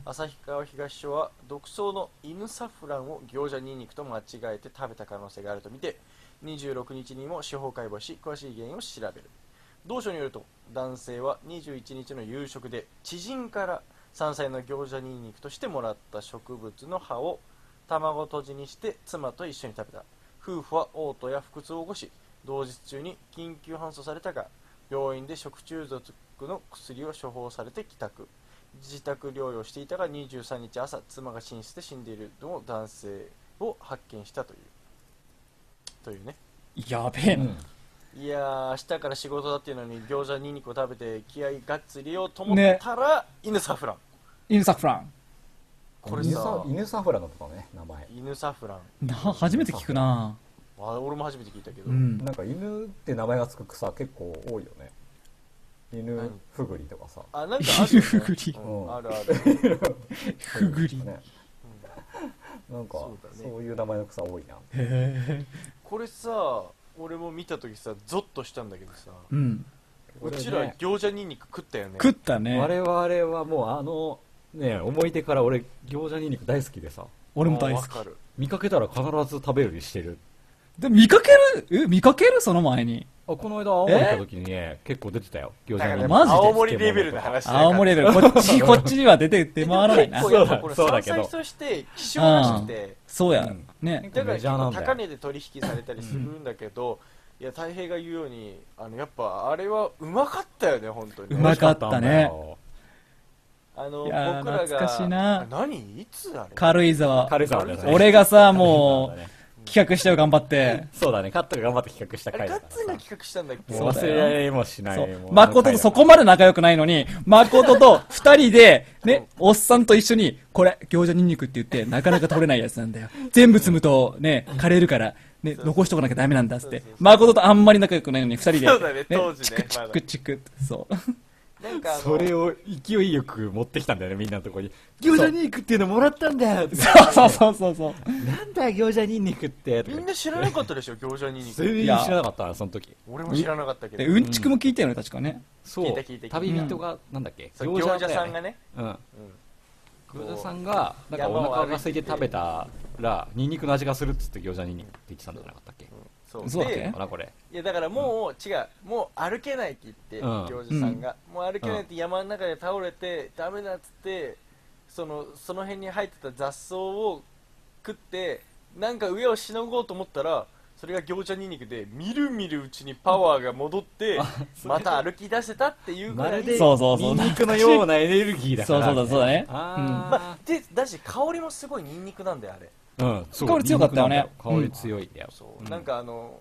A: 旭川東署は毒草の犬サフランを餃子ニンニクと間違えて食べた可能性があるとみて26日にも司法解剖し詳しい原因を調べる同署によると男性は21日の夕食で知人から山菜の餃子ニンニクとしてもらった植物の葉を卵とじにして妻と一緒に食べた夫婦は嘔吐や腹痛を起こし同日中に緊急搬送されたが病院で食中毒の薬を処方されて帰宅自宅療養していたが23日朝妻が寝室で死んでいるのを男性を発見したというというね
C: やべえな。
A: いやー明日から仕事だっていうのに餃子2個食べて気合がっつりようと思ったら、犬サフラン
C: 犬サフラン。
A: これ
B: 犬サ
A: さ
B: 犬サフラのとかね名前
A: 犬サフラン
C: な、初めて聞くな
A: わ俺も初めて聞いたけど、
C: うん。
B: なんか犬って名前がつく草結構多いよね犬ふぐりとかさ
A: あなんかあるよ、ね、
C: ふぐり
A: うんあるある
C: ふぐり。へ
B: ねなんか
A: そうだね
B: そういう名前の草多いな
C: え。
A: これさ俺も見た時さゾッとしたんだけどさ
C: うん。
A: うちら餃子ニンニク食ったよね
C: 食ったね。
B: 我々はもうあのね思い出から俺餃子にんにく大好きでさ
C: 俺も大好き
A: あ。わかる
B: 見かけたら必ず食べるようにしてる
C: で、見かけるえ、見かけるその前に。
B: あこの間青森行った時にね結構出てたよ餃
A: だか
B: 子
A: らね
B: にんにく
C: マジで
A: 青森レベルの話だから
C: 青森レベル。こっ ち、こっちには出て、出回らないな
A: 結。 構やっぱ
B: そうだ
A: これ
B: そう
A: 山
B: だけど
A: 菜として希少らしくて
C: そうや
B: うん。
C: ね。
A: だから
B: メ
A: 結
B: ジャーな
A: 構
B: んだよ
A: 高値で取引されたりするんだけど、いや太平が言うようにあのやっぱあれはうまかったよね本当に
C: うまかったね
A: あの
C: いやー
A: 僕らが
C: 懐かしいな
A: あ何いつあれ
C: 軽井沢。
B: 軽井沢だよね
C: 俺がさ、
B: 軽
C: も
B: 井沢だね
C: う、企画してよ、頑張って。
B: そうだねカットが頑張って企画し
A: あ
B: た
A: れ
B: 回
A: ガ
B: だ
A: ッ
B: から
A: ツン
B: さ
A: が企画したんだっけ
C: そ
B: もう
C: うだ
B: 忘
C: よ
B: れられもしない
C: そ
B: も
C: う。
B: うあの回だ
C: 誠とそこまで仲良くないのに、誠と二人で、ね、おっさんと一緒に、これ、餃子ニンニクって言って、なかなか取れないやつなんだよ。全部積むと、ね、枯れるから、ね、残しとかなきゃダメなんだっつっ
A: そ
C: て
A: うそうそ。う
C: 誠とあんまり仲良くないのに、二人で。
A: そうだね当時ね
C: チクチ
A: まだ
C: クチクって。そう。
A: なんかあの
B: それを勢いよく持ってきたんだよねみんなのところに餃子にんにくっていうのもらったんだよ
C: そうそうそうそう。
B: なんだよ餃子にんにくって
A: みんな知らなかったでしょ餃子ニンニク
B: 全員知らなかったなその時
A: 俺も知らなかったけ
C: で、
A: ど
C: うんちくも聞いたよね、確かね。
B: そう
A: 聞いた聞いた聞いた
B: 旅人がなんだっけ
A: そう餃子さんが
B: ね
A: ね
B: うん
A: うん
B: 餃子さんがなんか
A: 山を
B: お腹
A: 歩い
B: が
A: てて
B: 空いて食べたらニンニクの味がするっつって餃子にんにくって言ってたんじゃなかったっけ
A: そう
C: そうだっけ
A: で
B: あらこれ
A: いやだからもう、違うもう歩けないって言って、
B: うん
A: 行司さんが、もう歩けないって山の中で倒れて、ダメだっつってそのその辺に入ってた雑草を食ってなんか上をしのごうと思ったらそれが餃子ニンニクでみるみるうちにパワーが戻ってまた歩き出せたっていうぐらい
C: そうそうそう
B: ニンニクのようなエネルギーだか
C: そう
B: ら
C: そうだ、そうだね。
B: あ
A: まあ、でだし香りもすごいニンニクなんだよあれ
B: ーうんそう
C: 香り強かったよね
B: ニンニクなんだよ香り強いんだよ
A: そう、なんかあの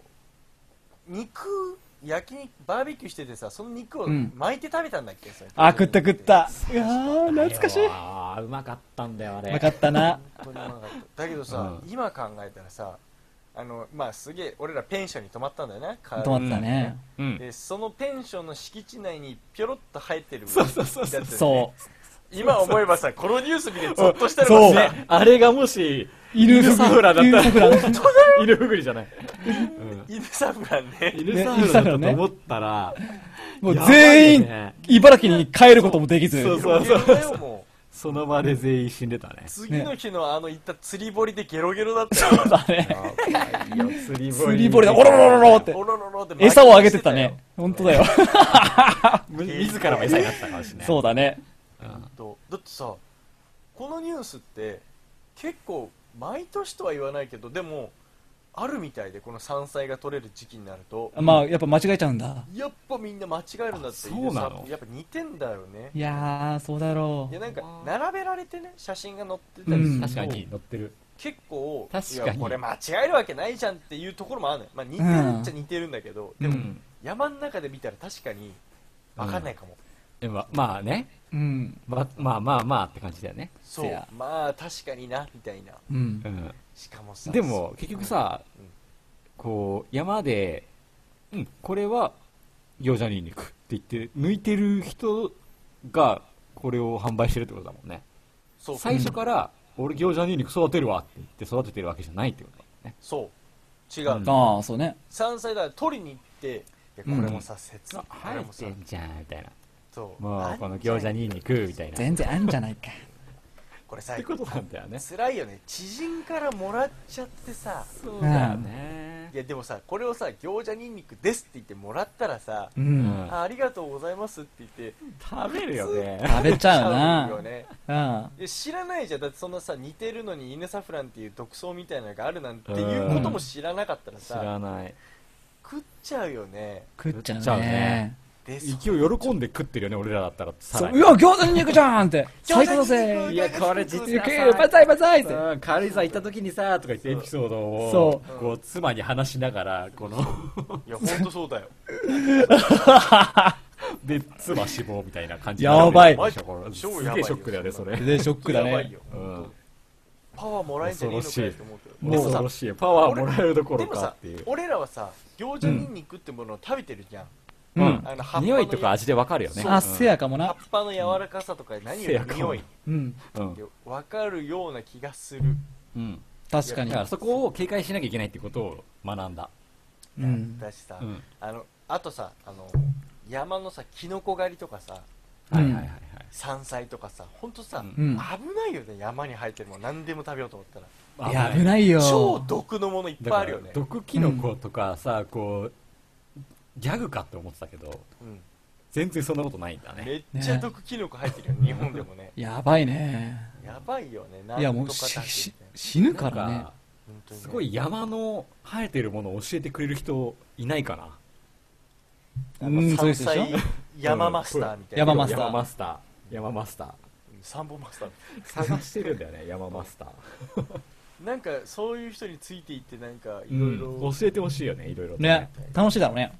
A: 肉焼き肉バーベキューしててさその肉を
C: うん
A: 巻いて食べたんだっけ、それ
C: あ、食った食った。うわー、
B: あれ
C: 懐かしい。う
B: はうまかったんだよあれ
C: まかったな。
A: 本当にうまかっただけどさ、
B: う
A: 今考えたらさあのまあすげえ俺らペンションに泊まったんだよね
C: 止まったね。
B: うん
A: でそのペンションの敷地内にぴょろっと生えてる
B: そうそうそう
A: やつよね
C: そう。
A: 今思えばさこのニュース見てゾッとしたの
B: そう
A: がさ
B: ねあれがもし
C: 犬
B: サフラーだった
C: 犬
B: ら
C: サフラー
B: 犬ふぐりじゃない
A: 犬サフランね
B: 犬サフラーだったと思ったら
C: もう
B: やばいよ
C: 全員、
B: ね
C: 茨城に帰ることもできず。
B: そうそうそう
A: ゲロゲロだよもう
B: その場で全員死んでたね
A: 次の日のあの行った釣り堀でゲロゲロだったよ
C: だね。
B: 釣り
C: 釣り堀で、おろろろろっ て
A: お。ろろろって巻き
C: 餌をあげてたね。本当だよ。
B: 自らも餌になってたかもしれない
C: そうだね。
A: とだってさこのニュースって結構毎年とは言わないけどでもあるみたいでこの山菜が取れる時期になると
C: まあ、やっぱ間違えちゃうんだ。
A: やっぱみんな間違えるんだって
B: あそうなの
A: 犬さんやっぱ似てんだよね
C: いやー、そうだろ
A: いうや。なんか並べられてね写真が載ってたりすると、
B: 確かに乗ってる
A: 結構
B: 確かに
A: いやこれ間違えるわけないじゃんっていうところもあるのよ、まあ、似てるっちゃ似てるんだけど、
B: で
A: で
B: も
A: も山の中で見たら確かに分かんないかも、
B: でもまあね
C: うん。
B: ままあまあまあって感じだよね
A: そ
C: せ
A: う
C: や
A: まあ確かになみたいな
C: うん
B: う。ん
A: しかもさ
B: でも結局さ
A: うん
B: こう山でうんこれは餃子にんにくって言って抜いてる人がこれを販売してるってことだもんね
A: そう
B: 最初から俺餃子にんにく育てるわって言って育ててるわけじゃないってことだもんね
A: そう違う、
B: うん
C: ああ、そうね。
A: 山菜だから取りに行っていやこれもさ、切
B: あ
A: ないあれもさ
B: 生えてんじゃんみたいな
A: そう
B: もうこ
A: あ
B: の
A: んじゃん
B: 餃子にんにくみたいな
C: 全然あんじゃないか。
A: これさ
B: ってことなんだよね
A: 辛いよね知人からもらっちゃってさ
B: そう
C: だよ
B: ね
A: いやでもさこれをさ餃子にんにくですって言ってもらったらさ、
C: うん。
A: あありがとうございますって言って
B: 食べるよね
C: 食べちゃう
A: ちよ
C: な。
A: ね
C: うん。
A: で知らないじゃんだってそんなさ似てるのに犬サフランっていう毒草みたいなのがあるなんていうことも知らなかったら
B: 知
A: さ
B: らない
A: 食っちゃうよね
C: 食っちゃ
B: 食
C: う
B: っちゃう
C: ね
B: ね。
A: で
B: 勢い
A: そ
B: 喜んで食ってるよね俺らだったらさ
C: そ
B: ら
C: う
B: に
C: うわ、餃子に肉じゃんって。最高だ
B: い
C: ぜ。
B: やこれ実
C: 行
B: は
C: け
B: さ
C: よ、バイザイバイザイって。
B: うん軽井沢行った時にさとか言ってエピソードを
C: そう
B: こう妻に話しながらこの
A: いや本当そうだよ
B: で妻死亡みたいな感じ
C: やばい
B: これすげえショックだよねそれ
C: で、ショックだ
A: やばい
C: ね
A: よ。
B: うん
A: パワーもらえんじゃねえのかよと思うけど
C: もう
B: 恐ろしいパワーもらえるどこ
A: で
B: ろ
A: も
B: か
A: さ
B: っていう
A: 俺らはさ餃子にんにくってものを食べてるじゃん、
B: う
C: う
B: ん
C: ん。
A: あの葉っぱの
B: 匂いとか味でわかるよね
C: あ、せやかも
A: 葉っ
C: な。
A: ぱの柔らかさとか何よりも匂い
C: うん。
B: うん
A: 分かるような気がする
B: うん
C: 確か
B: だ
C: に
B: か。らそこを警戒しなきゃいけないってことを学んだ
C: うん。
A: だしさ、
B: うん
A: あのあとさあの山のさキノコ狩りとかさ
C: うん
B: はいはいはいはい
A: 山菜とかさほんとさ、
B: うん
C: うん。
A: 危ないよね山に生えてるもん何でも食べようと思ったら
C: いや、危ないよ。
A: 超毒のものいっ
B: だ
A: ぱいあ
B: か
A: る
B: ら
A: よね
B: 毒キノコとかさこうギャグかって思ってたけど
A: うん
B: 全然そんなことないんだね
A: めっちゃ毒キノコ入ってるよ、日本でもね
C: やばいね。
A: やばいよねなん
C: いや、もう
A: とか
C: し
A: だ
C: し
A: し
C: 死ぬ
B: な
C: か
B: ん
C: らね。
B: か
A: 本当にね
B: すごい山の生えてるものを教えてくれる人いないかな
A: あ
C: う
A: の
C: んそ
A: 山
C: うですでしょ
A: 菜山マスターみたいな
C: 山マスター
B: 山マスター山マスター
A: うんサンボマスターみたいな
B: 探してるんだよね山マスター
A: なんかそういう人についていってなんかいろい
B: うん
A: ろ
B: 教えてほしいよねいろいろと
C: ね。楽しいだろうね。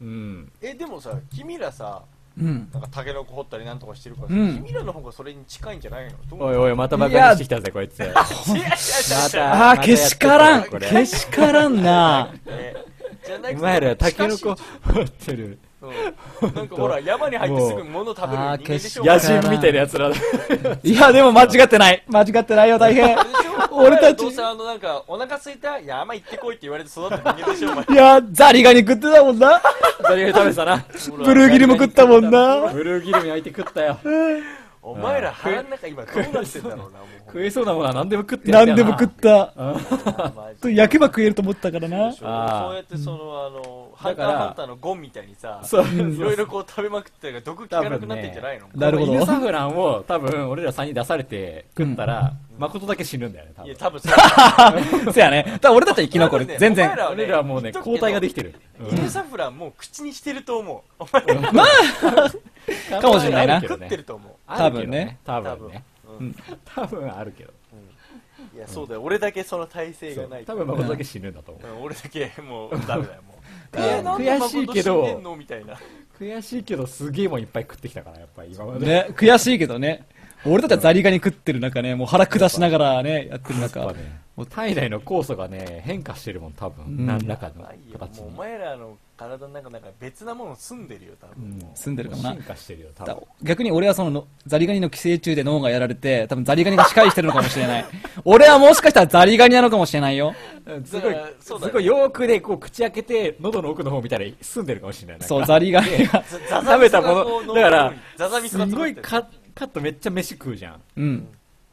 B: うん
A: えでもさ君らさ
C: うん。
A: なんかタケノコ掘ったりなんとかしてるからさ、
C: うん
A: 君らの方がそれに近いんじゃないのどう
B: おいおいまた爆発してきたぜこ いつ
A: いやいやいやいや
B: また
C: あー、けしからん。
B: これ
C: けしからんな。
A: ねじゃなく
B: お
A: て
B: 前らタケノ
A: 近
B: コ
A: し
B: 掘ってる
A: うんなんかほら山に入ってすぐ物食べる人間でしょ
C: もうあ
B: 野
C: ー決して
B: 人みたいなやつらだ
C: いや、でも間違ってない。間違ってないよ、大 変。 俺たち
A: どうせあのなんかお腹空いた山行ってこいって言われて育った人間で しょお前
C: いや、ザリガニ食ってたもんな。
B: ザリガニ食べてたな
C: ブルーギルも食ったもんな。
B: ブルーギルも焼いて食ったよ
A: お前ら腹の中今どうなってんだろうなもう
B: 食えそうなものは何でも食ってやった
C: 何
B: よ
C: で
B: な
C: も食った。
A: マジで
C: 焼けば食えると思ったからな。
A: そう
B: あー
A: やってそのあのハン
B: だ
A: タ
B: か
A: ー
B: ら
A: ハンターのゴンみたいにさ
B: そう
A: いろいろこう食べまくってたから毒効かなくなってんじゃないの
C: なるほど
B: この犬サフランを多分俺ら3人出されて食ったら、誠だけ死ぬんだよね多
A: いや
B: 分
A: 多分 そう
C: そやね。だから俺たちは生き残る。全然
A: お前。らはね
B: 俺らはもう
A: 言
B: ね
A: っとくけど
B: 抗体ができてる
A: 犬サフランもう口にしてると思うお前ら
C: かもしれないな
B: あるけど
A: 食ってると思う
B: あるけど多
A: 多
B: 分
A: 分
B: ね
A: うん
B: 多分あるけど
A: いやそうだよ俺だけその体勢
B: そ
A: が
B: う
A: ない
B: 多分誠だけ死ぬんだと思う
A: うん俺だけもうダメだよ もうえ
B: ん
A: ー、なんで
B: 悔しいけど
A: 誠死んでんのみたいな
B: 悔しいけどすげえもんいっぱい食ってきたからやっぱり今まで
C: ね、悔しいけどね。俺たちはザリガニ食ってる中ね、もう腹下しながらね、やってる
B: やっ
C: 中
B: ぱ。ねもう体内の酵素がね変化してるもん多
C: うん
B: 分何らかの
A: ないよ
B: 形
A: もうお
B: に
A: 前らの体の中なんか別なもの住んでるよ多分、
B: うん
C: 住んでるかもな
B: 進化してるよ多
C: だ
B: 分
C: 逆に俺はそののザリガニの寄生虫で脳がやられて、多分ザリガニが司会してるのかもしれない。俺はもしかしたらザリガニなのかもしれないよ。
B: すごい
A: だからそうだね
B: すごいよーくねこう口開けて喉の奥の方見たら住んでるかもしれないなんか
C: そう、ザリガニが。
A: ざざざ
B: 食
A: み
B: べ
A: そ
B: た
A: がこう
B: も
A: 脳
B: のだから
A: にざざみそ
B: す
A: が
B: ごい
A: 詰まってる
B: カカットめっちゃ飯食うじゃん
C: うん。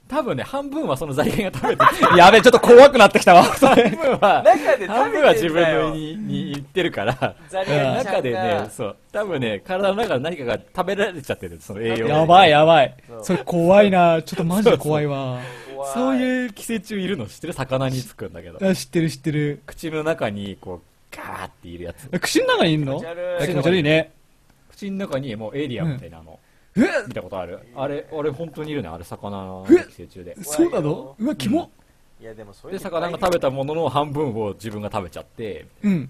B: 多分ね半分はそのザリガニが食べて
C: やべえ、ちょっと怖くなってきたわ。それ
B: 半分
A: 中
B: は
A: で食べてんだよ
B: 半分は自分の胃にに行ってるから
A: ザリガニちゃんが
B: 中でねそう多分ね体の中の何かが食べられちゃってるその栄養
C: やばいやばい
A: そ。う
C: それ怖いな。ちょっとマジで怖いわ。
A: 怖
B: そう
A: う
B: いう寄生虫いるの知ってる魚につくんだけど
C: あ知ってる知ってる。
B: 口の中にこうガーっているやつ
C: 口の中にいんの
A: 気持ち悪い
C: 気持ち悪いね。
B: 口の中にもうエイリアンみたいなの、
C: え
B: 見たことあるあれあれ本当にいるねあれ魚の
C: え
B: 寄生虫で
C: そうなのうわ、キモ。
A: いやでもそういう
B: で魚が食べたものの半分を自分が食べちゃって
C: うん。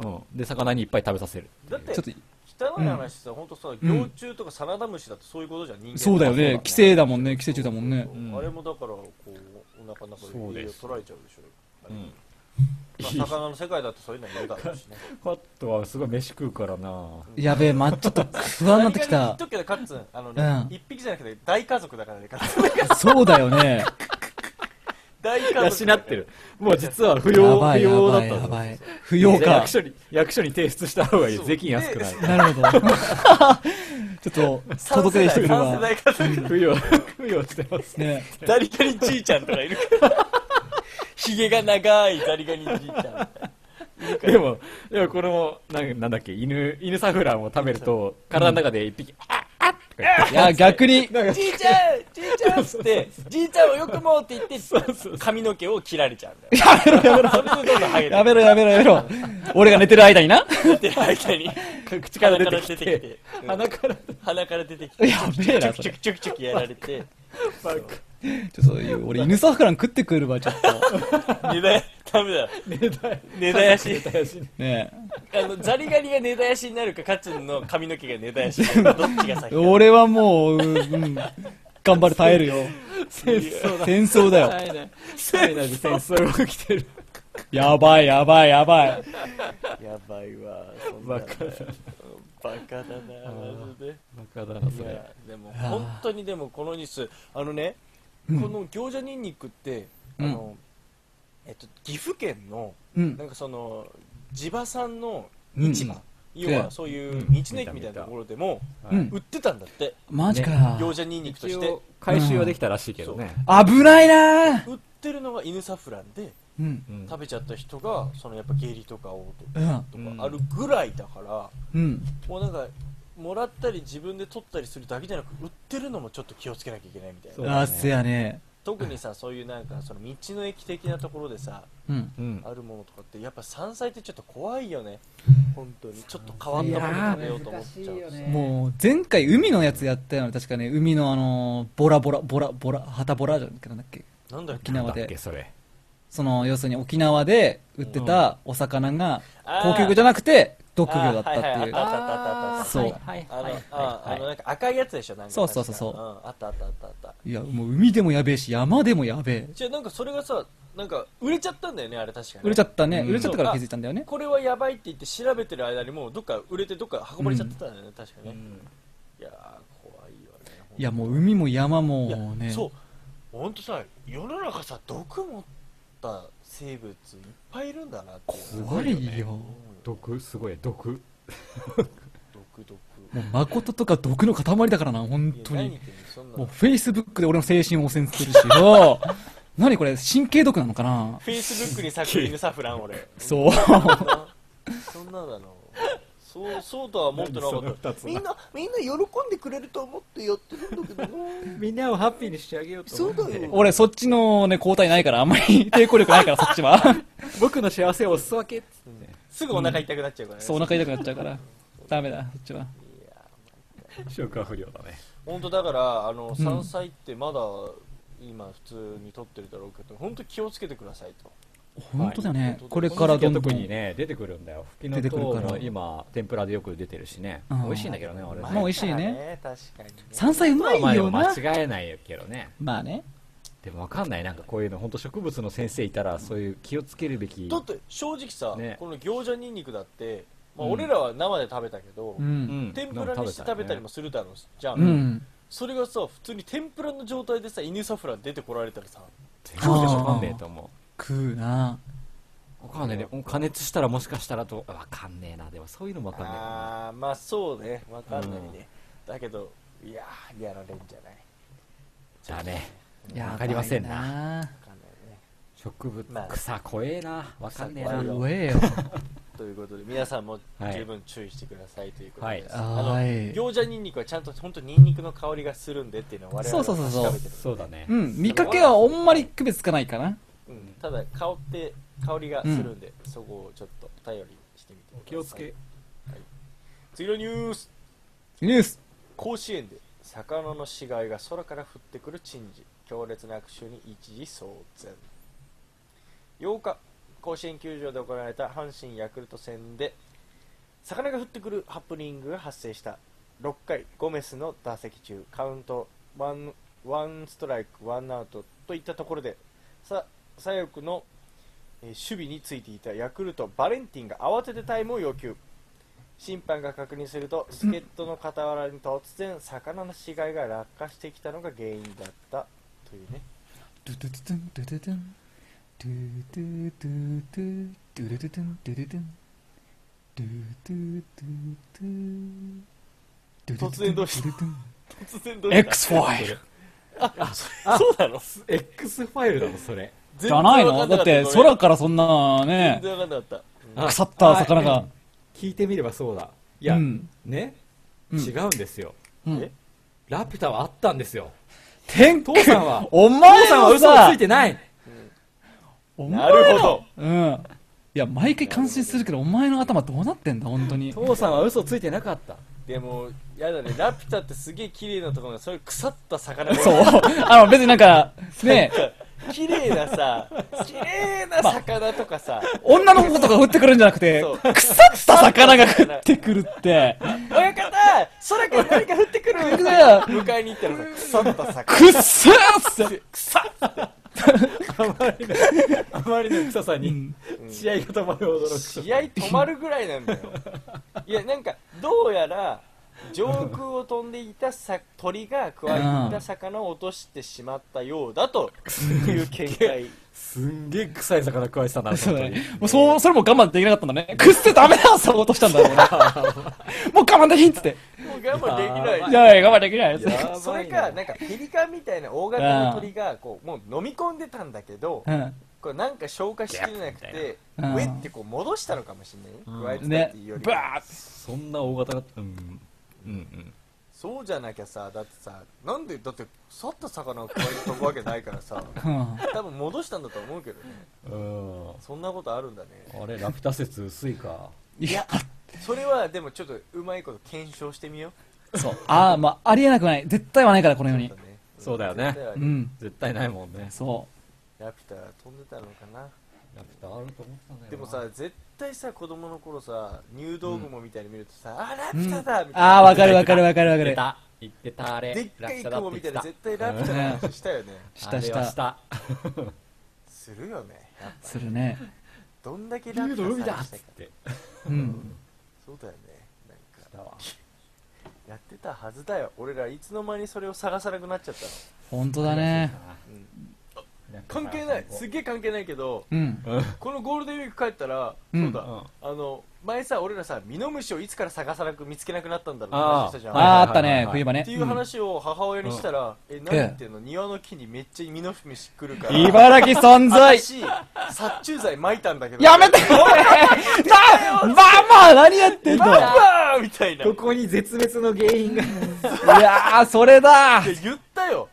B: うん、で魚にいっぱい食べさせる
A: だって
C: ちょっと、
A: 汚い話さ、ほんとさ幼虫とかサナダムシだってそういうことじゃん人間
C: そうだよね。寄生だもんね。寄生虫だもんね
A: そう。
B: うん
A: あれもだからこうお腹の中で
B: そう
A: 栄
B: で
A: 養
B: す
A: 取られちゃうでしょあれ
B: うん
A: まあ、魚の世界だってそういうのは言うだろうしね
B: カットはすごい飯食うからな
C: やべえ、ま、ちょっと不安になって
A: ザリガニ言っ
C: き
A: たと。くけどカッツンあの
C: う
A: ね
C: ん
A: 一、匹じゃなくて大家族だからねカッツン
C: そうだよね。
A: 大家族だから
B: 養ってるもう実は不
C: や
B: 要
C: ば
B: 不
C: いや
B: 要だっ
C: ばい
B: た
C: や
B: の
C: ばい。不
B: じ
C: 要
B: ゃあ
C: か
B: 役。所に役所に提出した方がいい
A: そう
B: 税金安 くなる
C: なるほど。ちょっと、
A: 三世
C: 届け出してく
A: 代三
C: る
A: 世
C: わ。
A: 代家族
B: 不要不要してます
C: ね。
A: ザリガニじいちゃんとかいるから。ひげが長いザリガニじいちゃん。
B: でもでもこれもなんなんだっけ犬犬サフランを食べると体の中で一匹あっあっか言って
C: いや、逆に、
A: じいちゃんじいちゃんっ つってじいちゃんをよくもうって言って髪の毛を切られちゃうんだよ
C: やめろやめろ
A: それでどんどんハゲ
C: やめろやめろやめろ。俺が寝てる間にな。
A: てる間に口から出てきてうん
B: 鼻から
A: 鼻から出てきて
C: やべえな、そ
A: チュ
C: れ。
A: クチュクチュクやられて
C: ちょそういう、俺犬サフラン食ってくるわ、ちょっと。
A: 根だやダメだ
B: 寝たい
A: 根絶やし
B: 寝たいし
C: ね
A: あのザリガニが根絶やしになるかカツンの髪の毛が根絶やし になるかどっちが先
C: え。
A: か
C: 俺はもう、うん、頑張る、耐えるよ。
B: 戦争だ
C: 戦争だよ。
B: 耐えない耐えないで戦 争が起きてる
C: やばい、やばい、やばい。
A: やばいわそんな
B: バ
A: の
B: カだ
A: バカだなマジで
B: バカだないそれ
A: やでも本当にでもこのニュースあのね、この餃子ニンニクってあの、えっと、岐阜県の
C: うん
A: な。んかその地場産の
C: うん
A: 市場、要
C: う
A: は
C: ん
A: そういう
B: うん
A: 道の駅みたいなところでも
C: うん。
A: 売ってたんだって、
C: マジか
A: 餃
C: よ。
A: 子ニンニクと
B: 一
A: して
B: 応回収はできたらしいけど
A: う
B: ね
C: 危ないな
A: 売ってるのが犬サフランで
C: うん。
B: うん
A: 食べちゃった人がそのやっぱ下痢とか嘔
C: う
A: 吐
C: ん。
A: とかあるぐらいだから、
C: うん。
A: もうなんかもらったり自分で取ったりするだけじゃなく売ってるのもちょっと気をつけなきゃいけないみたいな
B: そうだね
C: あ、せやね。
A: 特にさそういうなんかその道の駅的なところでさ
C: うん。
B: うん
A: あるものとかってやっぱ山菜ってちょっと怖いよね本当にちょっと変わっ
C: いや
A: たもの
C: ー
A: 食べようと思っちゃうし
C: もう前回海のやつやったよね確かね海のあのーボラボラボラボラハタボラじゃんけなんだっけ
A: なんだっけ
C: 沖縄
B: だっけ
C: で
B: それ
C: その要するに沖縄で売ってたお魚が
A: あー
C: 高級魚じゃなくて毒魚だったって
A: あはいいうはいあったあったあったあった
C: そう
B: はい
A: あの、
B: はい
A: ああのなんか赤いやつでしょなんか
C: そうそうそうそう
A: 確かんあったあったあったあった
C: いやもう海でもやべえし山でもやべえ
A: じゃあなんかそれがさなんか売れちゃったんだよねあれ確かに
C: 売れちゃったね
B: うん
C: 売れちゃったから気づいたんだよね
A: これはやばいって言って調べてる間にもうどっか売れてどっか運ばれちゃってたんだよね、確かね、いやー怖いよね
C: いやもう海も山
A: いや
C: もね
A: そう本当さ世の中さ毒持った生物いっぱいいるんだなっていう
C: 怖いよ
A: 思うよ
B: 毒すごい毒
A: 毒毒
C: もう誠とか毒の塊だからな本当
A: いや何
C: に
A: 言ってんのそんな
C: もう
A: の
C: フェイスブックで俺の精神を汚染するし よ何これ神経毒なのかな
A: フェイスブックに咲く犬サフラン俺
C: そう
A: そんなだろうそうそうとは思ってなか
B: 何そ
A: っ
B: の二
A: た
B: つは
A: みんなみんな喜んでくれると思ってやってるんだけどな
B: みんなをハッピーにしてあげようと
A: そう だよ
C: 俺、そっちのね、交代ないから、あんまり抵抗力ないから、そっちは。
B: 僕の幸せをお裾分け
A: すぐお腹痛くなっちゃうからね
C: そう、お腹痛くなっちゃうから。ダメだ、そっちは。
B: 消化不良だね
A: 本当だからあの山菜ってまだ今普通に取ってるだろうけど本当気をつけてくださいと
C: 本当だよね
A: は。い
C: これ
B: こ
C: か
B: の
C: ら
B: 時
C: ど
B: は
C: んどん。
B: 特にね出てくるんだよ吹きの
C: 出てくるか
B: と
C: ら
B: うも今天ぷらでよく出てるしね
C: うん
B: 美味しいんだけどね俺
C: まあ美味しいね
A: 確かにね
C: 山菜うま
B: まあ
C: い
B: で
C: よ
B: も
C: な。
B: 間違えないけどね
C: まあね。
B: でもわかんないなんかこういうの本当植物の先生いたらそういう気をつけるべき
A: だって正直さ、
B: ね
A: この餃子ニンニクだって、まあ、
B: うん
A: 俺らは生で食べたけど、
C: うん。
A: 天ぷらにして食べたりも
B: す
A: するだろうじゃん、
C: うん。
A: それがさ普通に天ぷらの状態でさ犬サフラン出てこられたらさ
B: るそうでしょわかんねえと思
C: 食うな。
B: うわかんねえねもう加熱したらもしかしたらとわかんねえなでもそういうのもわかんねえよな
A: あーまあそうねわかんないね、だけどいやーやられんじゃない
B: じゃあね
C: やばい
B: わかりませんな
C: な。
A: わかんないね
B: 植物
A: まあ
B: 草怖えなわかんねえ
A: 怖い
B: な
A: よ
C: うえよ。
A: ということで皆さんも
B: はい
A: 十分注意してくださいということです、
B: はい
A: あの
C: はい
A: 餃子ニンニクはちゃんと本当ニンニクの香りがするんでっていうのは我々は
C: そう
A: 確か
C: そう
A: めて
C: そうそ
A: るんで
B: そうだ
C: う
B: ね
C: うん。見かけはあんまり区別つかないかな。
A: うん、ただ香って香りがするんで、そこをちょっと頼りにしてみてください
B: 気をつけ
A: 次のニュース
C: ニュース。
A: 甲子園で魚の死骸が空から降ってくる珍事強烈な悪臭に一時騒然8日甲子園球場で行われた阪神ヤクルト戦で魚が降ってくるハプニングが発生した6回ゴメスの打席中カウントワンワンストライクワンアウトといったところでさ左翼のえー守備についていたヤクルトバレンティンが慌ててタイムを要求審判が確認すると助っ人の傍らに突然魚の死骸が落下してきたのが原因だったというね
C: ドゥドゥドゥドゥンドゥドゥドゥンドゥドゥドゥドゥドゥドゥドゥドゥンドゥドゥドゥンドゥドゥドゥドゥドゥドゥドゥン
A: 突然どうした
C: ドゥドゥドゥン
A: 突然どうした
C: X ファイル
A: そうなの
B: X ファイルだもんそれ
C: じゃないのだって空
A: か
C: からそんな
A: ら全
C: ね
A: 然わかんなかった
B: あ
C: 腐った魚
B: あ
C: が
B: 聞いてみればそうだいや、
C: うん
B: ね、
C: うん
B: 違うんですよ
C: うん
A: え
B: ラピュタはあったんですよ。
C: 天、
B: 父さんは
C: お
B: 父
C: 前
B: さんは
C: は
B: 嘘
C: 嘘
B: をつい
C: をつい
B: て
C: て
B: ない。
C: お
A: な
C: 前
A: るほ ど。
C: うんいや毎回感心するけどお前の頭どうなってんだ本当に
B: 父さんは嘘ついてなかった。
A: でも、やだね、ラピュタってすげえ綺麗なところが、そういう腐った魚が
C: そうあの別になんかね
A: 綺麗なさ、綺麗な魚とかさ、
C: 女の子とか降ってくるんじゃなくて
A: そう
C: 腐った魚が降ってくるって
A: 親方、空から何か降ってくる
C: くるよ
A: 迎えに行ったらさ、腐った魚。
C: くっせーっつって
B: あまりの臭さに、試合が止まるほどの臭さ。
A: 試合止まるぐらいなんだ よいやなんかどうやら上空を飛んでいたさ鳥がくわえていた魚を落としてしまったようだという見解
B: すんげえ臭い魚食わえてたな、
C: そう
B: 本当
C: だ
B: に
C: ね。もうそうそれも我慢できなかったんだねくっせダメだそう落としたん だろうなもう我慢できんっつって
A: もう我慢できない
C: いやいや我慢できないっつって
B: やばい な
A: それかなんかペリカンみたいな大型の鳥がこうもう飲み込んでたんだけど
C: うん
A: これなんか消化しきれなくてウ
C: うん
A: ェってこう戻したのかもしれないくわえてたっ
C: ね
A: ていうよりは
C: バーッ
B: そんな大型だった。うん。うんうん。
A: そうじゃなきゃさだってさなんでだって去った魚をくわえて飛ぶわけないからさ
C: うん
A: 多分戻したんだと思うけどね
B: うん。
A: そんなことあるんだね
B: あれ、ラピュタ説薄いか。
C: いや
A: それはでもちょっとうまいこと検証してみよ
C: そうああまあありえなくない絶対はないからこの世
A: う、
C: に
B: そうだよね
A: 絶対あ
C: う
A: れ
C: ん
B: 絶対ないもんね。
C: そう
A: ラピュタ飛んでたのかな
B: ラピュタあると思ったんだよな
A: でもさ絶対さ子供の頃さ入道雲みたいに見るとさ、あラピュタだみたい
C: あ
A: な、
C: あわかるわかるわかるわか
B: 言って
C: る
B: た。言ってた、あれ。
A: でっかい雲みたいな
B: ラピュ
A: 絶対ラピュタの話したよね
C: し
B: タだ
C: た
B: って
C: し
B: 言ってた。あれは
C: た
B: した。
A: するよねやっぱ
C: するね
A: どんだけラピ
B: 竜
A: ュ
B: の海
A: タ
B: だ
A: 探
B: っ
A: した
B: つ
A: か
B: って。
C: うん
A: そうだよねなんか
B: だわ
A: やってたはずだよ俺らいつの間にそれを探さなくなっちゃったの
C: 本当だね
A: 関係ないすっげえ関係ないけど
C: うん
A: このゴールデンウィーク帰ったら、
C: う
A: そ
C: ん
A: うだ、
B: うん
A: あの前さ俺らさミノムシをいつから探さなく見つけなくなったんだろう
B: あー
A: って話したじゃん、
B: はい
C: ああーあった
B: はいはい
C: ね
B: はい
C: 冬場ね
A: っていう話を母親にしたら、え何言ってんの庭の木にめっちゃミノムシ来るから
C: 茨城存 在
A: 私殺虫剤撒いたんだけど
C: やめておいな、まあまあ、何やってんのいや
A: バーンみたいな
B: ここに絶滅の原因が。
C: ー、それだ
A: で言ったよ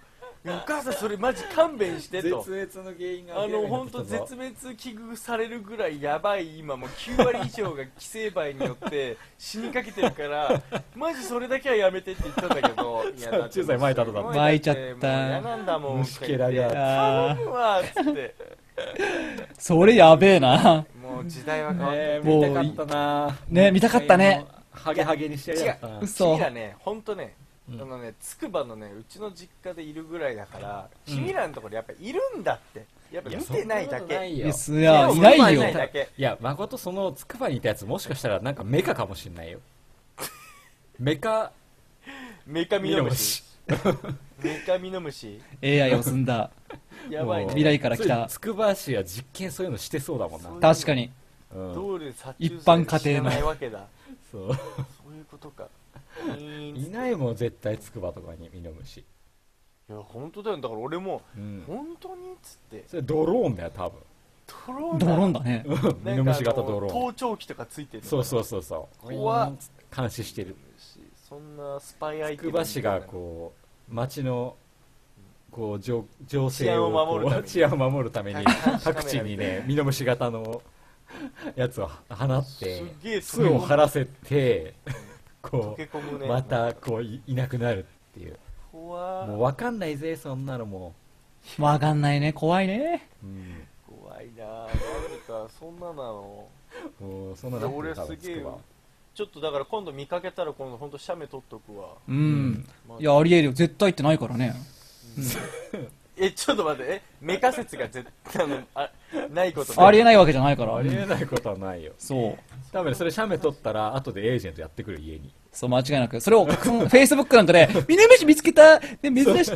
A: お母さんそれマジ勘弁して
B: 絶
A: と
B: 滅の原因が
A: あの本当絶滅危惧されるぐらいやばい今もう9割以上が寄生梅によって死にかけてるからマジそれだけはやめてって言ったんだけどいや
B: 殺虫剤撒いた後だ
A: もう
C: 撒いちゃった
A: もう嫌なんだもん
B: 虫けらが
A: 頼むわっつって
C: それやべえな。
A: もう時代は変わって
B: え
A: る
B: ー、見たかったな
C: ね見たかったね
B: ハゲハゲにしてるやったな
C: 嘘
A: 君。らね本当ねあのねつくばのねうちの実家でいるぐらいだから君らのところやっぱいるんだってやっぱ見てないだ
B: そんなことな
A: け
B: い
C: い
B: よ
C: や、
B: い
C: すいや、いないよ。
A: だけ
B: や誠そのつくばにいたやつもしかしたらなんかメカかもしんないよ メカ
A: メカミ
B: ミ
A: ノ
B: ノ
A: ム
B: ム
A: シ
B: シ
A: メカミノムシ
C: AI を済んだ。
A: やばい
B: もう
A: ね
C: 未来から来た
B: それつくば市は実験そういうのしてそうだもんな
A: そう
C: 確かに。
B: うん
A: どうで殺
C: 一
A: 虫剤
C: 般
A: を知
C: 家
A: ら
C: 庭の
A: ないわけだ
B: そう
A: そういうことか
B: い
A: い
B: ないもん絶対つくばとかにミノムシ、
A: や本当だよだから俺も
B: うん、
A: 本当にっつって
B: それドローンだよ多
A: ドローン
C: ド
A: だ
C: ローンだね。
B: 分ミノムシ型ド
A: な
B: ロ
A: んかあの
B: ー
A: 盗
B: ン
A: 聴器とかついてる
B: そうそううそうそう
A: 怖っ
B: っつって監視してる
A: そんなスパイアイ
B: つくば市がこう町のこう情情勢を
A: 治安を守るため
B: こ
A: に
B: う治安を守るために
A: 監視カメラ
B: 各地にねミノムシ型のやつを放っ
A: す
B: て
A: っげえ
B: 巣を張らせて
A: 溶
B: こ
A: け込む
B: う
A: ね
B: またこういいなくなるっていう
A: 怖
B: もう
A: い
B: 分かんないぜそんなのも
C: わかんないね。怖いね。
B: う、うん、
A: 怖いななんかそんななの
B: もうそんなの
A: いや俺すげえちょっとだから今度見かけたら今度本当写メ撮っとくわ
C: うん。
A: まあ
C: いや、ありえるよ。絶対ってないからね。
A: えちょっと待ってえメカ説が絶対あのあないこと
C: ありえ
A: ない
C: ないわけじゃないから
B: あ。りえないことはないよ
C: そう。
B: 多分ねそれ写メ撮ったら後でエージェントやってくる家に
C: そう、間違いなく。それを、Facebook なんかで、ミネムシ見つけたで、珍しい。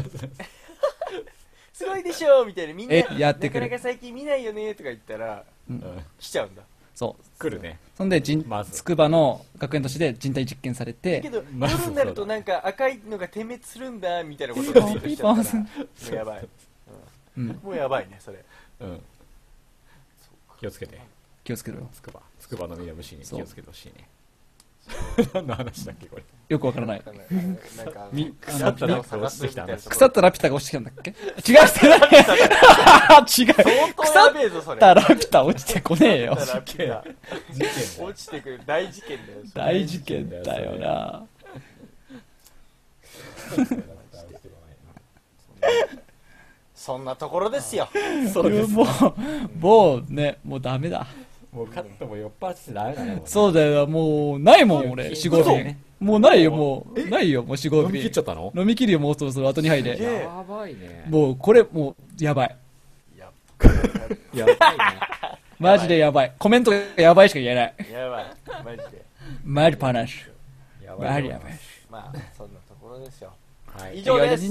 A: すごいでしょみたいなみんな
C: えやってくる
A: なかなか最近見ないよねとか言ったら
B: うん
A: 来ちゃうんだ
C: そう。
B: 来るね
C: そんで、じん
B: まず
C: つくばの学園都市で人体実験されて
A: け、ど
B: まあ
A: 夜になるとなんか赤いのが点滅するんだみたいなことがツイートしちゃったらもうやばい
C: うん、
A: もうやばいねそれ
B: うん気をつけて
C: 気をつけろよ。
B: つくばつくばのミノムシに気をつけてほしいね
D: 何の話だっけこれ
C: よくわからない。
A: なんか、
C: み
A: 腐ったら探すみたいな。
C: 腐ったラピュタが落ちてきたんだっけ違う、してない。 違う。
A: 相当やべえぞ、それ。
C: 腐ったラピュタ落ちてこねえよ。
A: 腐ったラピュ
D: 事件
A: タ落ちてくる大事件だよ。それ
C: 大事件だよな。
A: そんなところですよ。
D: そうです
C: もう、もうね、もうダメだ。
D: もうカットも酔っ払ってダメだね
C: そうだよ、もう、ないもん、俺、四合瓶。もうないよ、もう、ないよ、もう四合
D: 飲み
C: 瓶
D: 切っ。ちゃったの
C: 飲み切るよ、もうそろそろ、あと2杯
A: すげ
C: で。
A: え
D: やばいね
C: もう、これ、もう、やばい。
D: やばいね
C: マジでやばい。コメントがやばいしか言えない。
A: やばい、マジで。
C: マジパナッシュ。
D: やば
C: マ
D: い
C: ジ
D: ね
C: やばい。
A: まあ、そんなところですよ。
D: はい
A: 以上です。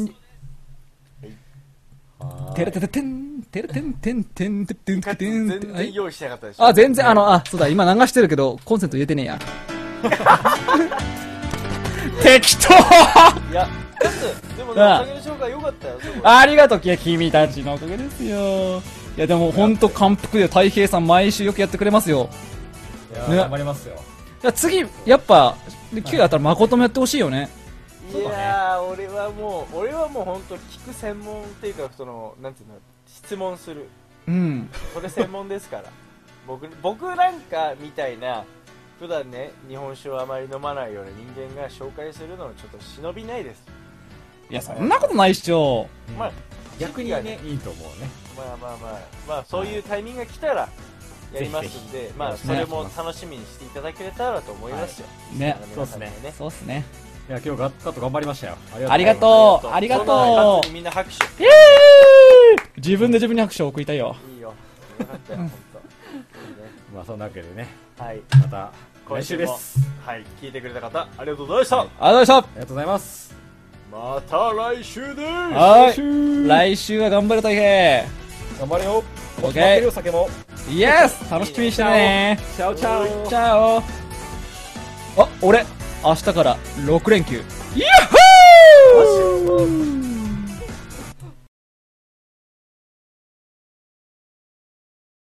D: は
C: てれてててん、てれてんてんてんてんてんてんてん
A: 全然用意してなかったでしょ。
C: あ、全然、あの、あ、そうだ、今流してるけど、コンセント入れてねえや。適
A: い
C: 当
A: や、だって、でもね、お
C: ああ
A: 酒の紹介良かったよ、すごい
C: ありがとう、いや君たちのおかげですよ。いや、でも、ほんと感服で、太平さん毎週よくやってくれますよ。
D: いや
C: ね
D: 頑張りますよ
C: いや、次、やっぱ、9やったら誠もやってほしいよね。
A: いやー、俺はもう、俺はもう本当聞く専門っていうか、その、なんていうの、質問する。
C: うん。
A: それ専門ですから 僕僕なんかみたいな普段ね日本酒をあまり飲まないような人間が紹介するのをちょっと忍びないです、
C: いや、そんなことないっしょ。
A: まあ
D: 逆に
A: 時期が
D: ねいいと思うね
A: まあまあまあまあそういうタイミングが来たらやりますんでまあそれも楽しみにしていただけたらと思いますよ、
C: ね。
A: 皆さんもね
C: そうっすね。
D: いや今日ガッカット頑張りましたよ
C: ありが
D: う
C: とう、ありが
A: そんな感
C: と
A: じにみんな拍手
C: う。イエーイ自分で自分に拍手を送りたいよ。
A: いいよよかったよ本当いいね
D: まあそんなわけでね
A: はい
D: また来週
A: も
D: です
A: はい聞いてくれた方ありがとうございました、
C: ありがとうございまし
D: ありがとうございます
A: また来週です
C: た。はい。来週は頑張る太平。
D: 頑張れよ
C: オッケー
D: 待ってるよ酒も
C: イエス楽しみにしてね
D: チャオチャオ
C: チャオあ、俺、明日から6連休。イヤッホー